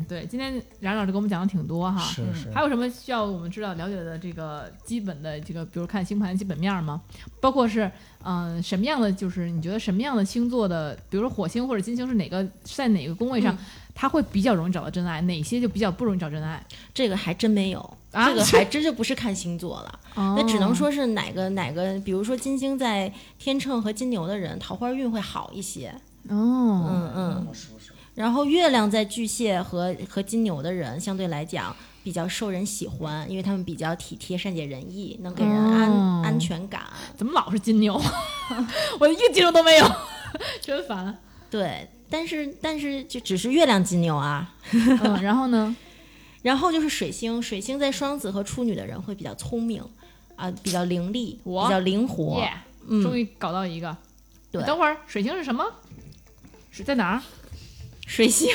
S2: [LAUGHS] 嗯，对，今天冉老师给我们讲的挺多哈，
S4: 是是
S2: 还，有什么需要我们知道了解的这个基本的这个，比如看星盘基本面儿吗？包括是嗯、呃什么样的，就是你觉得什么样的星座的，比如说火星或者金星是哪个在哪个宫位上，
S5: 嗯
S2: 它会比较容易找到真爱，哪些就比较不容易找真爱？
S5: 这个还真没有，
S2: 啊哦
S5: 这个还真就不是看星座了。
S2: 那
S5: 那只能说是哪个哪个，比如说金星在天秤和金牛的人，桃花运会好一些。
S2: 哦，
S5: 嗯嗯。然后月亮在巨蟹和和金牛的人，相对来讲比较受人喜欢，因为他们比较体贴、善解人意，能给人安、
S2: 哦
S5: 安全感。
S2: 怎么老是金牛？ [LAUGHS] 我一个金牛都没有， [LAUGHS] 真烦。
S5: 对，但是但是就只是月亮金牛啊。
S2: 嗯，然后
S5: [LAUGHS]
S2: 呢？
S5: 然后就是水星，水星在双子和处女的人会比较聪明，啊，比较伶俐，
S2: 我
S5: 比较灵活。
S2: 耶、终
S5: 嗯，
S2: 于搞到一个。
S5: 对
S2: 等会儿水星是什么？是在
S5: [LAUGHS]
S2: 哪儿？[LAUGHS]
S5: 水星，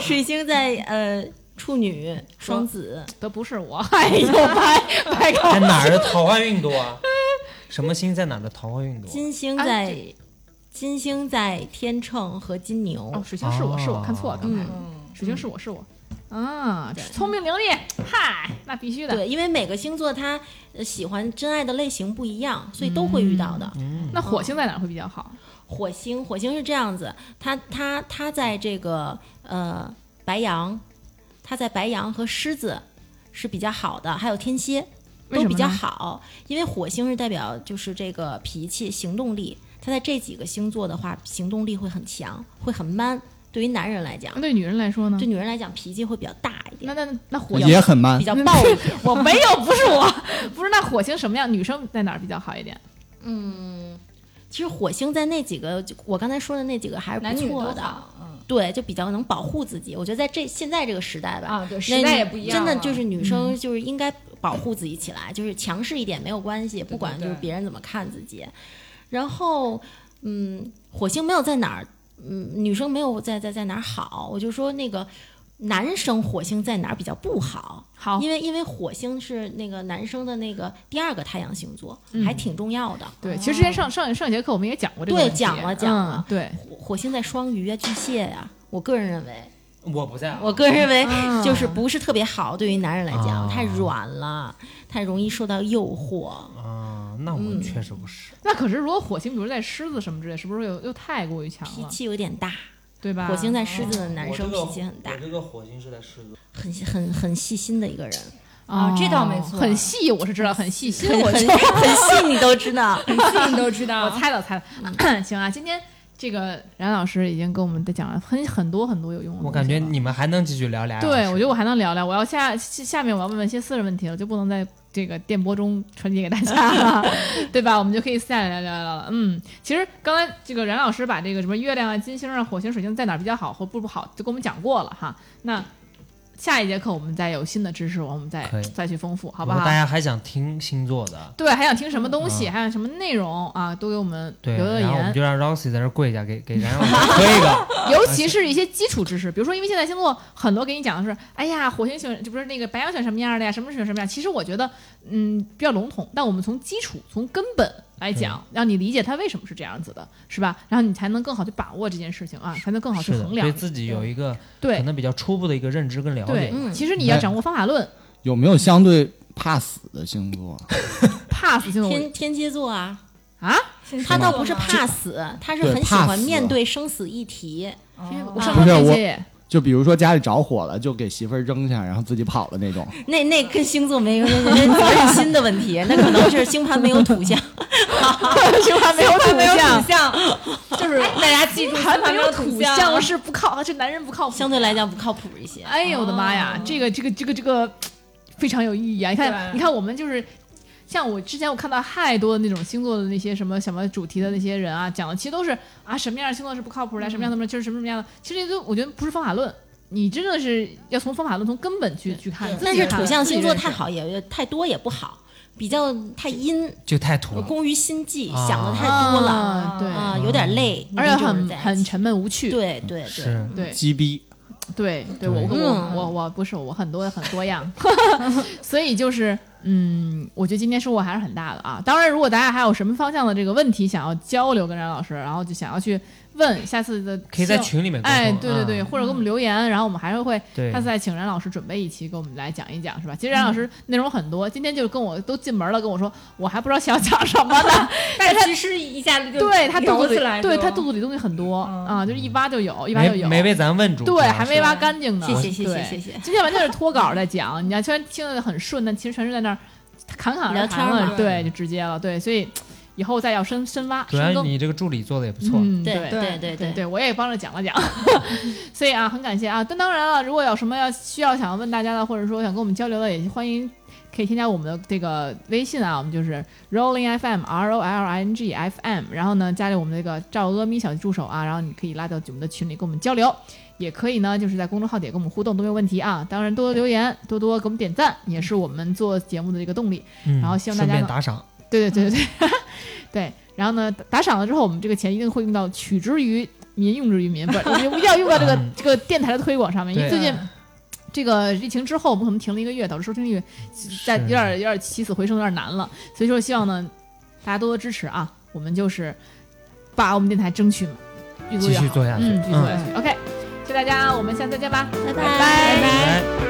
S5: 水星在呃处女、双子。
S2: 都不是我，哎呦，白白搞
S4: 在哎哪儿的桃花运多
S2: [LAUGHS]
S4: 啊？什么星在哪儿的桃花运多？
S5: 金星
S2: 啊
S5: 在、金星在天秤和金牛，
S2: 哦，水星是我是我看错了，刚
S5: 哦
S2: 才、
S6: 嗯，
S2: 水星是我是我啊，聪明伶俐，嗨，那必须的。
S5: 对，因为每个星座它呃喜欢真爱的类型不一样，所以都会遇到的。
S4: 嗯，
S2: 那火星在哪儿会比较好？
S5: 火星，火星是这样子，它它它在这个呃白羊，它在白羊和狮子是比较好的，还有天蝎
S2: 为
S5: 都
S2: 什么
S5: 比较
S2: 呢
S5: 好，因为火星是代表就是这个脾气、行动力。它在这几个星座的话，行动力会很强，会很 man。对于男人来讲，
S2: 对女人来说呢
S5: 对？女人来讲脾气会比较大一
S2: 那
S5: 点。点，
S2: 那那火
S3: 也很 man
S5: 比。较暴力一点。
S2: 我没有，不是我，不是那火星什么样？女生在哪儿比较好一点？
S5: 嗯， [LAUGHS] 其实火星在那几个就我刚才说的那几个还是
S6: 男
S5: 不
S6: 女
S5: 错
S6: 都
S5: 的，
S6: 好，嗯
S5: 对，就比较能保护自己。我觉得在这现在这个时代吧，
S6: 啊，对，
S5: 那
S6: 时代
S5: 你
S6: 也不一样
S5: 真
S6: 了，嗯
S5: 的就是女生就是应该保护自己起来，就是强势一点没有关系，不管
S6: 对
S5: 就是别人怎么看自己。然后，嗯，火星没有在哪儿，嗯，女生没有在在在哪儿好，我就说那个男生火星在哪儿比较不好，
S6: 哦
S2: 好，
S5: 因为因为火星是那个男生的那个第二个太阳星座，
S2: 嗯
S5: 还挺重要的。
S2: 对，其实之前上上上一节课我们也讲过这个
S5: 对
S2: 问题，
S5: 讲了讲了
S2: 嗯对，
S5: 火火星在双鱼啊、巨蟹呀、我个人认为，
S4: 我不在啊，
S5: 我个人认为
S2: 啊
S5: 就是不是特别好，对于男人来讲，
S3: 哦
S4: 啊
S5: 太软了，太容易受到诱惑。
S4: 啊，那我
S5: 嗯
S4: 确实不是。
S2: 那可是如果火星，比如在狮子什么之类，是不是又又太过于强
S5: 脾
S2: 了，
S5: 气有点大，
S2: 对吧？
S5: 火星在狮子的男生脾气很大，
S4: 这个火星是在狮子，
S5: 很很很细心的一个人，
S2: 哦
S6: 啊这倒没错
S2: 很细，我是知道很细心，
S5: 很
S2: 我就
S5: 很细，你都知
S2: [LAUGHS]
S5: 道。
S6: 自己都知道，
S2: 我猜了猜了。 [CLEARS THROAT] 行啊，今天这个冉老师已经跟我们讲了很很多很多有用的东西了，
S4: 我感觉你们还能继续聊俩小时。
S2: 对，我觉得我还能聊聊。我要下下下面我要问问一些私人问题了，就不能在这个电波中传递给大家了， [LAUGHS] 对吧？我们就可以私下来聊聊聊了。嗯，其实刚才这个冉老师把这个什么月亮啊、金星啊、火星、水星在哪儿比较好或不不好，就跟我们讲过了哈。那下一节课我们再有新的知识，我们再
S4: 可以
S2: 再去丰富，好
S4: 如
S2: 不
S4: 果
S2: 好
S4: 大？家还想听星座的，
S2: 对，还想听什么东西，
S4: 嗯
S2: 还有什么内容啊，都给我们
S4: 对，
S2: 留留
S4: 然后我
S2: 言
S4: 们。就让 Roxy 在这儿跪下，给给冉
S2: [LAUGHS]
S4: 冉磕一个。
S2: 尤其是一些基础知识，比如说，因为现在星座很多给你讲的是，哎呀，火星选就不是那个白羊选什么样的呀，什么选什么样。其实我觉得，嗯，比较笼统。但我们从基础、从根本来讲，让你理解它为什么是这样子的，是吧？然后你才能更好去把握这件事情啊，才能更好去
S4: 是的，
S2: 衡量
S4: 对。自己有一个可
S2: 对
S4: 能比较初步的一个认知跟了
S2: 对
S4: 解。
S5: 嗯
S2: 其实你要掌握方法论
S3: 有没有相对怕死的星座？
S2: ，pass 星座
S5: 天天蝎座啊，
S2: 啊，
S5: 他倒不是怕死，他是
S3: 对
S5: 很喜
S3: 怕
S5: 欢
S3: 死啊
S5: 面对生死议题。
S2: 我
S6: 我
S2: 上
S6: 上
S2: 升
S3: 不是
S2: 天
S3: 我
S2: 蝎也，
S3: 就比如说家里着火了，就给媳妇儿扔下，然后自己跑了那种。
S5: 那那跟星座没有那那责任心的问题，那可能是星盘没有土象。
S4: 啊
S2: [LAUGHS] 星盘没有土象，
S6: 象，
S2: [LAUGHS]
S6: 就是大家记住，
S2: 还
S6: 还
S2: 没有土
S6: 土
S2: 象是不靠，这男人不靠谱。
S5: 相对来讲不靠谱一些。
S2: 哎呦我的妈
S5: 哦
S2: 呀，这个这个这个这个非常有意义啊！你看，
S6: 对
S2: 你看我们就是。像我之前我看到太多的那种星座的那些什么什么主题的那些人啊，讲的其实都是啊什么样的星座是不靠谱啊
S5: 嗯
S2: 的，什么样的就是什么什么样的，其实都我觉得不是方法论，你真的是要从方法论从根本去去看。
S5: 但是土
S2: 啊
S5: 象星座太
S2: 太好。
S5: 好也太多也不好，比较太阴，
S4: 就太土了。
S5: 功于心计，
S4: 啊
S5: 想的太多了
S2: 啊对，嗯
S5: 啊，有点累，
S2: 而且
S5: 你跟这种人
S2: 很
S5: 在一
S2: 很
S5: 起
S2: 沉闷无趣。
S5: 对对对，
S4: 是，
S2: 对
S3: 鸡逼，
S2: 对对，我
S5: 对
S2: 我
S5: 嗯
S2: 我我不是我很多很多样， [LAUGHS] 所以就是嗯，我觉得今天收获还是很大的啊。当然，如果大家还有什么方向的这个问题想要交流跟冉老师，然后就想要去问下次的，
S4: 可以在。群里面沟通。
S2: 哎，对对对，
S4: 嗯
S2: 或者给我们留言，然后我们还是会
S4: 对
S2: 下次再请冉老师准备一期给我们来讲一讲，是吧？其实冉老
S6: 嗯
S2: 师内容很多，今天就跟我都进门了，跟我说我还不知道想讲什么呢，
S6: [LAUGHS] 但是其实一下子就
S2: 对他肚
S6: 聊
S2: 子
S6: 起
S2: 里
S6: 来，，
S2: 对他肚子里东西很多
S6: 嗯
S2: 啊，就是一挖就有，一挖就
S4: 没
S2: 有，
S4: 没被咱问住，主
S2: 对，
S4: 要
S2: 还
S4: 是
S2: 没挖干净呢。
S5: 谢谢谢谢
S2: 对
S5: 谢谢。
S2: 今天完全是脱稿在讲，你看虽然听得很顺，但其实全是在那儿侃侃而谈
S5: 聊天
S2: 了，
S5: 嘛
S2: 对，就直接了，对，所以以后再要深深挖
S4: 主
S2: 深
S4: 要
S2: 耕，
S4: 你这个助理做的也不错。
S2: 嗯，
S5: 对
S2: 对。
S5: 对对
S2: 对
S5: 对
S2: 对，我也帮着讲了讲， [LAUGHS] 所以啊，很感谢啊。但当然了，如果有什么要需要想问大家的，或者说想跟我们交流的，也欢迎可以添加我们的这个微信啊，我们就是 Rolling FM R O L I N G F M，然后呢，加入我们这个赵阿咪小助手啊，然后你可以拉到我们的群里跟我们交流，也可以呢，就是在公众号底下跟我们互动都没有问题啊。当然多多留言，多多给我们点赞，也是我们做节目的这个动力。
S4: 嗯
S2: 然后希望大家
S4: 顺便
S2: 能
S4: 打赏，
S2: 对对对对
S4: 嗯
S2: 对， [LAUGHS] 对。然后呢，打赏了之后，我们这个钱一定会用到取之于民，用之于民，不是，我们一定要用到这个
S4: 嗯
S2: 这个电台的推广上面，因为
S4: 对啊
S2: 最近。这个疫情之后，我们可能停了一个月，导致收听率在有点有点起死回生，有点难了。所以说，希望呢大家多多支持啊！我们就是把我们电台争取越做
S4: 继
S2: 越
S4: 续
S2: 好，
S4: 做下去。
S2: 啊嗯，继续做下
S4: 嗯
S2: 去。OK，谢谢大家，我们下次再见吧，
S5: 拜
S2: 拜
S4: 拜拜。